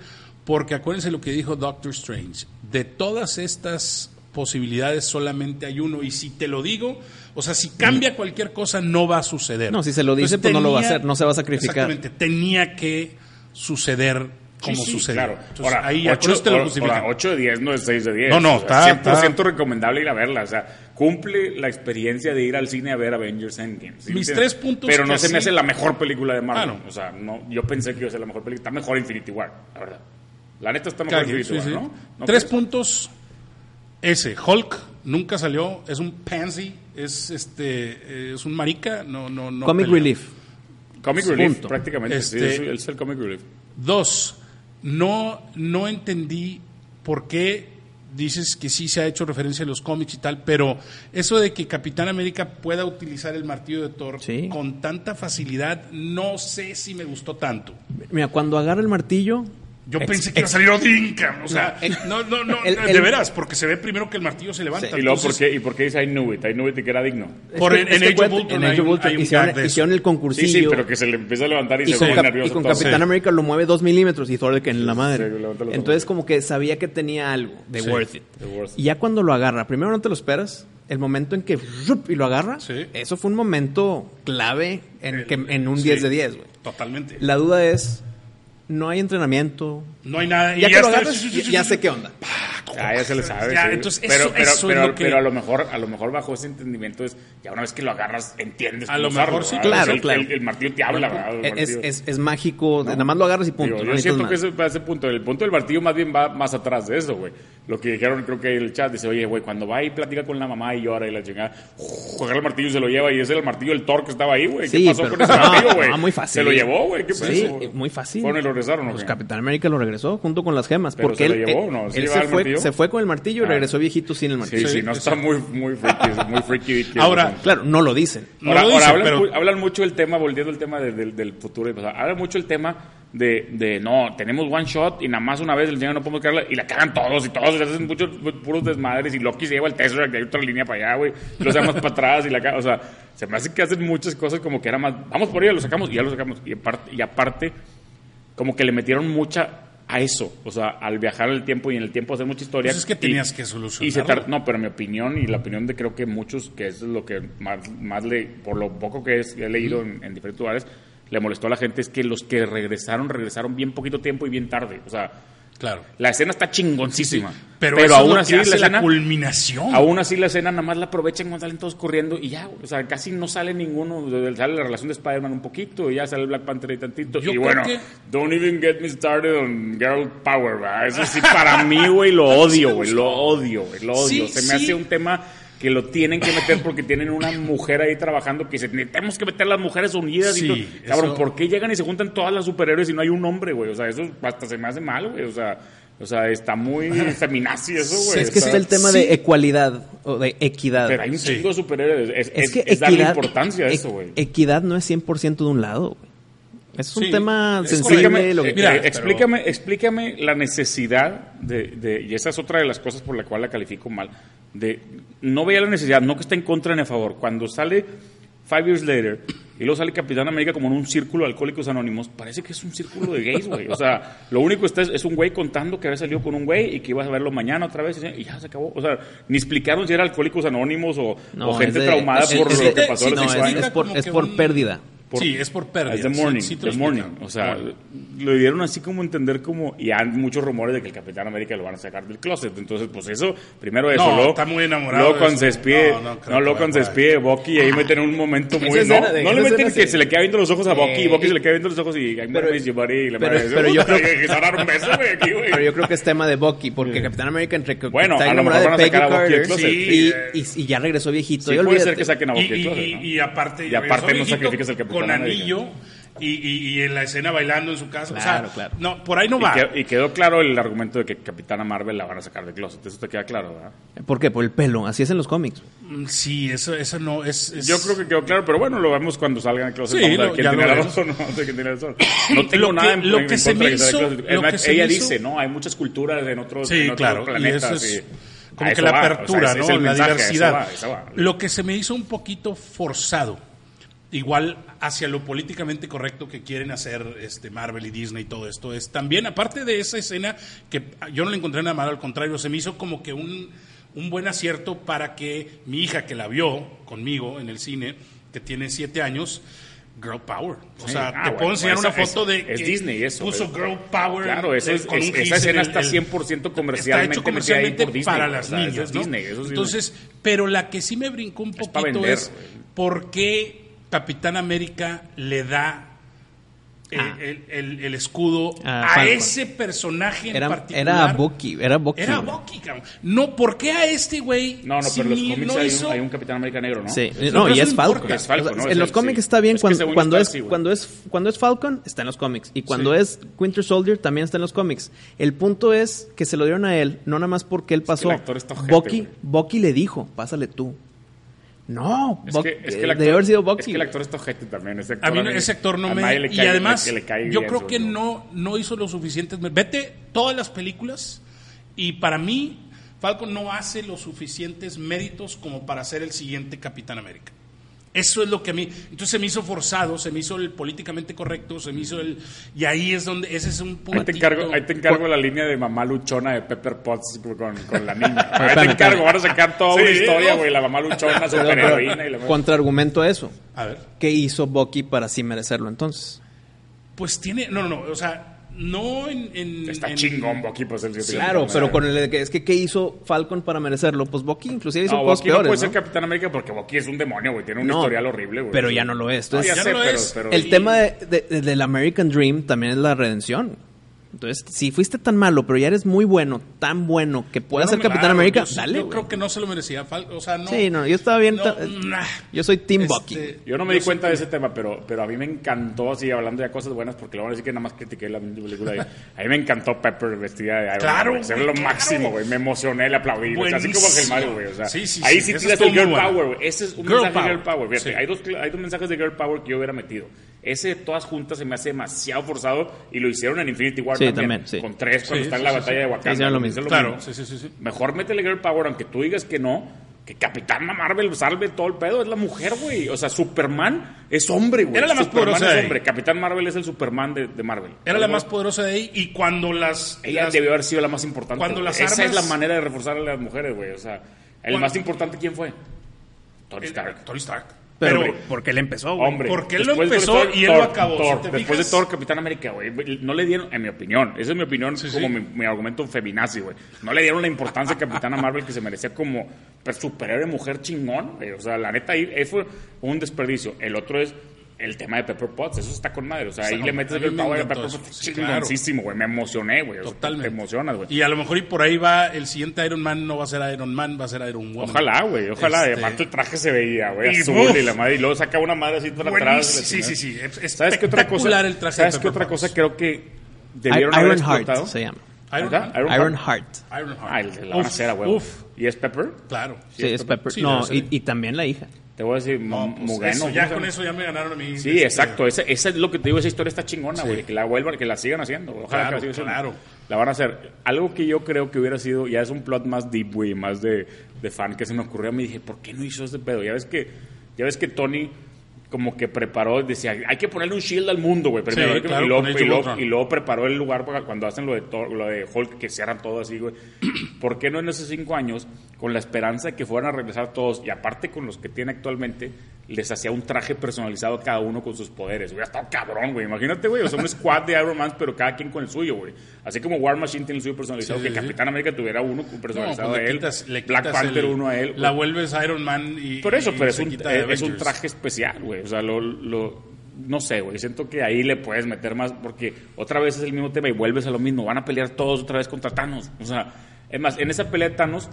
Speaker 1: Porque acuérdense lo que dijo Doctor Strange. De todas estas posibilidades solamente hay uno. Y si te lo digo, o sea, si cambia cualquier cosa, no va a suceder.
Speaker 2: No, si se lo dice, pues, no lo va a hacer, no se va a sacrificar.
Speaker 1: Exactamente, tenía que suceder como
Speaker 3: sí,
Speaker 1: sucedió.
Speaker 3: Claro.
Speaker 1: Entonces,
Speaker 3: ahora,
Speaker 1: ahí ya con esto lo justifican.
Speaker 3: 8 de 10 no es 6 de 10.
Speaker 1: No, no,
Speaker 3: O sea,
Speaker 1: está-
Speaker 3: 100% recomendable ir a verla. O sea, cumple la experiencia de ir al cine a ver Avengers Endgame. ¿sí
Speaker 1: Mis
Speaker 3: entiendes?
Speaker 1: tres puntos
Speaker 3: Pero no
Speaker 1: que
Speaker 3: se me
Speaker 1: sí-
Speaker 3: hace la mejor película de Marvel.
Speaker 1: Ah, no.
Speaker 3: O sea, no, yo pensé que iba a ser la mejor película. Está mejor Infinity War, la verdad. La neta está mejor
Speaker 1: Claro,
Speaker 3: Infinity
Speaker 1: sí,
Speaker 3: War,
Speaker 1: sí.
Speaker 3: ¿no? ¿No pues,
Speaker 1: Tres
Speaker 3: crees?
Speaker 1: puntos. Ese, Hulk nunca salió, es un pansy, es este, eh, es un marica, no, no, no.
Speaker 2: Comic
Speaker 1: pelea.
Speaker 2: Relief.
Speaker 3: Comic Relief,
Speaker 1: Punto.
Speaker 3: prácticamente. sí,
Speaker 1: Este-
Speaker 3: es, es el Comic Relief.
Speaker 1: Dos, no, no entendí por qué dices que sí se ha hecho referencia a los cómics y tal, pero eso de que Capitán América pueda utilizar el martillo de Thor
Speaker 2: Sí.
Speaker 1: con tanta facilidad, no sé si me gustó tanto.
Speaker 2: Mira, cuando agarra el martillo.
Speaker 1: Yo
Speaker 2: ex-
Speaker 1: pensé que iba a
Speaker 2: ex-
Speaker 1: salir Odín, cabrón, O sea,
Speaker 2: No, el-
Speaker 1: no, no, no,
Speaker 2: el-
Speaker 1: de
Speaker 2: el-
Speaker 1: veras, porque se ve primero que el martillo se levanta.
Speaker 2: Sí.
Speaker 3: ¿Y, luego, ¿por
Speaker 1: entonces-
Speaker 3: qué, ¿Y por qué dice I knew it? I knew it y que era digno.
Speaker 1: Por
Speaker 2: es
Speaker 1: en-
Speaker 2: que-
Speaker 1: en
Speaker 2: es que
Speaker 1: Age of
Speaker 2: acuérdate,
Speaker 1: Ultron
Speaker 2: en Age
Speaker 1: hay
Speaker 2: of
Speaker 1: un-
Speaker 2: Ultron
Speaker 1: hay un
Speaker 2: hicieron,
Speaker 1: gag de eso.
Speaker 2: hicieron el
Speaker 3: Sí,
Speaker 2: concursillo.
Speaker 3: sí, pero que se le empieza a levantar y,
Speaker 2: y
Speaker 3: se
Speaker 2: con,
Speaker 3: pone
Speaker 2: Cap-
Speaker 3: nervioso.
Speaker 2: y con
Speaker 3: todo.
Speaker 2: Capitán
Speaker 1: Sí.
Speaker 2: América lo mueve dos milímetros y Thor de que en la madre.
Speaker 3: sí, levanta los
Speaker 2: Entonces
Speaker 3: hombros.
Speaker 2: como que sabía que tenía algo de
Speaker 1: Sí,
Speaker 2: worth it.
Speaker 3: de worth it.
Speaker 2: Y ya cuando lo agarra, primero no te lo esperas. El momento en que ¡rup! y lo agarra,
Speaker 1: Sí.
Speaker 2: eso fue un momento clave en, que- en un
Speaker 1: Sí.
Speaker 2: 10 de 10, güey.
Speaker 1: Totalmente.
Speaker 2: La duda es, no hay entrenamiento.
Speaker 1: No hay nada. y
Speaker 2: Ya, que lo
Speaker 1: está-
Speaker 2: agarras, ya, ya sé qué onda.
Speaker 3: Ah, ya se le sabe.
Speaker 1: Ya,
Speaker 3: sí.
Speaker 1: entonces
Speaker 3: pero,
Speaker 1: eso-
Speaker 3: pero,
Speaker 1: eso es
Speaker 3: pero-
Speaker 1: lo que-
Speaker 3: pero a lo mejor, a lo mejor bajo ese entendimiento es, ya una vez que lo agarras, entiendes.
Speaker 1: A
Speaker 3: cómo
Speaker 1: lo mejor
Speaker 3: usarlo,
Speaker 1: sí,
Speaker 3: ¿verdad?
Speaker 2: claro,
Speaker 3: El-
Speaker 2: claro.
Speaker 3: El, el martillo te habla, ¿verdad? El
Speaker 2: Es,
Speaker 3: martillo.
Speaker 2: es- es mágico, nada más lo agarras y punto.
Speaker 3: Digo,
Speaker 2: no
Speaker 3: yo
Speaker 2: necesitas
Speaker 3: siento
Speaker 2: más.
Speaker 3: que ese, ese punto, el punto del martillo más bien va más atrás de eso, güey. Lo que dijeron, creo que el chat dice, oye, güey, cuando va y platica con la mamá y llora y la chingada, uf, agarra el martillo y se lo lleva y ese era el martillo del Thor que estaba ahí, güey. ¿Qué
Speaker 2: Sí,
Speaker 3: pasó
Speaker 2: pero-
Speaker 3: con ese
Speaker 2: no,
Speaker 3: martillo, güey?
Speaker 2: no, muy fácil.
Speaker 3: Se lo llevó, güey. ¿Qué pasó?
Speaker 2: Sí, eh, muy fácil.
Speaker 3: Bueno, y lo regresaron, ¿o
Speaker 2: Pues
Speaker 3: qué?
Speaker 2: Capitán América lo regresó junto con las gemas.
Speaker 3: Pero
Speaker 2: porque
Speaker 3: se lo
Speaker 2: él,
Speaker 3: llevó,
Speaker 2: él-
Speaker 3: ¿no? ¿Sí
Speaker 2: él
Speaker 3: llevaba
Speaker 2: se,
Speaker 3: el
Speaker 2: fue,
Speaker 3: martillo?
Speaker 2: se fue con el martillo y
Speaker 3: Ah.
Speaker 2: regresó viejito sin el martillo.
Speaker 3: Sí, sí,
Speaker 1: Sí,
Speaker 3: no
Speaker 1: sí.
Speaker 3: está muy, muy freaky, muy freaky. dicky.
Speaker 1: Ahora,
Speaker 2: Claro, no lo dicen.
Speaker 1: No
Speaker 3: ahora,
Speaker 1: lo
Speaker 3: ahora
Speaker 1: dicen,
Speaker 3: hablan,
Speaker 1: pero-
Speaker 3: mu- hablan mucho el tema, volviendo al tema de- del- del futuro y pasado, hablan mucho el tema de, de, no, tenemos one shot y nada más una vez el señor no podemos cagarla y la cagan todos y todos, y hacen muchos pu- puros desmadres y Loki se lleva el Tesla, que hay otra línea para allá, güey, y los llamas para atrás y la cagan, o sea, se me hace que hacen muchas cosas como que era más, vamos por ahí, lo sacamos y ya lo sacamos, y aparte, y aparte como que le metieron mucha a eso, o sea, al viajar al tiempo y en el tiempo hacer mucha historia.
Speaker 1: Pues es que
Speaker 3: y-
Speaker 1: tenías que
Speaker 3: Y se
Speaker 1: solucionarlo.
Speaker 3: tar- no, pero mi opinión y la opinión de creo que muchos, que eso es lo que más, más le, por lo poco que es- he leído en, en diferentes lugares, le molestó a la gente es que los que regresaron, regresaron bien poquito tiempo y bien tarde. O sea,
Speaker 1: Claro.
Speaker 3: la escena está chingoncísima.
Speaker 1: Pero,
Speaker 3: Pero,
Speaker 1: eso es
Speaker 3: aún
Speaker 1: lo
Speaker 3: así
Speaker 1: que
Speaker 3: la
Speaker 1: hace la,
Speaker 3: escena...
Speaker 1: culminación.
Speaker 3: Aún así la escena nada más la aprovechan cuando salen todos corriendo y ya, o sea, casi no sale ninguno, sale la relación de Spider-Man un poquito y ya sale Black Panther y tantito.
Speaker 1: Yo
Speaker 3: y
Speaker 1: creo
Speaker 3: bueno,
Speaker 1: que-
Speaker 3: don't even get me started on girl power, ¿verdad? eso sí para mí, güey, lo odio, güey, lo odio, güey, lo odio.
Speaker 1: Sí,
Speaker 3: Se me
Speaker 1: sí.
Speaker 3: hace un tema que lo tienen que meter porque tienen una mujer ahí trabajando que se tenemos que meter las mujeres unidas
Speaker 1: Sí,
Speaker 3: y todo. cabrón,
Speaker 1: eso-
Speaker 3: ¿por qué llegan y se juntan todas las superhéroes y no hay un hombre, güey? O sea, eso hasta se me hace mal, güey, o sea, o sea, está muy feminazi eso, güey.
Speaker 2: es que
Speaker 3: está-
Speaker 2: está el tema
Speaker 1: sí.
Speaker 2: de equalidad o de equidad.
Speaker 3: pero hay un
Speaker 1: Sí.
Speaker 3: chingo de superhéroes. Es,
Speaker 2: es
Speaker 3: es-
Speaker 2: que
Speaker 3: es darle
Speaker 2: equidad-
Speaker 3: importancia a
Speaker 2: e-
Speaker 3: eso, güey.
Speaker 2: Equidad no es 100% de un lado. güey. Es un
Speaker 1: Sí,
Speaker 2: tema
Speaker 1: es
Speaker 2: sensible.
Speaker 3: Explícame,
Speaker 2: Lo que
Speaker 3: eh,
Speaker 1: Mira,
Speaker 3: eh,
Speaker 1: pero-
Speaker 3: explícame, explícame la necesidad de, de- y esa es otra de las cosas por la cual la califico mal, de no veía la necesidad, no que está en contra ni a favor. Cuando sale Five Years Later y luego sale Capitán América como en un círculo de alcohólicos anónimos, parece que es un círculo de gays, güey. O sea, lo único que está es, es un güey contando que había salido con un güey y que ibas a verlo mañana otra vez y ya se acabó. O sea, ni explicaron si era alcohólicos anónimos o,
Speaker 2: No,
Speaker 3: o gente
Speaker 2: es de-
Speaker 3: traumada
Speaker 2: es-
Speaker 3: por
Speaker 2: es
Speaker 3: lo
Speaker 2: de-
Speaker 3: que
Speaker 2: sí,
Speaker 3: pasó a los
Speaker 2: no,
Speaker 3: cinco
Speaker 2: es-
Speaker 3: años.
Speaker 2: es por-
Speaker 1: Como que
Speaker 2: por
Speaker 1: un-
Speaker 2: pérdida.
Speaker 3: Por-
Speaker 1: sí, es por pérdida.
Speaker 3: Es The
Speaker 1: sí,
Speaker 3: Morning,
Speaker 1: sí te lo
Speaker 3: The Morning.
Speaker 1: explican.
Speaker 3: O sea, lo dieron así como entender como... Y hay muchos rumores de que el Capitán América lo van a sacar del closet. Entonces, pues eso, primero eso.
Speaker 1: No,
Speaker 3: luego,
Speaker 1: está muy enamorado
Speaker 3: Luego
Speaker 1: de
Speaker 3: cuando
Speaker 1: eso.
Speaker 3: se despide...
Speaker 1: No, no
Speaker 3: No,
Speaker 1: creo que
Speaker 3: luego
Speaker 1: vaya
Speaker 3: cuando se
Speaker 1: por ahí.
Speaker 3: despide Bucky, ahí meten un momento muy... No,
Speaker 2: escena de-
Speaker 3: no
Speaker 2: esa
Speaker 3: le meten
Speaker 2: escena
Speaker 3: que
Speaker 2: sí.
Speaker 3: se le queda viendo los ojos a
Speaker 2: Sí.
Speaker 3: Bucky. y Bucky se le queda viendo los ojos y... Pero, y, la
Speaker 2: pero-
Speaker 3: madre dice,
Speaker 2: pero yo
Speaker 3: "Puta,
Speaker 2: creo-
Speaker 3: que- que se van a dar un beso, güey, aquí, güey".
Speaker 2: Pero yo creo que es tema de Bucky, porque Capitán América entre que
Speaker 3: Bueno,
Speaker 2: está
Speaker 3: a lo
Speaker 2: enamorada
Speaker 3: mejor
Speaker 2: de
Speaker 3: van a sacar
Speaker 2: Peggy
Speaker 3: a Bucky del
Speaker 2: Carter,
Speaker 3: closet.
Speaker 2: y, y- y ya regresó viejito.
Speaker 3: Sí,
Speaker 2: y
Speaker 3: puede
Speaker 2: olvídate.
Speaker 3: ser que saquen a
Speaker 1: Y,
Speaker 3: Bucky del
Speaker 1: y-
Speaker 3: closet, ¿no?
Speaker 1: y- y aparte,
Speaker 3: Y aparte
Speaker 1: regresó
Speaker 3: no
Speaker 1: viejito
Speaker 3: sacrificas al Capitán
Speaker 1: Con
Speaker 3: América.
Speaker 1: anillo y, y- y en la escena bailando en su casa. o sea,
Speaker 2: Claro, claro.
Speaker 1: No, por ahí no
Speaker 3: Y
Speaker 1: va.
Speaker 3: quedó- y quedó claro el argumento de que Capitana Marvel la van a sacar del closet. Eso te queda claro, ¿verdad?
Speaker 2: ¿Por qué? Por el pelo. Así es en los cómics.
Speaker 1: Mm, Sí, eso, eso no es, es-
Speaker 3: Yo creo que quedó claro, pero bueno, lo vemos cuando salgan el closet.
Speaker 1: Sí,
Speaker 3: vamos a ver
Speaker 1: lo-
Speaker 3: quién
Speaker 1: ya
Speaker 3: tiene
Speaker 1: lo
Speaker 3: la
Speaker 1: veremos.
Speaker 3: razón. No, sé quién tiene la razón. No tengo
Speaker 1: Lo
Speaker 3: nada
Speaker 1: que-
Speaker 3: en,
Speaker 1: lo
Speaker 3: en
Speaker 1: que se
Speaker 3: contra
Speaker 1: me
Speaker 3: de salga
Speaker 1: hizo-
Speaker 3: del closet.
Speaker 1: lo
Speaker 3: Además,
Speaker 1: que se
Speaker 3: ella
Speaker 1: me hizo-
Speaker 3: dice, ¿no? Hay muchas culturas en otros
Speaker 1: Sí,
Speaker 3: en otros
Speaker 1: claro. y
Speaker 3: planetas.
Speaker 1: eso es
Speaker 3: y- a
Speaker 1: como que
Speaker 3: eso
Speaker 1: la
Speaker 3: va, o sea,
Speaker 1: apertura,
Speaker 3: ese
Speaker 1: ¿no?
Speaker 3: es el
Speaker 1: la
Speaker 3: mensaje, a eso
Speaker 1: diversidad.
Speaker 3: va, a eso va.
Speaker 1: Lo que se me hizo un poquito forzado, igual hacia lo políticamente correcto que quieren hacer este Marvel y Disney y todo esto, es también, aparte de esa escena, que yo no le encontré nada mal, al contrario, se me hizo como que un, un buen acierto para que mi hija, que la vio conmigo en el cine, que tiene siete años, Girl Power. O
Speaker 3: Sí.
Speaker 1: sea,
Speaker 3: Ah,
Speaker 1: te
Speaker 3: bueno,
Speaker 1: puedo enseñar
Speaker 3: esa-
Speaker 1: una foto
Speaker 3: es-
Speaker 1: de.
Speaker 3: es
Speaker 1: que
Speaker 3: Disney, eso,
Speaker 1: Puso
Speaker 3: es-
Speaker 1: Girl Power.
Speaker 3: Claro, eso
Speaker 1: eh,
Speaker 3: es-
Speaker 1: con
Speaker 3: es-
Speaker 1: un
Speaker 3: esa
Speaker 1: gis
Speaker 3: escena
Speaker 1: en
Speaker 3: está 100% comercialmente
Speaker 1: Está hecho
Speaker 3: metida ahí
Speaker 1: comercialmente
Speaker 3: por Disney,
Speaker 1: para
Speaker 3: o
Speaker 1: las
Speaker 3: sea,
Speaker 1: niñas.
Speaker 3: eso es
Speaker 1: ¿no?
Speaker 3: Disney, eso sí,
Speaker 1: Entonces, pero la que sí me brincó un
Speaker 3: Es
Speaker 1: poquito
Speaker 3: para vender,
Speaker 1: es
Speaker 3: güey.
Speaker 1: por qué Capitán América le da. El,
Speaker 2: Ah.
Speaker 1: el- el- el escudo
Speaker 2: Ah,
Speaker 1: a
Speaker 2: Falcon.
Speaker 1: ese personaje en
Speaker 2: Era,
Speaker 1: particular.
Speaker 2: era Bucky, era Bucky.
Speaker 1: Era
Speaker 2: güey.
Speaker 1: Bucky, cabrón. No, ¿por qué a este güey?
Speaker 3: No, no,
Speaker 1: si
Speaker 3: pero en los
Speaker 1: ni-
Speaker 3: cómics
Speaker 1: no
Speaker 3: hay,
Speaker 1: hizo-
Speaker 3: un, hay un Capitán América negro, ¿no?
Speaker 2: Sí,
Speaker 1: Eso-
Speaker 2: no, y
Speaker 1: eso
Speaker 2: es
Speaker 1: no
Speaker 2: Falcon.
Speaker 1: importa.
Speaker 3: Es Falcon, ¿no?
Speaker 2: O sea,
Speaker 3: Es
Speaker 2: en los
Speaker 3: el-
Speaker 2: cómics
Speaker 3: sí.
Speaker 2: está bien
Speaker 3: Es que
Speaker 2: cuando,
Speaker 3: según
Speaker 2: cuando,
Speaker 3: está
Speaker 2: es,
Speaker 3: así, güey.
Speaker 2: cuando, es, cuando es Falcon, está en los cómics. Y cuando
Speaker 1: Sí.
Speaker 2: es Winter Soldier, también está en los cómics. El punto es que se lo dieron a él, no nada más porque él pasó.
Speaker 3: el actor está ojete,
Speaker 2: Bucky,
Speaker 3: güey.
Speaker 2: Bucky le dijo, pásale tú. No,
Speaker 3: Es
Speaker 2: Buck- eh,
Speaker 3: que, es que el actor,
Speaker 2: debe haber sido Bucky.
Speaker 3: es que el actor está ojete también. Ese actor
Speaker 1: A mí no-
Speaker 3: mí-
Speaker 1: ese actor no
Speaker 3: a
Speaker 1: me.
Speaker 3: nadie le
Speaker 1: y
Speaker 3: cae-
Speaker 1: además,
Speaker 3: le- le cae
Speaker 1: yo
Speaker 3: bien,
Speaker 1: creo que
Speaker 3: según yo.
Speaker 1: no, no hizo lo suficiente. Vete todas las películas y para mí, Falcon no hace los suficientes méritos como para ser el siguiente Capitán América. Eso es lo que a mí. Entonces se me hizo forzado, se me hizo el políticamente correcto, se me hizo el. Y ahí es donde. Ese es un punto.
Speaker 3: Ahí te, encargo, ahí te encargo la línea de mamá luchona de Pepper Potts con, con la niña. Ahí te encargo, van a sacar toda una
Speaker 1: Sí,
Speaker 3: historia,
Speaker 1: ¿no?
Speaker 3: güey. La mamá luchona,
Speaker 2: Pero-
Speaker 3: superheroína y la
Speaker 2: pero Contraargumento a eso.
Speaker 1: A ver.
Speaker 2: ¿Qué hizo Bucky para sí merecerlo entonces?
Speaker 1: Pues tiene. No, no, no. O sea, no en. en-
Speaker 3: Está
Speaker 1: en-
Speaker 3: chingón, Boqui, pues el el-
Speaker 2: Claro,
Speaker 3: el-
Speaker 2: pero con el de que es que ¿qué hizo Falcon para merecerlo? Pues Bucky inclusive hizo
Speaker 3: No,
Speaker 2: cosas
Speaker 3: Bucky no
Speaker 2: peores.
Speaker 3: puede
Speaker 2: ¿no?
Speaker 3: ser Capitán América porque Bucky es un demonio, güey. Tiene un
Speaker 2: No,
Speaker 3: historial horrible, güey.
Speaker 2: pero ya no lo es, entonces-
Speaker 3: No, ya
Speaker 1: Ya
Speaker 3: sé,
Speaker 1: no lo
Speaker 3: pero-
Speaker 1: es.
Speaker 3: pero-
Speaker 2: El
Speaker 1: Y-
Speaker 2: tema de- de- del American Dream también es la redención. Entonces, si fuiste tan malo, pero ya eres muy bueno, tan bueno que puedas
Speaker 1: No
Speaker 2: ser
Speaker 1: me-
Speaker 2: Capitán
Speaker 1: claro,
Speaker 2: América,
Speaker 1: yo sí-
Speaker 2: dale.
Speaker 1: Yo
Speaker 2: güey.
Speaker 1: creo que no se lo merecía Falcon. O sea, no.
Speaker 2: Sí, no, yo estaba bien.
Speaker 1: No,
Speaker 2: ta-
Speaker 1: nah.
Speaker 2: yo soy Team
Speaker 1: Este,
Speaker 2: Bucky.
Speaker 3: Yo no me di
Speaker 1: sí
Speaker 3: cuenta de ese tema, pero, pero a mí me encantó, así hablando ya cosas buenas, porque le van a decir que nada más critiqué la misma película. y- a mí me encantó Pepper vestida de Iron Man,
Speaker 1: Claro,
Speaker 3: güey, eso es
Speaker 1: güey,
Speaker 3: lo
Speaker 1: claro.
Speaker 3: máximo, güey. Me emocioné, le aplaudí. güey, así como que el Mario, güey. O sea,
Speaker 1: Sí, sí,
Speaker 3: ahí
Speaker 1: sí,
Speaker 3: sí,
Speaker 1: esa
Speaker 3: tiras
Speaker 1: estuvo
Speaker 3: el Girl
Speaker 1: muy buena.
Speaker 3: Power, güey. Ese es un
Speaker 1: Girl
Speaker 3: mensaje de
Speaker 1: power.
Speaker 3: Girl Power. Fíjate,
Speaker 1: Sí.
Speaker 3: hay, dos, cl- hay dos mensajes de Girl Power que yo hubiera metido. Ese de todas juntas se me hace demasiado forzado y lo hicieron en Infinity War
Speaker 2: Sí,
Speaker 3: también.
Speaker 2: también, sí.
Speaker 3: Con tres cuando
Speaker 1: Sí,
Speaker 3: está en
Speaker 1: sí,
Speaker 3: la
Speaker 1: sí,
Speaker 3: batalla
Speaker 1: sí.
Speaker 3: de Wakanda.
Speaker 2: Hicieron lo
Speaker 3: güey,
Speaker 2: mismo.
Speaker 3: es
Speaker 1: Claro, sí, sí, sí, sí.
Speaker 3: Mejor métele Girl Power, aunque tú digas que no. Que Capitana Marvel salve todo el pedo. Es la mujer, güey. O sea, Superman es hombre, güey.
Speaker 1: Era la más
Speaker 3: Superman
Speaker 1: poderosa de
Speaker 3: es
Speaker 1: ahí.
Speaker 3: hombre. Capitán Marvel es el Superman de, de Marvel.
Speaker 1: Era la
Speaker 3: Algo-
Speaker 1: más poderosa de ahí y cuando las...
Speaker 3: Ella
Speaker 1: las- eh,
Speaker 3: debió haber sido la más importante.
Speaker 1: Cuando
Speaker 3: güey.
Speaker 1: las
Speaker 3: Esa es
Speaker 1: armas-
Speaker 3: la manera de reforzar a las mujeres, güey. O sea, el
Speaker 1: Cuando-
Speaker 3: más importante, ¿quién fue? Tony Stark.
Speaker 1: el- Tony Stark.
Speaker 2: Pero,
Speaker 1: Pero,
Speaker 3: hombre,
Speaker 2: porque él empezó, güey.
Speaker 3: Hombre,
Speaker 1: Porque él lo
Speaker 3: después de
Speaker 1: empezó
Speaker 3: Thor-
Speaker 1: y él lo
Speaker 3: Thor-
Speaker 1: acabó,
Speaker 3: Thor,
Speaker 1: si te
Speaker 3: después de
Speaker 1: fijas.
Speaker 3: Thor, Capitán América, güey. No le dieron, en mi opinión, esa es mi opinión,
Speaker 1: Sí,
Speaker 3: como
Speaker 1: sí.
Speaker 3: Mi, mi argumento feminazi, güey. No le dieron la importancia a Capitana Marvel que se merecía como per- superhéroe mujer chingón, güey. O sea, la neta, ahí, ahí fue un desperdicio. El otro es el tema de Pepper Potts, eso está con madre. O sea,
Speaker 1: Está
Speaker 3: ahí
Speaker 1: con-
Speaker 3: le metes
Speaker 1: a mí
Speaker 3: el
Speaker 1: me
Speaker 3: power a
Speaker 1: encantó
Speaker 3: Pepper
Speaker 1: eso.
Speaker 3: Potts,
Speaker 1: Sí, claro.
Speaker 3: chingoncísimo, güey. Me emocioné, güey. O sea,
Speaker 1: Totalmente.
Speaker 3: Te emocionas, güey.
Speaker 1: Y a lo mejor y por ahí va el siguiente Iron Man, no va a ser Iron Man, va a ser Iron Woman.
Speaker 3: Ojalá, güey, ojalá.
Speaker 1: Este-
Speaker 3: Y Aparte el traje se veía, güey,
Speaker 1: Y
Speaker 3: azul
Speaker 1: uf.
Speaker 3: y la madre. Y luego saca una madre así para
Speaker 1: Buenísimo.
Speaker 3: atrás.
Speaker 1: Sí, sí, sí. Es-
Speaker 3: ¿Sabes qué otra cosa?
Speaker 1: espectacular el traje
Speaker 3: ¿Sabes
Speaker 1: de
Speaker 3: qué
Speaker 1: Pepper
Speaker 3: otra cosa
Speaker 1: Potts.
Speaker 3: creo que debieron haber
Speaker 2: Iron
Speaker 3: explotado?
Speaker 2: Heart se llama.
Speaker 1: Iron
Speaker 3: ¿Verdad?
Speaker 1: Man.
Speaker 2: Iron
Speaker 3: Heart.
Speaker 2: Heart.
Speaker 1: Iron Man.
Speaker 3: Ah, el de la van a
Speaker 1: Uf,
Speaker 3: hacer a huevo.
Speaker 1: Uf,
Speaker 3: ¿Y es Pepper?
Speaker 1: claro.
Speaker 2: Sí, es Pepper.
Speaker 1: Sí,
Speaker 2: no,
Speaker 1: debe ser
Speaker 2: y,
Speaker 1: él.
Speaker 2: y también la hija.
Speaker 3: Te voy a decir,
Speaker 1: No,
Speaker 3: Mu-
Speaker 1: pues,
Speaker 3: Mugano.
Speaker 1: eso,
Speaker 3: ¿cómo
Speaker 1: ya
Speaker 3: se
Speaker 1: con
Speaker 3: llama?
Speaker 1: eso ya me ganaron a mí.
Speaker 3: Sí,
Speaker 1: este,
Speaker 3: exacto. Esa, esa es lo que te digo. Esa historia está chingona, güey. Que la vuelvan, que la sigan haciendo. güey. Ojalá
Speaker 1: Claro,
Speaker 3: que la sigan haciendo.
Speaker 1: claro.
Speaker 3: La van a hacer. Algo que yo creo que hubiera sido, ya es un plot más deep, güey, más de, de fan que se me ocurrió. Me dije, ¿por qué no hizo ese pedo? Ya ves que, ya ves que Tony como que preparó, decía, hay que ponerle un shield al mundo, güey. primero".
Speaker 1: Sí,
Speaker 3: Y
Speaker 1: claro,
Speaker 3: luego-
Speaker 1: con Age
Speaker 3: y
Speaker 1: of
Speaker 3: luego-
Speaker 1: Ultron.
Speaker 3: y luego preparó el lugar para cuando hacen lo de, Thor- lo de Hulk, que cierran todo así, güey. ¿Por qué no en esos cinco años, con la esperanza de que fueran a regresar todos, y aparte con los que tiene actualmente, les hacía un traje personalizado a cada uno con sus poderes? Hubiera estado cabrón, güey. Imagínate, güey. O sea, un squad de Iron Man, pero cada quien con el suyo, güey. Así como War Machine tiene el suyo personalizado,
Speaker 1: Sí,
Speaker 3: que
Speaker 1: sí, sí.
Speaker 3: Capitán América tuviera uno personalizado
Speaker 1: No, pues
Speaker 3: a
Speaker 1: le
Speaker 3: él.
Speaker 1: quitas, le
Speaker 3: Black
Speaker 1: quitas
Speaker 3: Panther
Speaker 1: el-
Speaker 3: uno a él.
Speaker 1: La
Speaker 3: güey.
Speaker 1: vuelves Iron Man y.
Speaker 3: Por eso,
Speaker 1: y
Speaker 3: pero es
Speaker 1: se
Speaker 3: un, eh,
Speaker 1: quita de
Speaker 3: es- es un
Speaker 1: Avengers.
Speaker 3: traje especial, güey. O sea, lo, lo- no sé, güey. Siento que ahí le puedes meter más porque otra vez es el mismo tema y vuelves a lo mismo. Van a pelear todos otra vez contra Thanos. O sea, es más, en esa pelea de Thanos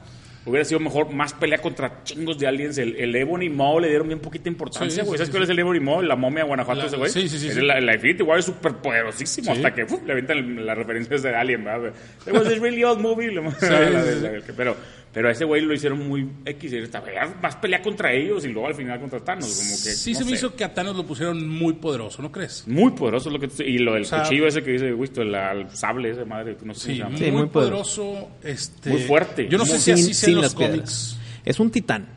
Speaker 3: hubiera sido mejor más pelea contra chingos de aliens. El, el Ebony Maw le dieron bien poquita
Speaker 1: Sí,
Speaker 3: importancia,
Speaker 1: sí,
Speaker 3: güey. ¿Sabes
Speaker 1: sí,
Speaker 3: cuál es el Ebony Maw? La momia de Guanajuato
Speaker 1: La-
Speaker 3: ese güey.
Speaker 1: sí, sí, sí,
Speaker 3: Es
Speaker 1: sí.
Speaker 3: La, la Infinity War es súper poderosísimo
Speaker 1: Sí.
Speaker 3: hasta que ¡puf! le aventan las referencias de Alien, ¿verdad? It was a really old movie. la-
Speaker 1: sí,
Speaker 3: la de-
Speaker 1: sí.
Speaker 3: la- que- Pero, pero a ese güey lo hicieron muy X. y Esta pelea, vas a pelear contra ellos y luego al final contra Thanos. Como que,
Speaker 1: Sí,
Speaker 3: no
Speaker 1: se me
Speaker 3: sé.
Speaker 1: hizo que a Thanos lo pusieron muy poderoso, ¿no crees?
Speaker 3: Muy poderoso es lo que te- Y lo del
Speaker 1: sea,
Speaker 3: cuchillo ese que dice, güey, esto, el, al sable ese madre, no sé
Speaker 1: Sí,
Speaker 3: cómo
Speaker 1: muy,
Speaker 3: se
Speaker 2: Sí,
Speaker 3: llama.
Speaker 2: muy
Speaker 1: poderoso. este,
Speaker 3: Muy fuerte.
Speaker 1: Yo no
Speaker 2: Sin-
Speaker 1: sé si así sea en
Speaker 2: sin
Speaker 1: los
Speaker 2: las
Speaker 1: cómics.
Speaker 2: piedras. Es un titán.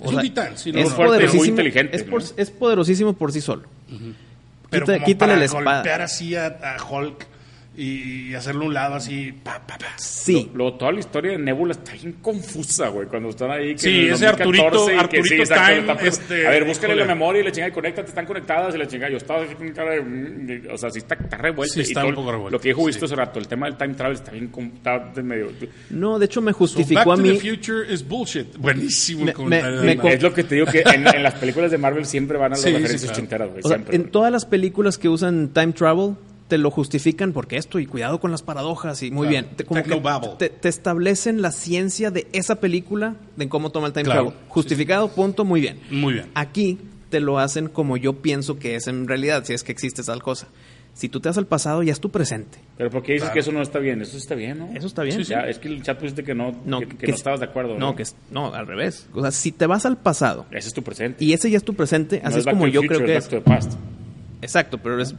Speaker 1: Es un titán, sí, no,
Speaker 2: es
Speaker 1: no,
Speaker 3: fuerte,
Speaker 2: poderosísimo.
Speaker 3: muy inteligente,
Speaker 2: Es, por-
Speaker 3: ¿no?
Speaker 2: es poderosísimo por sí solo.
Speaker 1: Pero
Speaker 2: Quita-
Speaker 1: como
Speaker 2: quítale
Speaker 1: para
Speaker 2: la espada.
Speaker 1: golpear así a, a Hulk y, y hacerlo a un lado así, pa, pa, pa.
Speaker 2: Sí.
Speaker 3: Luego, toda la historia de Nebula está bien confusa, güey. Cuando están ahí. que
Speaker 1: Sí,
Speaker 3: en el
Speaker 1: ese
Speaker 3: 2014
Speaker 1: Arturito-
Speaker 3: y que
Speaker 1: Arturito
Speaker 3: exacto,
Speaker 1: Time,
Speaker 3: está-
Speaker 1: este,
Speaker 3: a ver, búscale la
Speaker 1: híjole.
Speaker 3: memoria y la chingada y conéctate, están conectadas y la chingada. Yo estaba así con cara de. mm, O sea, sí está, está revuelto.
Speaker 1: Sí, está
Speaker 3: y todo
Speaker 1: un poco revuelto,
Speaker 3: Lo que dijo
Speaker 1: sí.
Speaker 3: Visto hace rato, el tema del time travel está bien. com- Está de medio.
Speaker 2: No, de hecho me
Speaker 1: So, Back
Speaker 2: justificó a
Speaker 1: to
Speaker 2: mí.
Speaker 1: the Future is bullshit. Buenísimo
Speaker 2: Me-
Speaker 1: el comentario.
Speaker 2: me-
Speaker 1: de
Speaker 2: me
Speaker 1: Ana.
Speaker 2: con-
Speaker 3: Es lo que te digo que en, en las películas de Marvel siempre van a las
Speaker 1: Sí, sí,
Speaker 3: referencias
Speaker 1: claro.
Speaker 3: chinteras, güey.
Speaker 2: O sea,
Speaker 3: siempre.
Speaker 2: en todas las películas que usan time travel te lo justifican porque esto y cuidado con las paradojas y muy
Speaker 1: Claro.
Speaker 2: bien. Te, como que
Speaker 1: Technobabble.
Speaker 2: te, te establecen la ciencia de esa película de cómo toma el time
Speaker 1: Claro.
Speaker 2: travel. Justificado, punto, muy bien.
Speaker 1: Muy bien.
Speaker 2: Aquí te lo hacen como yo pienso que es en realidad, si es que existe tal cosa. Si tú te vas al pasado, ya es tu presente.
Speaker 3: Pero ¿por qué dices
Speaker 1: Claro.
Speaker 3: que eso no está bien? Eso está bien, ¿no?
Speaker 2: Eso está bien.
Speaker 1: Sí, sí.
Speaker 3: Ya, es que el chat pusiste que no, que, que no estabas de acuerdo.
Speaker 2: No, que es- no, al revés. O sea, si te vas al pasado
Speaker 3: Ese es tu presente.
Speaker 2: y ese ya es tu presente,
Speaker 3: No
Speaker 2: así es
Speaker 3: Back
Speaker 2: como
Speaker 3: to the
Speaker 2: yo
Speaker 3: Future,
Speaker 2: creo que
Speaker 3: es.
Speaker 2: es.
Speaker 3: Back to the past.
Speaker 2: Exacto, pero es,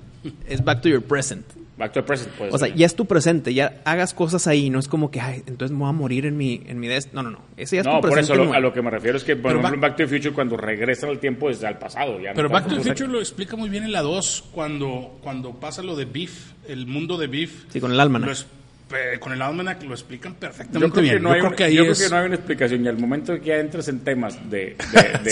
Speaker 2: es back to your present.
Speaker 3: Back to the present, pues.
Speaker 2: O sea, ya es tu presente, ya hagas cosas ahí, no es como que, ay, entonces me voy a morir en mi, en mi des-". No, no, no, ese ya es
Speaker 3: no,
Speaker 2: tu
Speaker 3: por
Speaker 2: presente.
Speaker 3: eso lo-
Speaker 2: nuevo.
Speaker 3: a lo que me refiero es que, por
Speaker 1: Pero
Speaker 3: ejemplo, en
Speaker 1: Back-
Speaker 3: Back to the Future, cuando regresan al tiempo, es al pasado. Ya no
Speaker 1: Pero
Speaker 3: estamos
Speaker 1: Back to the
Speaker 3: presente.
Speaker 1: Future lo explica muy bien en la 2, cuando, cuando pasa lo de Beef, el mundo de Beef.
Speaker 2: Sí, con el almanac.
Speaker 1: Lo es- eh, con el almanac lo explican perfectamente
Speaker 3: Yo creo,
Speaker 1: bien.
Speaker 3: que no,
Speaker 1: yo
Speaker 3: hay
Speaker 1: creo
Speaker 3: un-
Speaker 1: que ahí
Speaker 3: yo creo
Speaker 1: es...
Speaker 3: que no hay una explicación. Y al momento que ya entras en temas de, de, de-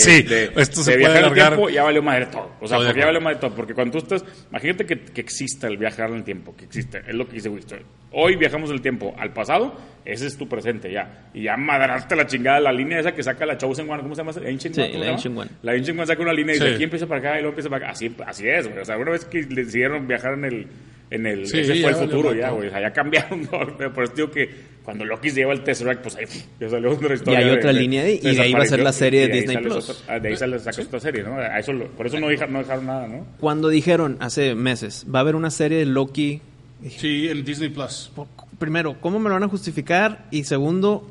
Speaker 1: Sí,
Speaker 3: de-
Speaker 1: esto se puede
Speaker 3: de viajar al
Speaker 1: alargar.
Speaker 3: tiempo, ya valió madre todo. O
Speaker 1: Estoy de
Speaker 3: sea, porque ya
Speaker 1: acuerdo.
Speaker 3: valió madre todo. Porque cuando tú estás. Imagínate que, que exista el viajar en el tiempo, que existe. Es lo que dice Winston. Hoy viajamos el tiempo al pasado, ese es tu presente ya. Y ya madraste la chingada la línea esa que saca la Chosen One. ¿Cómo se llama? Ancient
Speaker 2: Sí,
Speaker 3: One.
Speaker 2: la
Speaker 3: ¿cómo se llama?
Speaker 2: Ancient One.
Speaker 3: La Ancient One saca una línea y dice:
Speaker 1: Sí.
Speaker 3: aquí empieza para acá y luego empieza para acá. Así, así es, güey. O sea, una vez que decidieron viajar en el. En el,
Speaker 1: Sí,
Speaker 3: ese
Speaker 1: ya
Speaker 3: fue el
Speaker 1: valió
Speaker 3: futuro,
Speaker 1: madre
Speaker 3: ya,
Speaker 1: todo.
Speaker 3: güey. O sea, ya cambiaron. ¿no? Por eso digo que cuando Loki se lleva el Tesseract, pues ahí pf, ya salió otra historia.
Speaker 2: hay
Speaker 3: de-
Speaker 2: otra
Speaker 3: de-
Speaker 2: línea y de ahí va a ser la
Speaker 3: desapareció,
Speaker 2: serie de
Speaker 3: ahí
Speaker 2: Disney
Speaker 3: sale
Speaker 2: Plus.
Speaker 3: otra- ah, de ahí sale sacas otra serie, ¿no? A eso lo- por eso no, deja- no dejaron nada, ¿no?
Speaker 2: Cuando dijeron hace meses, va a haber una serie de Loki, dije,
Speaker 1: Sí, en Disney Plus.
Speaker 2: "Por- primero, ¿cómo me lo van a justificar? Y segundo,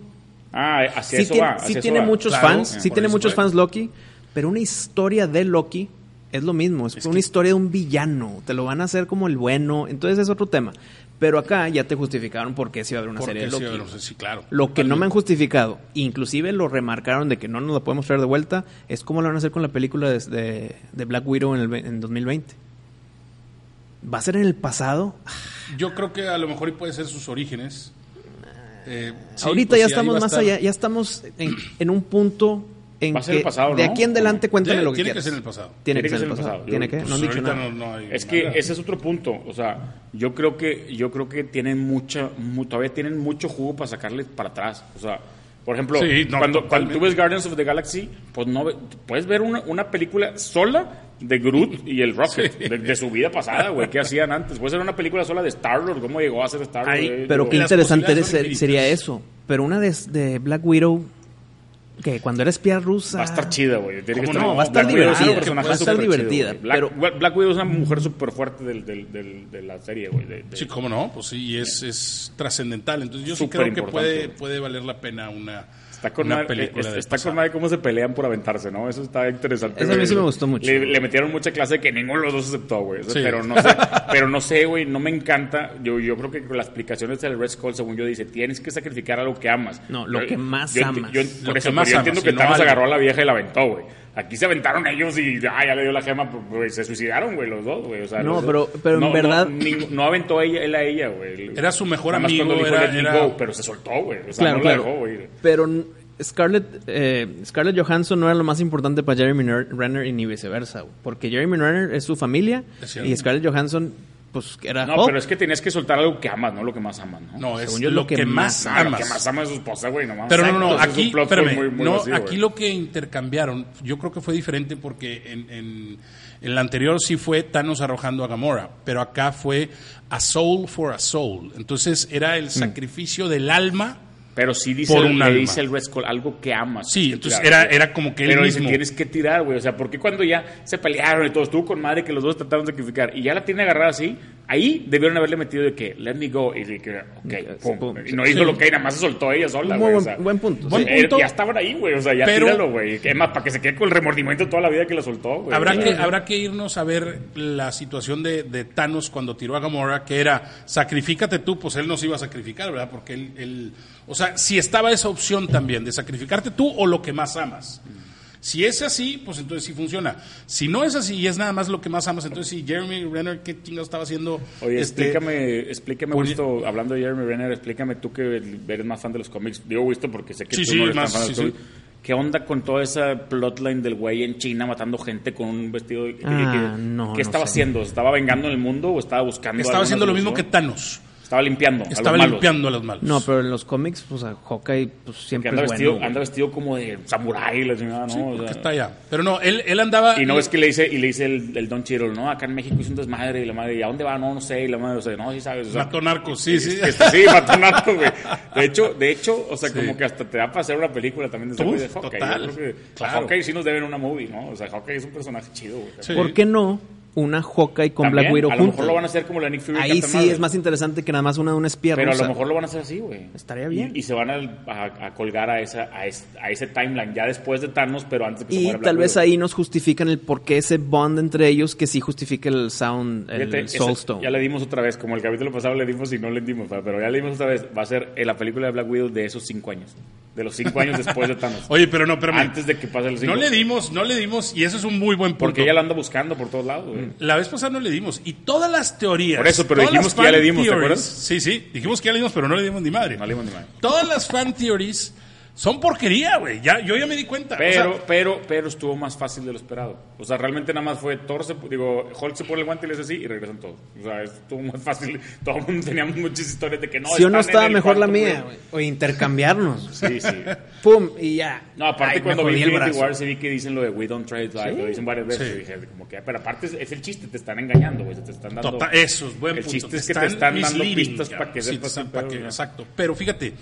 Speaker 3: Ah, hacia
Speaker 2: sí
Speaker 3: eso
Speaker 2: tiene,
Speaker 3: va.
Speaker 2: sí
Speaker 3: hacia eso
Speaker 2: tiene
Speaker 3: va.
Speaker 2: muchos
Speaker 1: Claro,
Speaker 2: fans,
Speaker 1: eh,
Speaker 2: sí
Speaker 1: por
Speaker 2: tiene
Speaker 1: eso
Speaker 2: muchos
Speaker 1: va.
Speaker 2: fans Loki, pero una historia de Loki es lo mismo, es, una historia de un villano, te lo van a hacer como el bueno, entonces es otro tema. Pero acá ya te justificaron por qué sí va a haber una
Speaker 1: Porque
Speaker 2: serie de
Speaker 1: sí,
Speaker 2: Loki.
Speaker 1: bueno, sí, claro.
Speaker 2: Lo que no me han justificado, inclusive lo remarcaron de que no nos la podemos traer de vuelta, es cómo lo van a hacer con la película de, de- de Black Widow en, el, ve- en 2020. ¿Va a ser en el pasado?
Speaker 1: Yo creo que a lo mejor y puede ser sus orígenes. Eh, sí,
Speaker 2: Ahorita
Speaker 1: pues
Speaker 2: ya
Speaker 1: sí, ahí va
Speaker 2: estamos
Speaker 1: a
Speaker 2: más
Speaker 1: estar.
Speaker 2: allá, ya estamos en, en un punto en
Speaker 3: Va a ser
Speaker 2: que
Speaker 3: el pasado,
Speaker 2: de
Speaker 3: ¿no?
Speaker 2: aquí en adelante cuéntame
Speaker 1: Tiene-
Speaker 2: lo que
Speaker 1: tiene que
Speaker 2: quieras.
Speaker 1: ser en el pasado.
Speaker 2: Tiene que ser en el pasado.
Speaker 3: Yo-
Speaker 2: Tiene que,
Speaker 3: pues,
Speaker 2: no han
Speaker 1: Pues
Speaker 2: dicho
Speaker 1: ahorita no-
Speaker 2: nada.
Speaker 1: no hay
Speaker 3: Es que
Speaker 1: manera.
Speaker 3: ese es otro punto, o sea, yo creo que yo creo que tienen mucha mu- todavía tienen mucho jugo para sacarle para atrás, o sea, por ejemplo,
Speaker 1: Sí, no,
Speaker 3: cuando, cuando
Speaker 1: totalmente.
Speaker 3: tú ves Guardians of the Galaxy, pues no ve- puedes ver una, una película sola de Groot y el Rocket de, de su vida pasada, güey, qué hacían antes. Puedes ver una película sola de Star-Lord, cómo llegó a ser Star-Lord.
Speaker 1: Ay,
Speaker 3: eh,
Speaker 2: Pero
Speaker 3: digo,
Speaker 2: qué
Speaker 1: las
Speaker 2: interesante
Speaker 1: posibilidades son
Speaker 2: ser- sería
Speaker 1: infinitas.
Speaker 2: eso. Pero una de, de Black Widow, que cuando era espía rusa...
Speaker 3: Va a estar chida, güey. Tiene que
Speaker 1: ¿Cómo
Speaker 3: estar-
Speaker 1: no? Va a estar
Speaker 3: Black Widow es un
Speaker 1: divertida,
Speaker 3: personaje
Speaker 1: va a
Speaker 2: estar
Speaker 3: súper chido,
Speaker 2: divertida,
Speaker 3: güey. Black,
Speaker 2: pero-
Speaker 3: Black- Black Widow es una mujer súper fuerte del, del- del- de la serie, güey. de- de-
Speaker 1: Sí, cómo no, pues sí, y es, es trascendental. Entonces yo sí
Speaker 3: Súper
Speaker 1: creo que
Speaker 3: importante,
Speaker 1: puede,
Speaker 3: güey.
Speaker 1: puede valer la pena una,
Speaker 3: Está con
Speaker 1: una
Speaker 3: madre- eh,
Speaker 1: película
Speaker 3: es-
Speaker 1: de
Speaker 3: está con madre cómo se pelean por aventarse, ¿no? Eso está interesante.
Speaker 2: Eso a mí
Speaker 3: güey.
Speaker 2: sí me gustó mucho.
Speaker 3: Le, le metieron mucha clase que ninguno de los dos aceptó, güey. O sea,
Speaker 1: Sí.
Speaker 3: Pero no sé, pero no sé, güey, no me encanta. Yo, yo creo que con las explicaciones del Red Skull, según yo, dice, tienes que sacrificar a lo que amas.
Speaker 2: No, lo
Speaker 3: Yo-
Speaker 2: que más
Speaker 3: yo enti-
Speaker 2: amas.
Speaker 3: yo ent-
Speaker 1: Lo
Speaker 3: por
Speaker 1: que
Speaker 3: eso,
Speaker 1: más
Speaker 3: pero yo entiendo
Speaker 1: amas,
Speaker 3: que
Speaker 1: y no
Speaker 3: Thanos
Speaker 1: algo.
Speaker 3: agarró a la vieja y la aventó, güey. Aquí se aventaron ellos y ah, ya le dio la gema, pues, güey, se suicidaron, güey, los dos, güey. O sea,
Speaker 2: No,
Speaker 3: los-
Speaker 2: pero- pero en verdad-
Speaker 3: No, ning- no aventó ella, él a ella, güey.
Speaker 1: Era su mejor
Speaker 3: Nada más
Speaker 1: amigo,
Speaker 3: cuando dijo,
Speaker 1: era-
Speaker 3: "Let me
Speaker 1: era-
Speaker 3: go", pero se soltó, güey. O sea,
Speaker 2: Claro,
Speaker 3: no la
Speaker 2: claro.
Speaker 3: dejó, güey.
Speaker 2: Pero n- Scarlett, eh, Scarlett Johansson no era lo más importante para Jeremy Ner- Renner y ni viceversa. güey. Porque Jeremy Renner es su familia
Speaker 1: Es cierto.
Speaker 2: y Scarlett Johansson, pues, era
Speaker 3: No,
Speaker 2: Hulk.
Speaker 3: pero es que tenías que soltar algo que amas, no lo que más amas, ¿no?
Speaker 1: No, es
Speaker 2: Según yo,
Speaker 1: lo, que, más
Speaker 3: No,
Speaker 1: amas.
Speaker 3: Lo que más ama es su esposa, güey, no mames.
Speaker 1: Pero no, no, no,
Speaker 3: Exacto, es un
Speaker 1: aquí,
Speaker 3: plot point
Speaker 1: espérame,
Speaker 3: muy- muy
Speaker 1: no,
Speaker 3: vacío,
Speaker 1: aquí
Speaker 3: güey.
Speaker 1: lo que intercambiaron, yo creo que fue diferente porque en, en, en la anterior sí fue Thanos arrojando a Gamora, pero acá fue a soul for a soul. Entonces era
Speaker 3: Mm.
Speaker 1: el sacrificio del alma.
Speaker 3: Pero sí dice,
Speaker 1: por
Speaker 3: el-
Speaker 1: un
Speaker 3: le
Speaker 1: alma.
Speaker 3: dice el Red Skull algo que amas.
Speaker 1: Sí,
Speaker 3: que
Speaker 1: entonces
Speaker 3: tirar,
Speaker 1: era-
Speaker 3: güey.
Speaker 1: era como que él
Speaker 3: Pero dice,
Speaker 1: mismo.
Speaker 3: tienes que tirar, güey. O sea, porque cuando ya se pelearon y todo, estuvo con madre que los dos trataron de sacrificar y ya la tiene agarrada así, ahí debieron haberle metido de que, let me go. Y de que, ok, pum.
Speaker 2: pum.
Speaker 3: Y no hizo
Speaker 1: Sí.
Speaker 3: lo que hay, nada más se soltó ella sola,
Speaker 2: Muy
Speaker 3: güey. o
Speaker 2: buen-
Speaker 3: sea.
Speaker 2: buen punto,
Speaker 1: Buen sí.
Speaker 3: Eh,
Speaker 1: punto.
Speaker 3: Ya estaban ahí, güey. O sea, ya
Speaker 1: Pero-
Speaker 3: tíralo, güey. Es más, para que se quede con el remordimiento toda la vida que la soltó, güey.
Speaker 1: Habrá
Speaker 3: O sea,
Speaker 1: que, habrá que irnos a ver la situación de, de Thanos cuando tiró a Gamora, que era sacrifícate tú, pues él nos iba a sacrificar, ¿verdad? Porque él, él- o sea, si estaba esa opción también de sacrificarte tú o lo que más amas. Si es así, pues entonces sí funciona. Si no es así y es nada más lo que más amas, entonces sí, Jeremy Renner, ¿qué chingados estaba haciendo?
Speaker 3: Oye,
Speaker 1: Este,
Speaker 3: explícame, explícame,
Speaker 1: oye-
Speaker 3: Wisto, hablando de Jeremy Renner, explícame tú que eres más fan de los cómics. Digo, Wisto, porque sé que
Speaker 1: Sí,
Speaker 3: tú
Speaker 1: sí,
Speaker 3: no eres
Speaker 1: más,
Speaker 3: tan fan de los
Speaker 1: sí, sí.
Speaker 3: cómics. ¿Qué onda con toda esa plotline del güey en China matando gente con un vestido? de-
Speaker 2: Ah,
Speaker 3: ¿Qué,
Speaker 2: no, no
Speaker 3: qué estaba
Speaker 2: sé.
Speaker 3: haciendo? ¿Estaba vengando en el mundo o estaba buscando
Speaker 1: Estaba
Speaker 3: alguna
Speaker 1: haciendo lo mismo que
Speaker 3: solución?
Speaker 1: Thanos.
Speaker 3: Estaba limpiando. a los
Speaker 1: Estaba
Speaker 3: malos.
Speaker 1: limpiando a los malos.
Speaker 2: No, pero en los cómics, pues a Hawkeye pues,
Speaker 3: Que
Speaker 2: siempre
Speaker 3: anda,
Speaker 2: es
Speaker 3: vestido,
Speaker 2: bueno.
Speaker 3: anda vestido como de samurái, la chingada, ¿no?
Speaker 1: Sí,
Speaker 3: O
Speaker 1: porque
Speaker 3: sea,
Speaker 1: está allá. Pero no, él, él andaba.
Speaker 3: Y no es que le dice, y le dice el, el Don Chiro, no, acá en México hizo un desmadre, y la madre, ¿y a dónde va? No, no sé, y la madre, o sea, no, sí sabes. O sea,
Speaker 1: Mató narcos, sí, sí.
Speaker 3: este, sí, mató narcos, güey. De hecho, de hecho, o sea,
Speaker 1: Sí.
Speaker 3: como que hasta te da para hacer una película también de ese
Speaker 1: Uf,
Speaker 3: güey de Hawkeye.
Speaker 1: total,
Speaker 3: Yo creo que
Speaker 1: claro.
Speaker 3: A Hawkeye sí nos deben una movie, ¿no? O sea, Hawkeye es un personaje chido, güey.
Speaker 1: Sí.
Speaker 2: ¿Por qué no una Hawkeye con
Speaker 3: También,
Speaker 2: Black Widow
Speaker 3: A lo mejor
Speaker 2: juntos?
Speaker 3: lo van a hacer como la Nick Fury.
Speaker 2: Ahí
Speaker 3: Captain
Speaker 2: sí
Speaker 3: Marvel.
Speaker 2: es más interesante que nada más una de una espía
Speaker 3: Pero a
Speaker 2: rusa.
Speaker 3: lo mejor lo van a hacer así, güey.
Speaker 2: Estaría bien.
Speaker 3: Y, y se van a, a- a colgar a, esa, a, es- a ese timeline ya después de Thanos, pero antes de que se
Speaker 2: Y
Speaker 3: muera Black
Speaker 2: tal vez
Speaker 3: Widow.
Speaker 2: ahí nos justifican el por qué ese bond entre ellos que sí justifica el Sound, el
Speaker 3: Fíjate, ese-
Speaker 2: Soulstone.
Speaker 3: Ya le dimos otra vez, como el capítulo pasado le dimos y no le dimos, pa, pero ya le dimos otra vez. Va a ser eh, la película de Black Widow de esos cinco años. De los cinco años después de Thanos.
Speaker 1: Oye, pero no, pero
Speaker 3: antes de que pase los cinco.
Speaker 1: No le dimos, no le dimos, y eso es un muy buen punto. Mm.
Speaker 3: Porque ella la anda buscando por todos lados, güey.
Speaker 1: La vez pasada no le dimos. Y todas las teorías.
Speaker 3: Por eso, pero
Speaker 1: todas
Speaker 3: dijimos
Speaker 1: las
Speaker 3: que ya
Speaker 1: fan
Speaker 3: le dimos, ¿te
Speaker 1: theories-
Speaker 3: acuerdas?
Speaker 1: Sí, sí. Dijimos que ya le dimos, pero no le dimos ni madre.
Speaker 3: No le dimos ni madre.
Speaker 1: Todas las fan theories son porquería, güey. Ya, yo ya me di cuenta. O sea,
Speaker 3: Pero, pero, pero estuvo más fácil de lo esperado. O sea, realmente nada más fue Thor, se, pu- digo, Hulk se pone el guante y le hace así y regresan todos. O sea, estuvo muy fácil. Todo el mundo tenía muchas historias de que no.
Speaker 2: si yo no
Speaker 3: están en
Speaker 2: estaba
Speaker 3: el
Speaker 2: mejor la
Speaker 3: cuarto,
Speaker 2: mía,
Speaker 3: güey.
Speaker 2: o intercambiarnos.
Speaker 3: Sí, sí.
Speaker 2: Pum, y ya.
Speaker 3: No, aparte
Speaker 2: Ay, me
Speaker 3: cuando vi
Speaker 2: jodí el
Speaker 3: Infinity
Speaker 2: brazo.
Speaker 3: War sí vi que dicen lo de We Don't Trade Life, lo dicen varias veces,
Speaker 1: Sí.
Speaker 3: y dije como que, "Ah, pero aparte es, es el chiste, te están engañando, güey, te están dando...
Speaker 1: Total, eso es buen
Speaker 3: El
Speaker 1: punto.
Speaker 3: chiste es que te están dando pistas para que
Speaker 1: se
Speaker 3: sepas el pedo, ¿no?
Speaker 1: Exacto. Pero fíjate,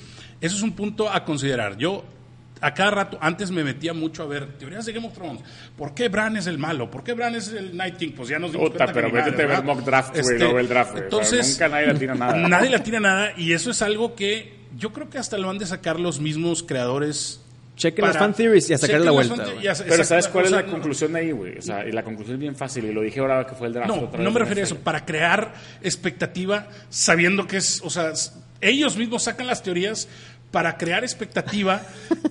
Speaker 1: eso es un punto a considerar. Yo a cada rato, antes me metía mucho a ver teorías de Game of Thrones. ¿Por qué Bran es el malo? ¿Por qué Bran es el Night King? Pues ya nos dimos
Speaker 3: Puta,
Speaker 1: cuenta
Speaker 3: pero
Speaker 1: que ni madre,
Speaker 3: métete a ver
Speaker 1: ¿verdad?
Speaker 3: mock draft, güey,
Speaker 1: Este,
Speaker 3: luego el draft, güey. O sea,
Speaker 1: Entonces,
Speaker 3: nunca nadie le tira nada.
Speaker 1: Nadie le tira nada y eso es algo que yo creo que hasta lo han de sacar los mismos creadores.
Speaker 2: Chequen
Speaker 1: para-
Speaker 2: las fan theories y a
Speaker 1: Chequen
Speaker 2: sacarle la
Speaker 1: las
Speaker 2: vuelta,
Speaker 1: fan-
Speaker 2: güey.
Speaker 1: y a-
Speaker 3: Pero ¿sabes
Speaker 1: exacto,
Speaker 3: cuál es
Speaker 1: o
Speaker 3: la
Speaker 1: sea, no-
Speaker 3: conclusión ahí, güey? O sea, y la conclusión es bien fácil, y lo dije ahora que fue el draft.
Speaker 1: no,
Speaker 3: otra
Speaker 1: no
Speaker 3: vez
Speaker 1: me
Speaker 3: en
Speaker 1: refería a
Speaker 3: este.
Speaker 1: eso. Para crear expectativa sabiendo que es, o sea, s- ellos mismos sacan las teorías para crear expectativa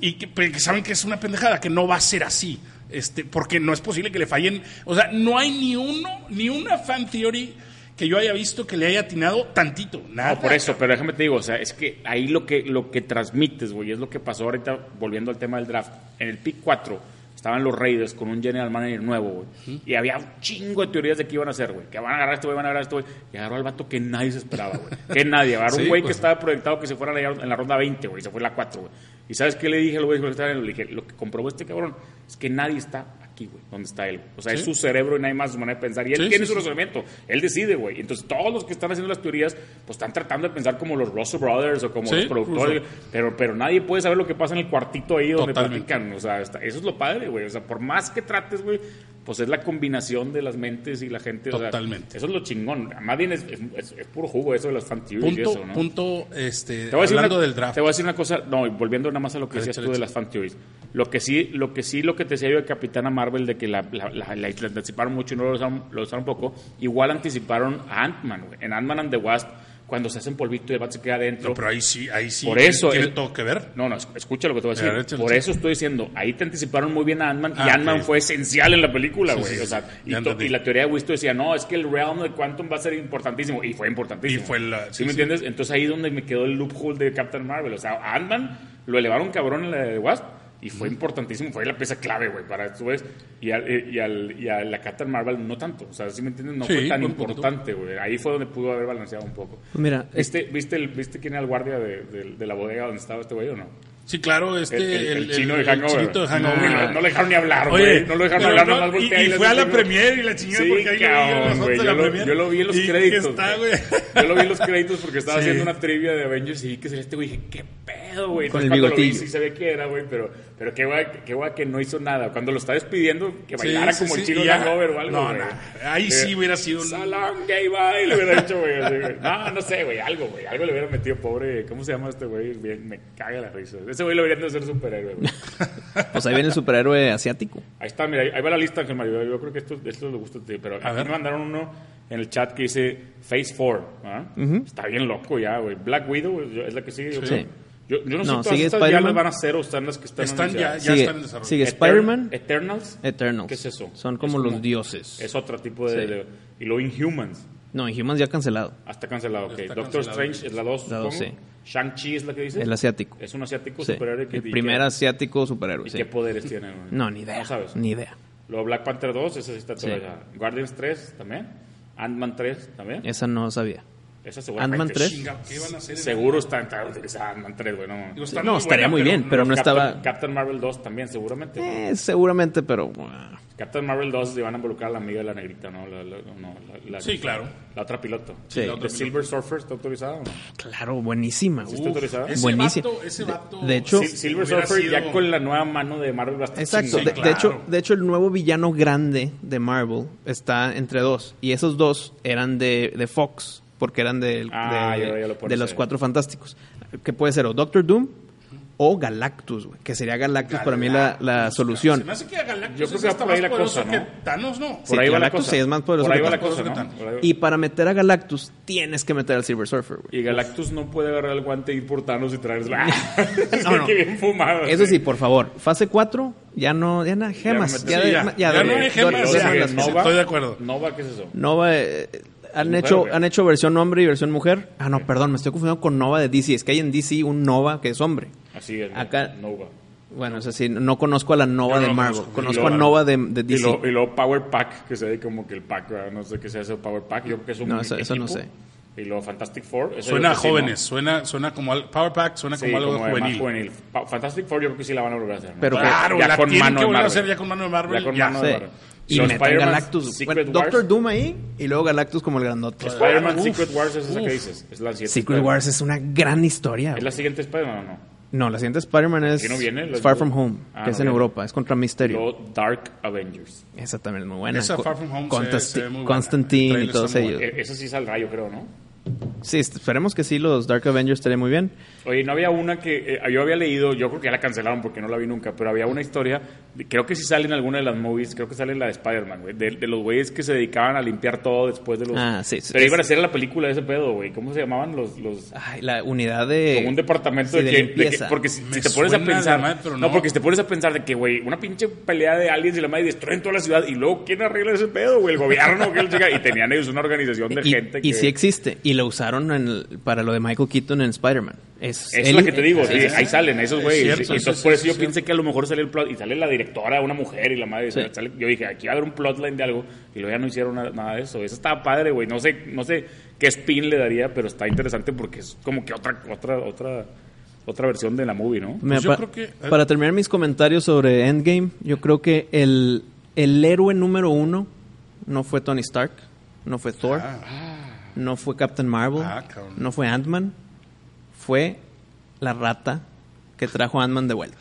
Speaker 1: y que, pe- que saben que es una pendejada, que no va a ser así. Este, porque no es posible que le fallen. O sea, no hay ni uno, ni una fan theory que yo haya visto que le haya atinado tantito. Nada.
Speaker 3: No, por eso, pero déjame te digo, o sea, es que ahí lo que, lo que transmites, güey, es lo que pasó ahorita, volviendo al tema del draft. En el pick 4 estaban los Raiders con un general manager nuevo, güey. Y había un chingo de teorías de qué iban a hacer, güey. Que van a agarrar a este güey, van a agarrar a este güey. Y agarró al vato que nadie se esperaba, güey. Que nadie. Agarró
Speaker 1: Sí,
Speaker 3: un güey
Speaker 1: pues.
Speaker 3: que estaba proyectado que se fuera a la- en la ronda 20, güey. y Se fue en la 4, güey. ¿Y sabes qué le dije al güey que estaba en el- Le dije, lo que comprobó este cabrón es que nadie está aquí, güey, donde está él. güey. O sea,
Speaker 1: Sí.
Speaker 3: es su cerebro y nadie más su manera de pensar. Y él
Speaker 1: Sí,
Speaker 3: tiene
Speaker 1: sí,
Speaker 3: su
Speaker 1: sí.
Speaker 3: razonamiento. Él decide, güey. Entonces, todos los que están haciendo las teorías, pues están tratando de pensar como los Russo Brothers o como
Speaker 1: Sí,
Speaker 3: los productores.
Speaker 1: Russo.
Speaker 3: Pero, pero nadie puede saber lo que pasa en el cuartito ahí donde
Speaker 1: Totalmente.
Speaker 3: platican. O sea, está- eso es lo padre, güey. O sea, por más que trates, güey, pues es la combinación de las mentes y la gente. o sea,
Speaker 1: Totalmente.
Speaker 3: eso es lo chingón. Más bien es, es- es- es puro jugo eso de las fan theories y
Speaker 1: Punto,
Speaker 3: eso, ¿no?
Speaker 1: punto, este,
Speaker 3: Te voy a decir
Speaker 1: hablando
Speaker 3: una-
Speaker 1: del draft.
Speaker 3: Te voy a decir una cosa, no, y volviendo nada más a lo que
Speaker 1: Dale,
Speaker 3: decías
Speaker 1: dale,
Speaker 3: tú de
Speaker 1: dale.
Speaker 3: las fan theories. Lo que sí, lo que sí, lo que te decía yo de Capitana Marvel, de que la, la, la- la- la anticiparon mucho y no lo usaron, lo usaron poco, igual anticiparon a Ant-Man, güey. En Ant-Man and the Wasp, cuando se hacen polvito y el bat se queda adentro.
Speaker 1: No, pero ahí sí, ahí sí.
Speaker 3: Por eso
Speaker 1: Tiene
Speaker 3: es-
Speaker 1: todo que ver.
Speaker 3: No, no, es- escucha lo que te voy a decir.
Speaker 1: A ver, échale,
Speaker 3: Por
Speaker 1: échale.
Speaker 3: eso estoy diciendo, ahí te anticiparon muy bien a Ant-Man y
Speaker 1: Ah,
Speaker 3: Ant-Man
Speaker 1: ok.
Speaker 3: fue esencial en la película,
Speaker 1: Sí,
Speaker 3: güey.
Speaker 1: sí, sí.
Speaker 3: o sea, y,
Speaker 1: Ya
Speaker 3: to-
Speaker 1: entendí.
Speaker 3: y la teoría de Wisto decía, no, es que el realm de Quantum va a ser importantísimo. Y fue importantísimo.
Speaker 1: Y fue la-
Speaker 3: ¿Sí,
Speaker 1: sí,
Speaker 3: me
Speaker 1: sí.
Speaker 3: entiendes? Entonces ahí donde me quedó el loophole de Captain Marvel. O sea, Ant-Man lo elevaron cabrón en la de Wasp. Y fue importantísimo, fue la pieza clave, güey, para esto, ¿ves? Y, al- eh, y, al- y a la Captain Marvel no tanto, o sea, ¿sí me entiendes? No
Speaker 1: Sí,
Speaker 3: fue tan
Speaker 1: buen punto.
Speaker 3: importante, güey. Ahí fue donde pudo haber balanceado un poco.
Speaker 2: Mira, este,
Speaker 3: ¿Viste, viste, el- ¿Viste quién era el guardia de, de- de la bodega donde estaba este güey o no?
Speaker 1: Sí, claro, este.
Speaker 3: El, el- el chino de Hangover.
Speaker 1: chinito de Hangover.
Speaker 3: No, güey, No, no le dejaron ni hablar,
Speaker 1: Oye,
Speaker 3: Ah, güey. No lo dejaron
Speaker 1: pero
Speaker 3: hablar,
Speaker 1: no,
Speaker 3: nada más
Speaker 1: y-
Speaker 3: voltea
Speaker 1: y
Speaker 3: le
Speaker 1: fue a
Speaker 3: hace
Speaker 1: la
Speaker 3: así,
Speaker 1: premier y la chingada,
Speaker 3: Sí,
Speaker 1: porque ahí lo vi en
Speaker 3: cabrón,
Speaker 1: las fotos
Speaker 3: güey,
Speaker 1: de
Speaker 3: yo
Speaker 1: la
Speaker 3: lo-
Speaker 1: premier.
Speaker 3: Yo lo vi en los
Speaker 1: ¿Y qué
Speaker 3: créditos.
Speaker 1: está,
Speaker 3: güey.
Speaker 1: güey?
Speaker 3: Yo lo vi en los créditos porque estaba
Speaker 1: Sí.
Speaker 3: haciendo una trivia de Avengers y vi que sería este güey. Dije, qué pedo, güey.
Speaker 2: Con
Speaker 3: Entonces,
Speaker 2: el
Speaker 3: cuando lo vi,
Speaker 2: bigotillo.
Speaker 3: Sí, sabía que era, güey, pero, pero qué guay, qué guay que no hizo nada. Cuando lo estaba despidiendo, que
Speaker 1: Sí,
Speaker 3: bailara
Speaker 1: sí,
Speaker 3: como
Speaker 1: sí,
Speaker 3: el chino
Speaker 1: y
Speaker 3: de
Speaker 1: ya.
Speaker 3: Hangover o algo.
Speaker 1: No,
Speaker 3: güey. Eh,
Speaker 1: no, ahí sí hubiera sido un-
Speaker 3: Salón gay bye, le hubiera hecho, güey. así, güey. No, no sé, güey, algo, güey. Algo le hubiera metido, pobre. ¿Cómo se llama este güey? Bien, me caga la risa. Ese güey lo deberían de ser superhéroe, güey.
Speaker 2: pues ahí viene el superhéroe asiático.
Speaker 3: Ahí está, mira, ahí va la lista, Ángel Mario. Yo creo que esto, esto le gusta a ti, pero aquí
Speaker 1: ver.
Speaker 3: me mandaron uno en el chat que dice Phase 4. ¿ah? Está bien loco ya, güey. Black Widow güey, yo- es la que sigue, yo
Speaker 2: Sí.
Speaker 3: creo. Yo, yo
Speaker 2: No,
Speaker 3: no, sé si todas
Speaker 2: sigue
Speaker 3: estas ya
Speaker 2: Spider-Man.
Speaker 3: las van a hacer o están las que están.
Speaker 1: Están ya,
Speaker 3: anunciadas.
Speaker 1: ya
Speaker 2: Sigue-
Speaker 1: están en desarrollo.
Speaker 2: sigue.
Speaker 3: Etern-
Speaker 2: Spider-Man.
Speaker 3: Eternals.
Speaker 2: Eternals.
Speaker 3: eh, ¿Qué es eso?
Speaker 2: Son
Speaker 3: Es
Speaker 2: como
Speaker 3: como-
Speaker 2: los dioses.
Speaker 3: Es otro tipo de,
Speaker 2: Sí.
Speaker 3: de- Y luego Inhumans.
Speaker 2: No, Inhumans ya cancelado.
Speaker 3: Hasta cancelado, ok.
Speaker 1: Está
Speaker 3: Doctor
Speaker 1: cancelado.
Speaker 3: Strange es la 2,
Speaker 2: La dos,
Speaker 3: supongo.
Speaker 2: sí.
Speaker 3: Shang-Chi es la que dices.
Speaker 2: El asiático.
Speaker 3: Es un asiático
Speaker 2: Sí.
Speaker 3: pues, superhéroe. Que,
Speaker 2: El
Speaker 3: y
Speaker 2: primer
Speaker 3: que-
Speaker 2: asiático
Speaker 3: ¿Y
Speaker 2: superhéroe. sí.
Speaker 3: qué poderes tiene? güey?
Speaker 2: No, ni idea.
Speaker 3: No sabes.
Speaker 2: Ni idea.
Speaker 3: Luego Black Panther 2, esa sí está
Speaker 2: Sí.
Speaker 3: todavía. Guardians 3 también. Ant-Man 3 también.
Speaker 2: Esa no sabía.
Speaker 3: Esa seguramente-
Speaker 2: Ant-Man 3.
Speaker 1: Chinga, ¿Qué van a hacer? en-
Speaker 3: Seguro está está utilizada Ant-Man 3, güey. No,
Speaker 1: Digo, está
Speaker 2: No,
Speaker 1: muy buena,
Speaker 2: estaría muy bien, pero no
Speaker 3: Captain,
Speaker 2: estaba.
Speaker 3: Captain Marvel 2 también, seguramente.
Speaker 2: Eh, seguramente, pero. ah, bueno,
Speaker 3: Captain Marvel 2 le van a involucrar a la amiga de la negrita, ¿no? La, la- no, la- la-
Speaker 1: Sí, claro.
Speaker 3: La otra piloto.
Speaker 2: Sí.
Speaker 3: ¿La otra Silver Surfer está autorizada o no?
Speaker 2: Claro, buenísima.
Speaker 3: ¿Está autorizada?
Speaker 1: ese
Speaker 2: Buenísimo.
Speaker 1: vato- ese vato-
Speaker 2: de hecho-
Speaker 3: Sil- Silver
Speaker 1: Hubiera
Speaker 3: Surfer ya
Speaker 1: sido-
Speaker 3: con la nueva mano de Marvel va a estar
Speaker 2: Exacto.
Speaker 1: Sí,
Speaker 2: de,
Speaker 3: chingona.
Speaker 1: claro.
Speaker 2: de hecho, de hecho, el nuevo villano grande de Marvel está entre dos. Y esos dos eran de, de Fox, porque eran de,
Speaker 3: Ah,
Speaker 2: de-
Speaker 3: ya- ya lo pones
Speaker 2: de los
Speaker 3: ahí.
Speaker 2: cuatro fantásticos. Que puede ser o Doctor Doom o Galactus, güey, que sería Galactus, para mí la, la
Speaker 1: Galactus,
Speaker 2: solución.
Speaker 1: Se me hace que Galactus
Speaker 3: Yo creo
Speaker 1: es
Speaker 3: que va
Speaker 1: hasta
Speaker 3: por ahí
Speaker 1: más
Speaker 3: la cosa,
Speaker 1: poderoso
Speaker 3: ¿no?
Speaker 1: que Thanos, ¿no?
Speaker 2: Sí, Galactus sí es más poderoso
Speaker 3: Por ahí
Speaker 2: que
Speaker 3: va la
Speaker 1: Thanos.
Speaker 3: cosa, ¿no?
Speaker 1: Poderoso que
Speaker 3: Por ahí va.
Speaker 2: Y para meter a Galactus tienes que meter al Silver Surfer, güey.
Speaker 3: Y Galactus no puede agarrar el guante, e ir por Thanos y traerla.
Speaker 2: No, no.
Speaker 3: que bien fumado.
Speaker 2: Eso sí, por favor, fase 4, ya no, ya nada, gemas.
Speaker 3: me-
Speaker 2: Ya,
Speaker 3: sí,
Speaker 2: de-
Speaker 1: ya.
Speaker 2: ma-
Speaker 1: Ya
Speaker 2: de-
Speaker 1: no hay
Speaker 2: de-
Speaker 1: gemas,
Speaker 2: de-
Speaker 1: o sea,
Speaker 2: de-
Speaker 1: no va. Estoy de acuerdo.
Speaker 3: Nova, ¿qué es eso?
Speaker 2: Nova eh, han
Speaker 3: Mujer,
Speaker 2: hecho
Speaker 3: güey.
Speaker 2: han hecho versión hombre y versión mujer. Ah, no, perdón, me estoy confundiendo con Nova de DC. Es que hay en DC un Nova que es hombre.
Speaker 3: Así es.
Speaker 2: Acá-
Speaker 3: Nova.
Speaker 2: Bueno, es así, no conozco a la Nova
Speaker 1: Yo no
Speaker 2: de
Speaker 1: lo
Speaker 2: Marvel,
Speaker 1: conozco.
Speaker 2: conozco
Speaker 3: Y
Speaker 2: a
Speaker 3: lo-
Speaker 2: Nova de, de
Speaker 3: Y
Speaker 2: DC.
Speaker 3: luego, y luego Power Pack, que se ve como que el pack, ¿verdad? no sé qué sea eso, Power Pack. Yo creo que es un
Speaker 2: No, eso- eso no
Speaker 3: equipo.
Speaker 2: sé.
Speaker 3: Y luego Fantastic Four. eso
Speaker 1: Suena a
Speaker 3: yo creo que sí, ¿no?
Speaker 1: jóvenes, suena, suena como al- Power Pack, suena
Speaker 3: Sí,
Speaker 1: como algo
Speaker 3: como de más
Speaker 1: juvenil.
Speaker 3: juvenil. Pa- Fantastic Four yo creo que sí la van a volver a hacer. ¿no?
Speaker 2: Pero-
Speaker 1: Claro,
Speaker 3: Ya
Speaker 1: la
Speaker 3: con
Speaker 1: tienen
Speaker 3: mano
Speaker 1: que
Speaker 3: de
Speaker 1: volver a
Speaker 3: Marvel.
Speaker 1: hacer ya con mano de Marvel.
Speaker 3: Ya con
Speaker 1: ya.
Speaker 3: mano
Speaker 2: Sí.
Speaker 3: de Marvel.
Speaker 2: Y
Speaker 3: Los
Speaker 2: meten
Speaker 3: Spider-Man
Speaker 2: Galactus.
Speaker 3: Secret
Speaker 2: Bueno,
Speaker 3: Wars.
Speaker 2: Doctor Doom ahí y luego Galactus como el grandote.
Speaker 3: Spider-Man
Speaker 1: Uf,
Speaker 3: Secret Wars es esa
Speaker 1: uf.
Speaker 3: que dices. Es la siguiente.
Speaker 2: Secret
Speaker 3: Spider-Man.
Speaker 2: Wars es una gran historia.
Speaker 3: ¿Es la siguiente Spider-Man o no?
Speaker 2: No, la siguiente Spider-Man es
Speaker 3: ¿Aquí no viene? Las-
Speaker 2: Far From Home,
Speaker 3: Ah,
Speaker 2: que
Speaker 3: no
Speaker 2: es en
Speaker 3: viene.
Speaker 2: Europa, es contra Misterio.
Speaker 3: Luego Dark Avengers.
Speaker 2: Esa también es muy buena.
Speaker 1: Esa
Speaker 2: Con-
Speaker 1: Far From Home se-
Speaker 2: Constasti-
Speaker 1: se ve muy buena. El
Speaker 2: Constantine
Speaker 1: trailer
Speaker 2: y
Speaker 1: está
Speaker 2: todos
Speaker 1: muy
Speaker 2: ellos.
Speaker 3: E- Esa sí saldrá, yo creo, ¿no?
Speaker 2: Sí, esperemos que sí, los Dark Avengers estarían muy bien.
Speaker 3: Oye, no había una que eh, yo había leído, yo creo que ya la cancelaron porque no la vi nunca, pero había una historia, de- creo que sí sale en alguna de las movies, creo que sale en la de Spider-Man, güey, de, de los güeyes que se dedicaban a limpiar todo después de los...
Speaker 2: Ah, sí, sí,
Speaker 3: Pero
Speaker 2: es-
Speaker 3: iban a hacer la película de ese pedo, güey, ¿cómo se llamaban los... los...
Speaker 2: Ay, la unidad de.
Speaker 3: Como un departamento
Speaker 2: sí,
Speaker 3: de,
Speaker 2: de
Speaker 3: que- de que,
Speaker 2: limpieza.
Speaker 3: Porque si,
Speaker 1: Me
Speaker 3: si te pones a
Speaker 1: suena de
Speaker 3: pensar...
Speaker 1: madre, pero
Speaker 3: no.
Speaker 1: no.
Speaker 3: porque si te pones a pensar de que, güey, una pinche pelea de aliens y la madre destruyen toda la ciudad y luego, ¿quién arregla ese pedo, güey? El gobierno, que él llega- Y tenían ellos una organización de
Speaker 2: Y,
Speaker 3: gente
Speaker 2: y
Speaker 3: que...
Speaker 2: sí existe. Y lo usaron en el- para lo de Michael Keaton en Spider-Man. Es,
Speaker 3: Eso
Speaker 2: él-
Speaker 3: es lo que te digo,
Speaker 2: eh,
Speaker 3: sí, ahí salen esos
Speaker 1: Es
Speaker 3: güeyes.
Speaker 1: cierto,
Speaker 3: y
Speaker 1: sí,
Speaker 3: Entonces,
Speaker 1: sí,
Speaker 3: por
Speaker 1: sí,
Speaker 3: eso yo
Speaker 1: sí.
Speaker 3: pensé que a lo mejor sale el plot. Y sale la directora, una mujer y la madre. y sale-
Speaker 2: Sí.
Speaker 3: sale- yo dije, aquí va a haber un plotline de algo. Y luego ya no hicieron na- nada de eso. Eso estaba padre, güey. No sé, no sé qué spin le daría, pero está interesante porque es como que otra, otra, otra, otra versión de la movie, ¿no?
Speaker 2: Mira,
Speaker 1: Pues yo
Speaker 2: pa-
Speaker 1: creo que-
Speaker 2: Para terminar mis comentarios sobre Endgame, yo creo que el, el héroe número uno no fue Tony Stark, no fue Thor,
Speaker 3: Ah,
Speaker 2: no fue Captain Marvel,
Speaker 1: Ah, cabrón.
Speaker 2: no fue Ant-Man, fue la rata que trajo a Ant-Man de vuelta.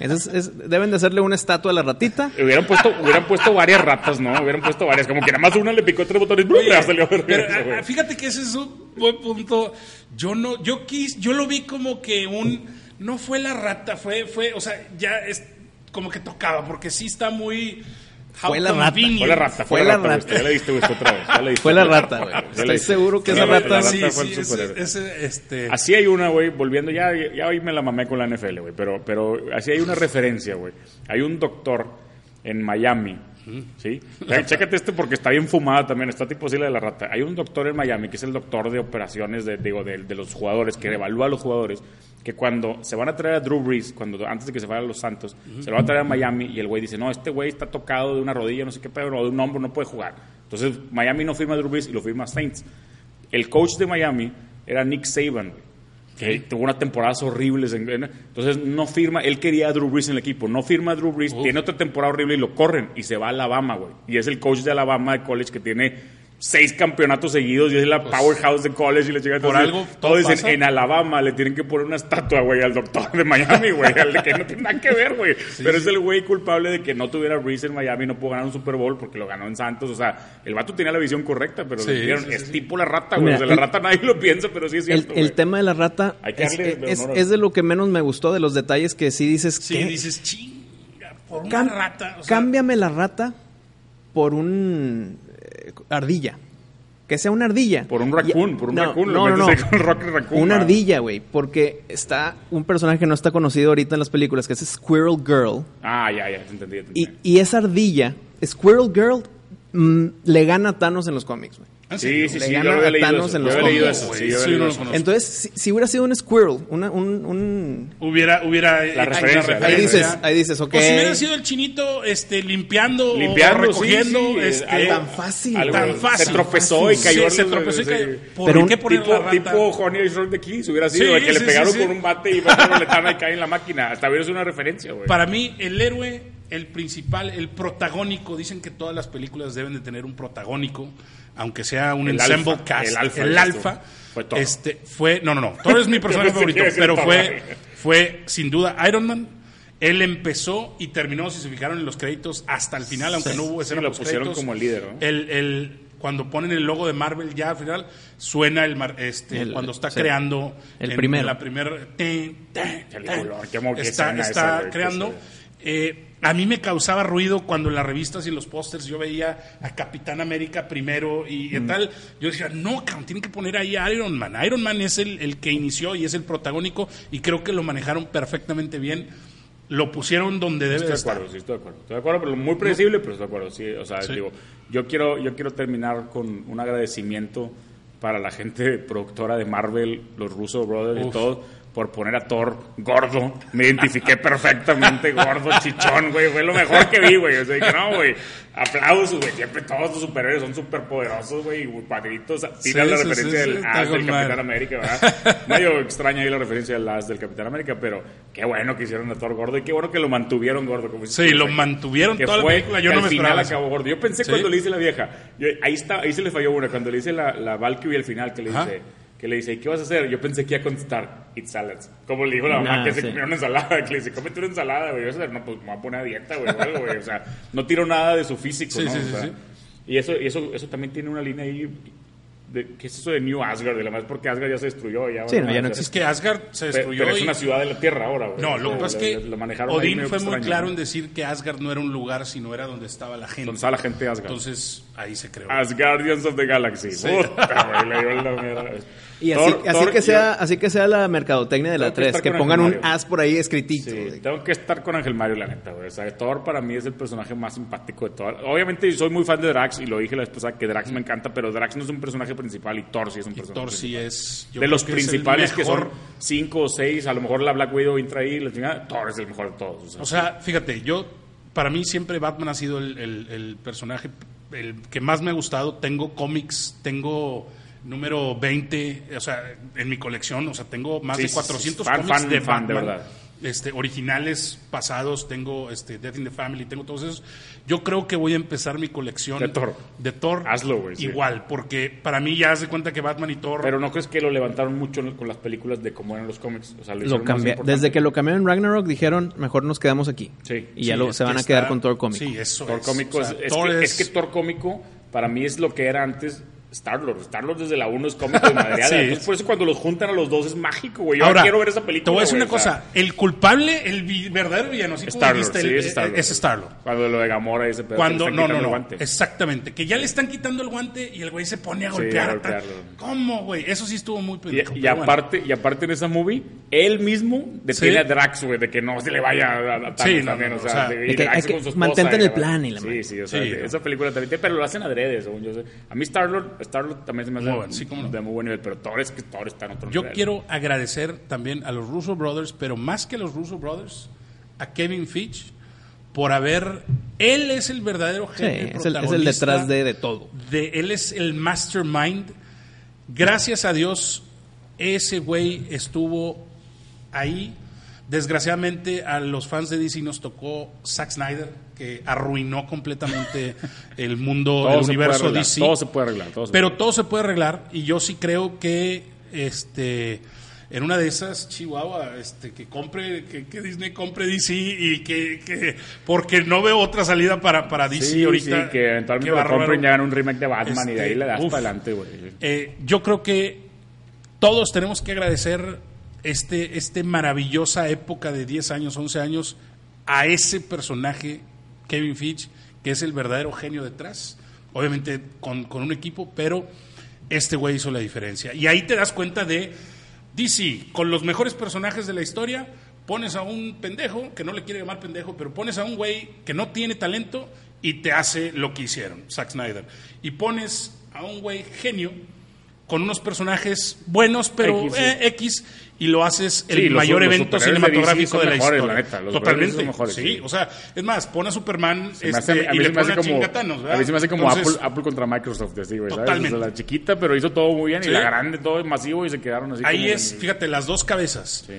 Speaker 2: Ese es- es- deben de hacerle una estatua a la ratita.
Speaker 3: Hubieran puesto, hubieran puesto varias ratas, ¿no? Hubieran puesto varias. Como que nada más una le picó tres botones. ¡blum! ya salió de
Speaker 1: Pero,
Speaker 3: regreso,
Speaker 1: ah,
Speaker 3: güey.
Speaker 1: ah, fíjate que ese es un buen punto. Yo no, yo quis, yo lo vi como que un no fue la rata, fue, fue, o sea, ya es como que tocaba, porque sí está muy how
Speaker 2: Fue la rata.
Speaker 1: convenient.
Speaker 3: Fue la rata, fue, la rata. güey. Ya le diste gusto otra vez. ya le diste
Speaker 2: Fue la
Speaker 3: gusto.
Speaker 2: rata, güey.
Speaker 3: Ya le
Speaker 2: Estoy
Speaker 3: diste.
Speaker 2: seguro que
Speaker 1: Sí,
Speaker 2: esa
Speaker 3: La
Speaker 2: rata-
Speaker 1: sí,
Speaker 3: fue
Speaker 1: sí,
Speaker 3: el
Speaker 1: ese-
Speaker 3: superhéroe.
Speaker 1: ese, este,
Speaker 3: Así hay una, güey, volviendo, ya, ya hoy me la mamé con la NFL, güey, pero, pero así hay una referencia, güey. Hay un doctor en Miami, ¿sí? Che- Chécate este porque está bien fumada también, está tipo así la de la rata. Hay un doctor en Miami que es el doctor de operaciones, de, digo, de, de los jugadores, que evalúa a los jugadores, que cuando se van a traer a Drew Brees, cuando, antes de que se vayan a los Santos, se lo van a traer a Miami y el güey dice, no, este güey está tocado de una rodilla, no sé qué pedo, o de un hombro, no puede jugar. Entonces Miami no firma a Drew Brees y lo firma a Saints. El coach de Miami era Nick Saban, güey, que tuvo unas temporadas horribles. en- en- entonces no firma, él quería a Drew Brees en el equipo, no firma a Drew Brees, tiene otra temporada horrible y lo corren y se va a Alabama, güey. Y es el coach de Alabama de college que tiene seis campeonatos seguidos y es la powerhouse de college y le llega
Speaker 1: Pues, por algo todo
Speaker 3: Todos dicen,
Speaker 1: pasa.
Speaker 3: en Alabama le tienen que poner una estatua, güey, al doctor de Miami, güey, al de que no tiene nada que ver, güey. Pero es el güey culpable de que no tuviera Brees en Miami, no pudo ganar un Super Bowl porque lo ganó en Santos. O sea, el vato tenía la visión correcta, pero
Speaker 1: Sí,
Speaker 3: le dieron,
Speaker 1: sí, sí,
Speaker 3: es
Speaker 1: sí.
Speaker 3: tipo la rata, güey.
Speaker 2: Mira,
Speaker 3: O sea, la
Speaker 2: el-
Speaker 3: rata nadie lo piensa, pero sí es
Speaker 2: El,
Speaker 3: cierto.
Speaker 2: el
Speaker 3: güey.
Speaker 2: tema de la rata
Speaker 3: Hay que
Speaker 2: es,
Speaker 3: darle el
Speaker 2: es-
Speaker 3: honor a-
Speaker 2: es de lo que menos me gustó, de los detalles que sí dices
Speaker 1: sí,
Speaker 2: que
Speaker 1: dices chinga por una
Speaker 2: Cam-
Speaker 1: rata. o sea,
Speaker 2: cámbiame la rata por un eh, ardilla. Que sea una ardilla.
Speaker 3: Por un raccoon,
Speaker 2: Ya-
Speaker 3: por un
Speaker 2: no, No,
Speaker 3: raccoon.
Speaker 2: no,
Speaker 3: lo
Speaker 2: no.
Speaker 3: metes ahí con el Rocky Raccoon.
Speaker 2: Una
Speaker 3: ah.
Speaker 2: ardilla, güey. Porque está un personaje que no está conocido ahorita en las películas, que es Squirrel Girl.
Speaker 3: Ah, ya, ya, te entendí. ya te
Speaker 2: Y,
Speaker 3: entendí.
Speaker 2: y esa ardilla, Squirrel Girl, mm, le gana a Thanos en los cómics, güey.
Speaker 1: ¿En
Speaker 3: sí,
Speaker 1: serio?
Speaker 3: sí,
Speaker 2: le
Speaker 3: sí, yo
Speaker 2: gana
Speaker 3: había
Speaker 2: a
Speaker 3: leído
Speaker 2: Thanos
Speaker 3: eso.
Speaker 2: en
Speaker 3: Yo
Speaker 2: los
Speaker 3: había leído
Speaker 1: cómics,
Speaker 3: eso,
Speaker 1: güey.
Speaker 3: sí, yo
Speaker 1: Eso yo
Speaker 3: había
Speaker 1: Ah, no
Speaker 3: leído
Speaker 1: lo
Speaker 3: eso.
Speaker 1: conozco.
Speaker 2: Entonces, si, si hubiera sido un Squirrel, una, un, un-
Speaker 1: Hubiera, hubiera hecho una
Speaker 3: referencia, la
Speaker 2: Ahí dices,
Speaker 1: referencia.
Speaker 2: ahí dices, ok.
Speaker 1: O si hubiera sido el chinito este, limpiando, o
Speaker 3: Limpiando,
Speaker 1: recogiendo,
Speaker 3: sí, sí,
Speaker 1: este,
Speaker 3: algo-
Speaker 2: tan fácil,
Speaker 3: algo-
Speaker 1: tan fácil.
Speaker 3: Se tropezó y
Speaker 1: Sí,
Speaker 3: cayó.
Speaker 1: se
Speaker 3: en los-
Speaker 1: tropezó y
Speaker 3: sí.
Speaker 1: cayó. ¿Por
Speaker 2: Pero un
Speaker 1: qué poner la
Speaker 3: Tipo,
Speaker 1: rata?
Speaker 3: tipo Honey I Shrunk the Kids hubiera sido,
Speaker 1: Sí,
Speaker 3: de que le
Speaker 1: sí,
Speaker 3: pegaron
Speaker 1: sí, sí.
Speaker 3: con un bate y va con la letana y cae en la máquina. Hasta hubiera sido una referencia, güey.
Speaker 1: Para mí, el héroe, el principal, el protagónico, dicen que todas las películas deben de tener un protagónico, aunque sea un
Speaker 3: El
Speaker 1: ensemble
Speaker 3: alfa,
Speaker 1: cast, el
Speaker 3: el
Speaker 1: alfa,
Speaker 3: alfa,
Speaker 1: el
Speaker 3: dices
Speaker 1: alfa
Speaker 3: tú. Fue Thor.
Speaker 1: este, fue, no, no, no, Thor es mi personaje
Speaker 3: Yo pensé que
Speaker 1: favorito,
Speaker 3: iba a decir
Speaker 1: pero
Speaker 3: Thor,
Speaker 1: fue,
Speaker 3: güey.
Speaker 1: fue sin duda Iron Man. Él empezó y terminó, si se fijaron en los créditos, hasta el final, aunque no hubo escena
Speaker 3: lo pusieron
Speaker 1: postcréditos.
Speaker 3: como el líder, ¿no?
Speaker 1: El, el- cuando ponen el logo de Marvel ya al final, suena el, mar- este,
Speaker 2: El-
Speaker 1: cuando está
Speaker 2: sí.
Speaker 1: creando
Speaker 2: el
Speaker 1: en-
Speaker 2: primero.
Speaker 1: en la primera
Speaker 3: El color, qué mo- qué
Speaker 1: Eh, está,
Speaker 3: escena
Speaker 1: está
Speaker 3: esa, güey, pues,
Speaker 1: creando.
Speaker 3: qué escena.
Speaker 1: Eh, a mí me causaba ruido cuando en las revistas y en los pósters yo veía a Capitán América primero y, y
Speaker 3: Mm.
Speaker 1: tal. Yo decía, no, cabrón, tienen que poner ahí a Iron Man. Iron Man es el, el que inició y es el protagónico y creo que lo manejaron perfectamente bien. Lo pusieron donde debe
Speaker 3: Estoy
Speaker 1: de
Speaker 3: de
Speaker 1: estar.
Speaker 3: acuerdo, sí, estoy de acuerdo. Estoy de acuerdo, pero muy predecible, pero estoy de acuerdo. Sí, o sea,
Speaker 1: Sí.
Speaker 3: digo, yo quiero, yo quiero terminar con un agradecimiento para la gente productora de Marvel, los Russo Brothers y
Speaker 1: Uf.
Speaker 3: todos, por poner a Thor gordo. Me identifiqué perfectamente, gordo, chichón, güey. Fue lo mejor que vi, güey. O sea, dije, no, güey. Aplausos, güey. Siempre todos los superhéroes son superpoderosos, güey. Y cuadritos. Tiran
Speaker 1: Sí,
Speaker 3: la
Speaker 1: sí,
Speaker 3: referencia
Speaker 1: sí, sí,
Speaker 3: del
Speaker 1: está
Speaker 3: As
Speaker 1: con
Speaker 3: del
Speaker 1: madre.
Speaker 3: Capitán América, ¿verdad? Medio extraña ahí la referencia del As del Capitán América, pero qué bueno que hicieron a Thor gordo y qué bueno que lo mantuvieron gordo. Como dices
Speaker 1: Sí,
Speaker 3: tú,
Speaker 1: lo
Speaker 3: güey.
Speaker 1: mantuvieron
Speaker 3: Que
Speaker 1: toda la
Speaker 3: fue
Speaker 1: película, yo
Speaker 3: que
Speaker 1: no
Speaker 3: al
Speaker 1: me
Speaker 3: final
Speaker 1: esperaba eso.
Speaker 3: acabó gordo. Yo pensé
Speaker 1: Sí.
Speaker 3: cuando le dice la vieja, yo- ahí, está, ahí se le falló una, cuando le dice la, la Valkyrie al final que le
Speaker 1: Ajá.
Speaker 3: dice, que le dice, "¿Y ¿qué vas a hacer? Yo pensé que iba a contestar, it's salads. Como le dijo la mamá
Speaker 2: Ah,
Speaker 3: que se
Speaker 2: sí.
Speaker 3: comió una ensalada, que le dice, cómete una ensalada, güey. Yo, "César, no, pues me voy a poner a dieta, güey, o algo, güey". O sea, no tiró nada de su físico,
Speaker 1: Sí,
Speaker 3: ¿no?
Speaker 1: sí,
Speaker 3: O
Speaker 1: sí,
Speaker 3: sea,
Speaker 1: sí.
Speaker 3: Y eso, y eso, eso también tiene una línea ahí. De, ¿Qué es eso de New Asgard? De la más porque Asgard ya se destruyó. Ya,
Speaker 2: Sí, no, ya no
Speaker 3: o sea,
Speaker 1: Es que Asgard se
Speaker 3: pe-
Speaker 1: destruyó.
Speaker 3: Pero es
Speaker 1: y-
Speaker 3: una ciudad de la Tierra ahora, güey.
Speaker 1: No, lo que
Speaker 3: O
Speaker 1: pasa
Speaker 3: sea,
Speaker 1: es
Speaker 3: lo-
Speaker 1: que
Speaker 3: lo manejaron ahí
Speaker 1: Odín
Speaker 3: medio
Speaker 1: fue muy
Speaker 3: extraño,
Speaker 1: claro
Speaker 3: ¿no?
Speaker 1: en decir que Asgard no era un lugar, sino era donde estaba la gente.
Speaker 3: Donde estaba la gente de Asgard. Ah,
Speaker 1: Entonces, ahí se creó.
Speaker 3: As Guardians of the Galaxy. Puta, güey, le dio la mierda.
Speaker 2: Y así,
Speaker 3: Thor-
Speaker 2: así
Speaker 3: Thor,
Speaker 2: que sea,
Speaker 3: yo-
Speaker 2: así que sea la mercadotecnia de la
Speaker 3: Tengo que
Speaker 2: 3,
Speaker 3: estar
Speaker 2: que
Speaker 3: con
Speaker 2: pongan un
Speaker 3: Angel Mario.
Speaker 2: as por ahí escritito.
Speaker 3: Sí,
Speaker 2: de-
Speaker 3: tengo que estar con Ángel Mario, la neta, güey. O sea, Thor para mí es el personaje más simpático de Thor. Obviamente soy muy fan de Drax y lo dije la vez pasada que Drax me encanta, pero Drax no es un personaje principal y Thor sí es
Speaker 1: Mm.
Speaker 3: un
Speaker 1: Y
Speaker 3: personaje
Speaker 1: Thor
Speaker 3: principal.
Speaker 1: sí es. yo
Speaker 3: de
Speaker 1: creo
Speaker 3: los
Speaker 1: que es el
Speaker 3: principales que son
Speaker 1: mejor.
Speaker 3: cinco o seis, a lo mejor la Black Widow entra ahí, la chingada, Thor es el mejor de todos. O sea,
Speaker 1: O sea, fíjate, yo. Para mí siempre Batman ha sido el, el- el personaje el que más me ha gustado. Tengo cómics, tengo número 20, o sea, en mi colección, o sea, tengo más
Speaker 3: Sí,
Speaker 1: de
Speaker 3: sí, sí,
Speaker 1: 400
Speaker 3: fan,
Speaker 1: cómics
Speaker 3: fan,
Speaker 1: de
Speaker 3: fan, de
Speaker 1: Batman.
Speaker 3: verdad.
Speaker 1: este, originales pasados, tengo este, Death in the Family, tengo todos esos. Yo creo que voy a empezar mi colección
Speaker 3: De Thor.
Speaker 1: de Thor
Speaker 3: Hazlo, güey, sí.
Speaker 1: Igual, porque para mí ya se cuenta que Batman y Thor.
Speaker 3: pero no crees que lo levantaron mucho con las películas de cómo eran los cómics. O sea, lo,
Speaker 2: Lo
Speaker 3: hicieron más
Speaker 2: cambia-
Speaker 3: importante.
Speaker 2: desde que lo cambiaron en Ragnarok dijeron, mejor nos quedamos aquí.
Speaker 3: Sí.
Speaker 2: y ya
Speaker 1: Sí,
Speaker 2: lo,
Speaker 1: es
Speaker 2: se van
Speaker 1: que
Speaker 2: a quedar
Speaker 1: está-
Speaker 2: con todo el cómic.
Speaker 1: Sí, eso
Speaker 3: Thor
Speaker 1: es.
Speaker 3: cómico
Speaker 1: O sea,
Speaker 3: es, es
Speaker 1: Thor
Speaker 3: que,
Speaker 1: es-
Speaker 3: es que Thor cómico para mí es lo que era antes Star-Lord. Star-Lord desde la 1 es cómico de madreada.
Speaker 1: Sí.
Speaker 3: Entonces, por eso cuando los juntan a los dos es mágico, güey. Yo
Speaker 1: Ahora,
Speaker 3: quiero ver esa película.
Speaker 1: Te voy a decir
Speaker 3: güey,
Speaker 1: una
Speaker 3: o sea,
Speaker 1: cosa. El culpable, el vi- verdadero villano, así como
Speaker 3: Star-Lord,
Speaker 1: dijiste,
Speaker 3: sí,
Speaker 1: el-
Speaker 3: es Star-Lord.
Speaker 1: es Star-Lord.
Speaker 3: Cuando lo de Gamora y ese pedazo.
Speaker 1: Cuando,
Speaker 3: le están
Speaker 1: no,
Speaker 3: quitando
Speaker 1: no,
Speaker 3: el
Speaker 1: no,
Speaker 3: guante.
Speaker 1: exactamente. Que ya le están quitando el guante y el güey se pone a golpear.
Speaker 3: a
Speaker 1: a tal-
Speaker 3: golpearlo.
Speaker 1: ¿Cómo, güey? Eso sí estuvo muy
Speaker 3: Y,
Speaker 1: pendejo.
Speaker 3: y
Speaker 1: pero bueno.
Speaker 3: aparte, y aparte en esa movie, él mismo
Speaker 1: Sí.
Speaker 3: detiene a Drax, güey, de que no se le vaya a, a Thanos
Speaker 1: Sí, no,
Speaker 3: también,
Speaker 1: no,
Speaker 3: o
Speaker 1: no,
Speaker 3: sea,
Speaker 1: o sea,
Speaker 3: de- y
Speaker 2: de que
Speaker 3: Drax
Speaker 2: hay que-
Speaker 3: con su esposa,
Speaker 2: mantente en
Speaker 3: y
Speaker 2: el
Speaker 3: la-
Speaker 2: plan y la madre.
Speaker 3: Sí, sí, o sea,
Speaker 1: Sí,
Speaker 3: de-
Speaker 1: no.
Speaker 3: esa película también, tiene- pero lo hacen adrede, según yo sé. A mí Star-Lord, Star-Lord también se me hace
Speaker 1: Muy bueno, sí, cómo no.
Speaker 3: de muy buen nivel, pero Thor es que Thor está en otro
Speaker 1: Yo
Speaker 3: nivel.
Speaker 1: quiero agradecer también a los Russo Brothers, pero más que a los Russo Brothers, a Kevin Fitch por haber. Él es el verdadero
Speaker 2: Sí,
Speaker 1: jefe.
Speaker 2: es, el, es el
Speaker 1: protagonista
Speaker 2: detrás de, de todo.
Speaker 1: de- él es el mastermind. Gracias a Dios, ese güey estuvo ahí. Desgraciadamente, a los fans de DC nos tocó Zack Snyder, que arruinó completamente el mundo,
Speaker 3: Todo
Speaker 1: el
Speaker 3: se puede
Speaker 1: universo
Speaker 3: arreglar,
Speaker 1: DC.
Speaker 3: Todo se puede arreglar. todo se
Speaker 1: Pero
Speaker 3: puede
Speaker 1: todo se puede arreglar y yo sí creo que este en una de esas Chihuahua este que compre que, que Disney compre DC y que, que- porque no veo otra salida para para
Speaker 3: arreglar.
Speaker 1: DC
Speaker 3: sí,
Speaker 1: ahorita
Speaker 3: sí, que eventualmente
Speaker 1: va a
Speaker 3: lo compren y
Speaker 1: robar-
Speaker 3: hagan un remake de Batman y de ahí
Speaker 1: Este,
Speaker 3: le das
Speaker 1: uf.
Speaker 3: para adelante, güey.
Speaker 1: Eh, yo creo que todos tenemos que agradecer este este maravillosa época de 10 años, 11 años a ese personaje Kevin Feige que es el verdadero genio detrás, obviamente con, con un equipo, pero este güey hizo la diferencia. Y ahí te das cuenta de DC, con los mejores personajes de la historia, pones a un pendejo, que no le quiere llamar pendejo, pero pones a un güey que no tiene talento y te hace lo que hicieron, Zack Snyder. Y pones a un güey genio con unos personajes buenos, pero eh,
Speaker 3: X,
Speaker 1: X,
Speaker 3: sí.
Speaker 1: y lo haces el
Speaker 3: Sí, los-
Speaker 1: mayor
Speaker 3: los
Speaker 1: evento
Speaker 3: superhéroes de DC
Speaker 1: cinematográfico
Speaker 3: son
Speaker 1: de la
Speaker 3: mejores,
Speaker 1: historia.
Speaker 3: la neta, los superhéroes
Speaker 1: Totalmente.
Speaker 3: son mejores,
Speaker 1: sí,
Speaker 3: sí.
Speaker 1: o sea, es más, pon a Superman
Speaker 3: Se me hace-
Speaker 1: este,
Speaker 3: a
Speaker 1: y
Speaker 3: mí
Speaker 1: le
Speaker 3: se me
Speaker 1: pone
Speaker 3: hace
Speaker 1: a
Speaker 3: como,
Speaker 1: chinga Thanos, ¿verdad?
Speaker 3: a mí se me hace como
Speaker 1: Entonces,
Speaker 3: Apple, Apple contra Microsoft, así, güey. ¿sabes?
Speaker 1: Totalmente.
Speaker 3: O sea, la chiquita, pero hizo todo muy bien
Speaker 1: Sí.
Speaker 3: y la grande, todo masivo y se quedaron así.
Speaker 1: Ahí
Speaker 3: como
Speaker 1: es,
Speaker 3: en-
Speaker 1: fíjate, las dos cabezas.
Speaker 3: Sí.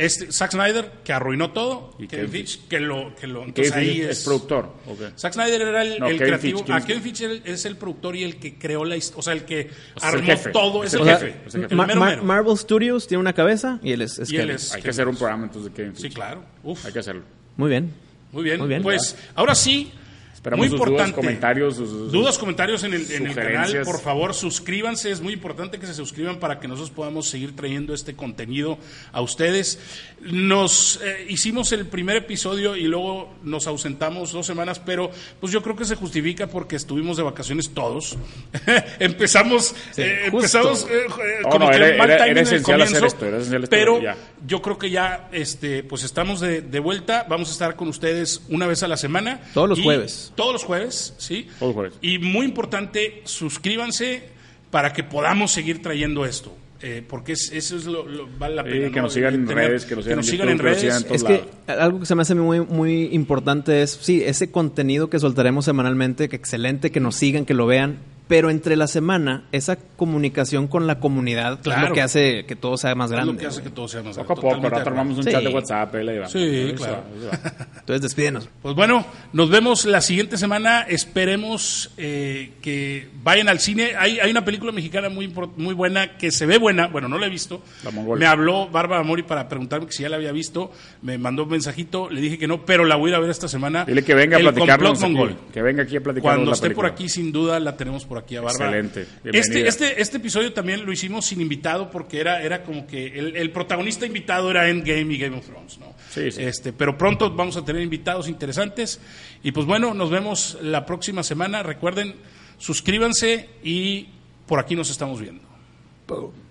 Speaker 1: Este, Zack Snyder, que arruinó todo, y
Speaker 3: Y
Speaker 1: Kevin
Speaker 3: Kevin
Speaker 1: Feige, que lo... Que lo
Speaker 3: que
Speaker 1: entonces
Speaker 3: es,
Speaker 1: ahí
Speaker 3: es
Speaker 1: es-
Speaker 3: productor. Ok.
Speaker 1: Zack Snyder era el,
Speaker 3: No,
Speaker 1: el
Speaker 3: Kevin
Speaker 1: creativo.
Speaker 3: Feige,
Speaker 1: ah,
Speaker 3: Kevin-
Speaker 1: Kevin Feige era el- es el productor y el que creó la historia. O sea, el que
Speaker 3: es el
Speaker 1: armó
Speaker 3: jefe.
Speaker 1: todo. Es el, jefe.
Speaker 3: es el jefe.
Speaker 1: El
Speaker 2: Mar-
Speaker 1: mero,
Speaker 2: Mar-
Speaker 1: mero.
Speaker 2: Marvel Studios tiene una cabeza y él es, es
Speaker 1: Y él
Speaker 2: Kevin.
Speaker 1: es-
Speaker 3: Hay que hacer un programa entonces de Kevin
Speaker 1: Sí,
Speaker 3: Feige.
Speaker 1: claro. Uf,
Speaker 3: Hay que hacerlo.
Speaker 2: Muy bien.
Speaker 1: muy, bien.
Speaker 2: muy bien.
Speaker 1: Pues ahora sí,
Speaker 3: Esperamos
Speaker 1: muy
Speaker 3: sus
Speaker 1: importante.
Speaker 3: dudas, comentarios, sus, sus-
Speaker 1: Dudas, comentarios en el, en el canal,
Speaker 3: Sugerencias.
Speaker 1: por favor, suscríbanse. Es muy importante que se suscriban para que nosotros podamos seguir trayendo este contenido a ustedes. Nos eh, hicimos el primer episodio y luego nos ausentamos dos semanas, pero pues yo creo que se justifica porque estuvimos de vacaciones todos. empezamos, eh,
Speaker 2: justo.
Speaker 1: empezamos eh, eh,
Speaker 3: Oh,
Speaker 1: como
Speaker 3: no,
Speaker 1: que
Speaker 3: era-
Speaker 1: el mal
Speaker 3: era-
Speaker 1: timing
Speaker 3: era
Speaker 1: en el
Speaker 3: esencial hacer
Speaker 1: comienzo,
Speaker 3: esto, era esencial esto,
Speaker 1: pero
Speaker 3: ya.
Speaker 1: yo creo que ya, este, pues estamos de, de vuelta. Vamos a estar con ustedes una vez a la semana.
Speaker 2: Todos los
Speaker 1: Y
Speaker 2: jueves.
Speaker 1: Todos los jueves, sí.
Speaker 3: Todos los jueves.
Speaker 1: Y muy importante, suscríbanse para que podamos seguir trayendo esto. eh, porque es- eso es lo, lo- vale la
Speaker 3: Sí,
Speaker 1: pena.
Speaker 3: que
Speaker 1: ¿no? Eh,
Speaker 3: nos sigan en
Speaker 1: Tener-
Speaker 3: redes, que nos sigan en
Speaker 1: sigan en
Speaker 3: YouTube, que
Speaker 1: redes.
Speaker 3: nos sigan en
Speaker 2: Es
Speaker 3: todos
Speaker 2: que algo que se me hace muy, muy importante es, sí, ese contenido que soltaremos semanalmente, que excelente, que nos sigan, que lo vean, pero entre la semana, esa comunicación con la comunidad es
Speaker 1: Claro.
Speaker 2: lo que hace que todo sea más
Speaker 1: Es
Speaker 2: grande.
Speaker 1: lo que hace que
Speaker 2: güey.
Speaker 1: todo sea más
Speaker 3: Poco a poco,
Speaker 1: grande,
Speaker 3: ahora
Speaker 1: totalmente
Speaker 3: armamos un
Speaker 2: Sí.
Speaker 3: chat de WhatsApp, ahí le llevamos.
Speaker 1: Sí,
Speaker 3: Eso,
Speaker 1: claro.
Speaker 3: eso va.
Speaker 2: Entonces despídenos.
Speaker 1: Pues bueno, nos vemos la siguiente semana. Esperemos eh, que vayan al cine. Hay, hay una película mexicana muy, impor- muy buena que se ve buena. Bueno, no la he visto.
Speaker 3: La Mongolia.
Speaker 1: Me habló Bárbara Mori para preguntarme que si ya la había visto. Me mandó un mensajito. Le dije que no, pero la voy a ir a ver esta semana.
Speaker 3: Dile que venga a
Speaker 1: El
Speaker 3: platicarnos.
Speaker 1: complot mongol.
Speaker 3: aquí, Que venga aquí a platicarnos.
Speaker 1: Cuando
Speaker 3: la
Speaker 1: esté por
Speaker 3: película.
Speaker 1: aquí, sin duda, la tenemos por aquí a Bárbara.
Speaker 3: Excelente.
Speaker 1: Este,
Speaker 3: Bienvenida.
Speaker 1: este, este episodio también lo hicimos sin invitado porque era, era como que el, el protagonista invitado era Endgame y Game of Thrones, ¿no?
Speaker 3: Sí, sí.
Speaker 1: Este, pero pronto vamos a tener invitados interesantes. Y pues bueno, nos vemos la próxima semana. Recuerden, suscríbanse y por aquí nos estamos viendo.
Speaker 2: Boom.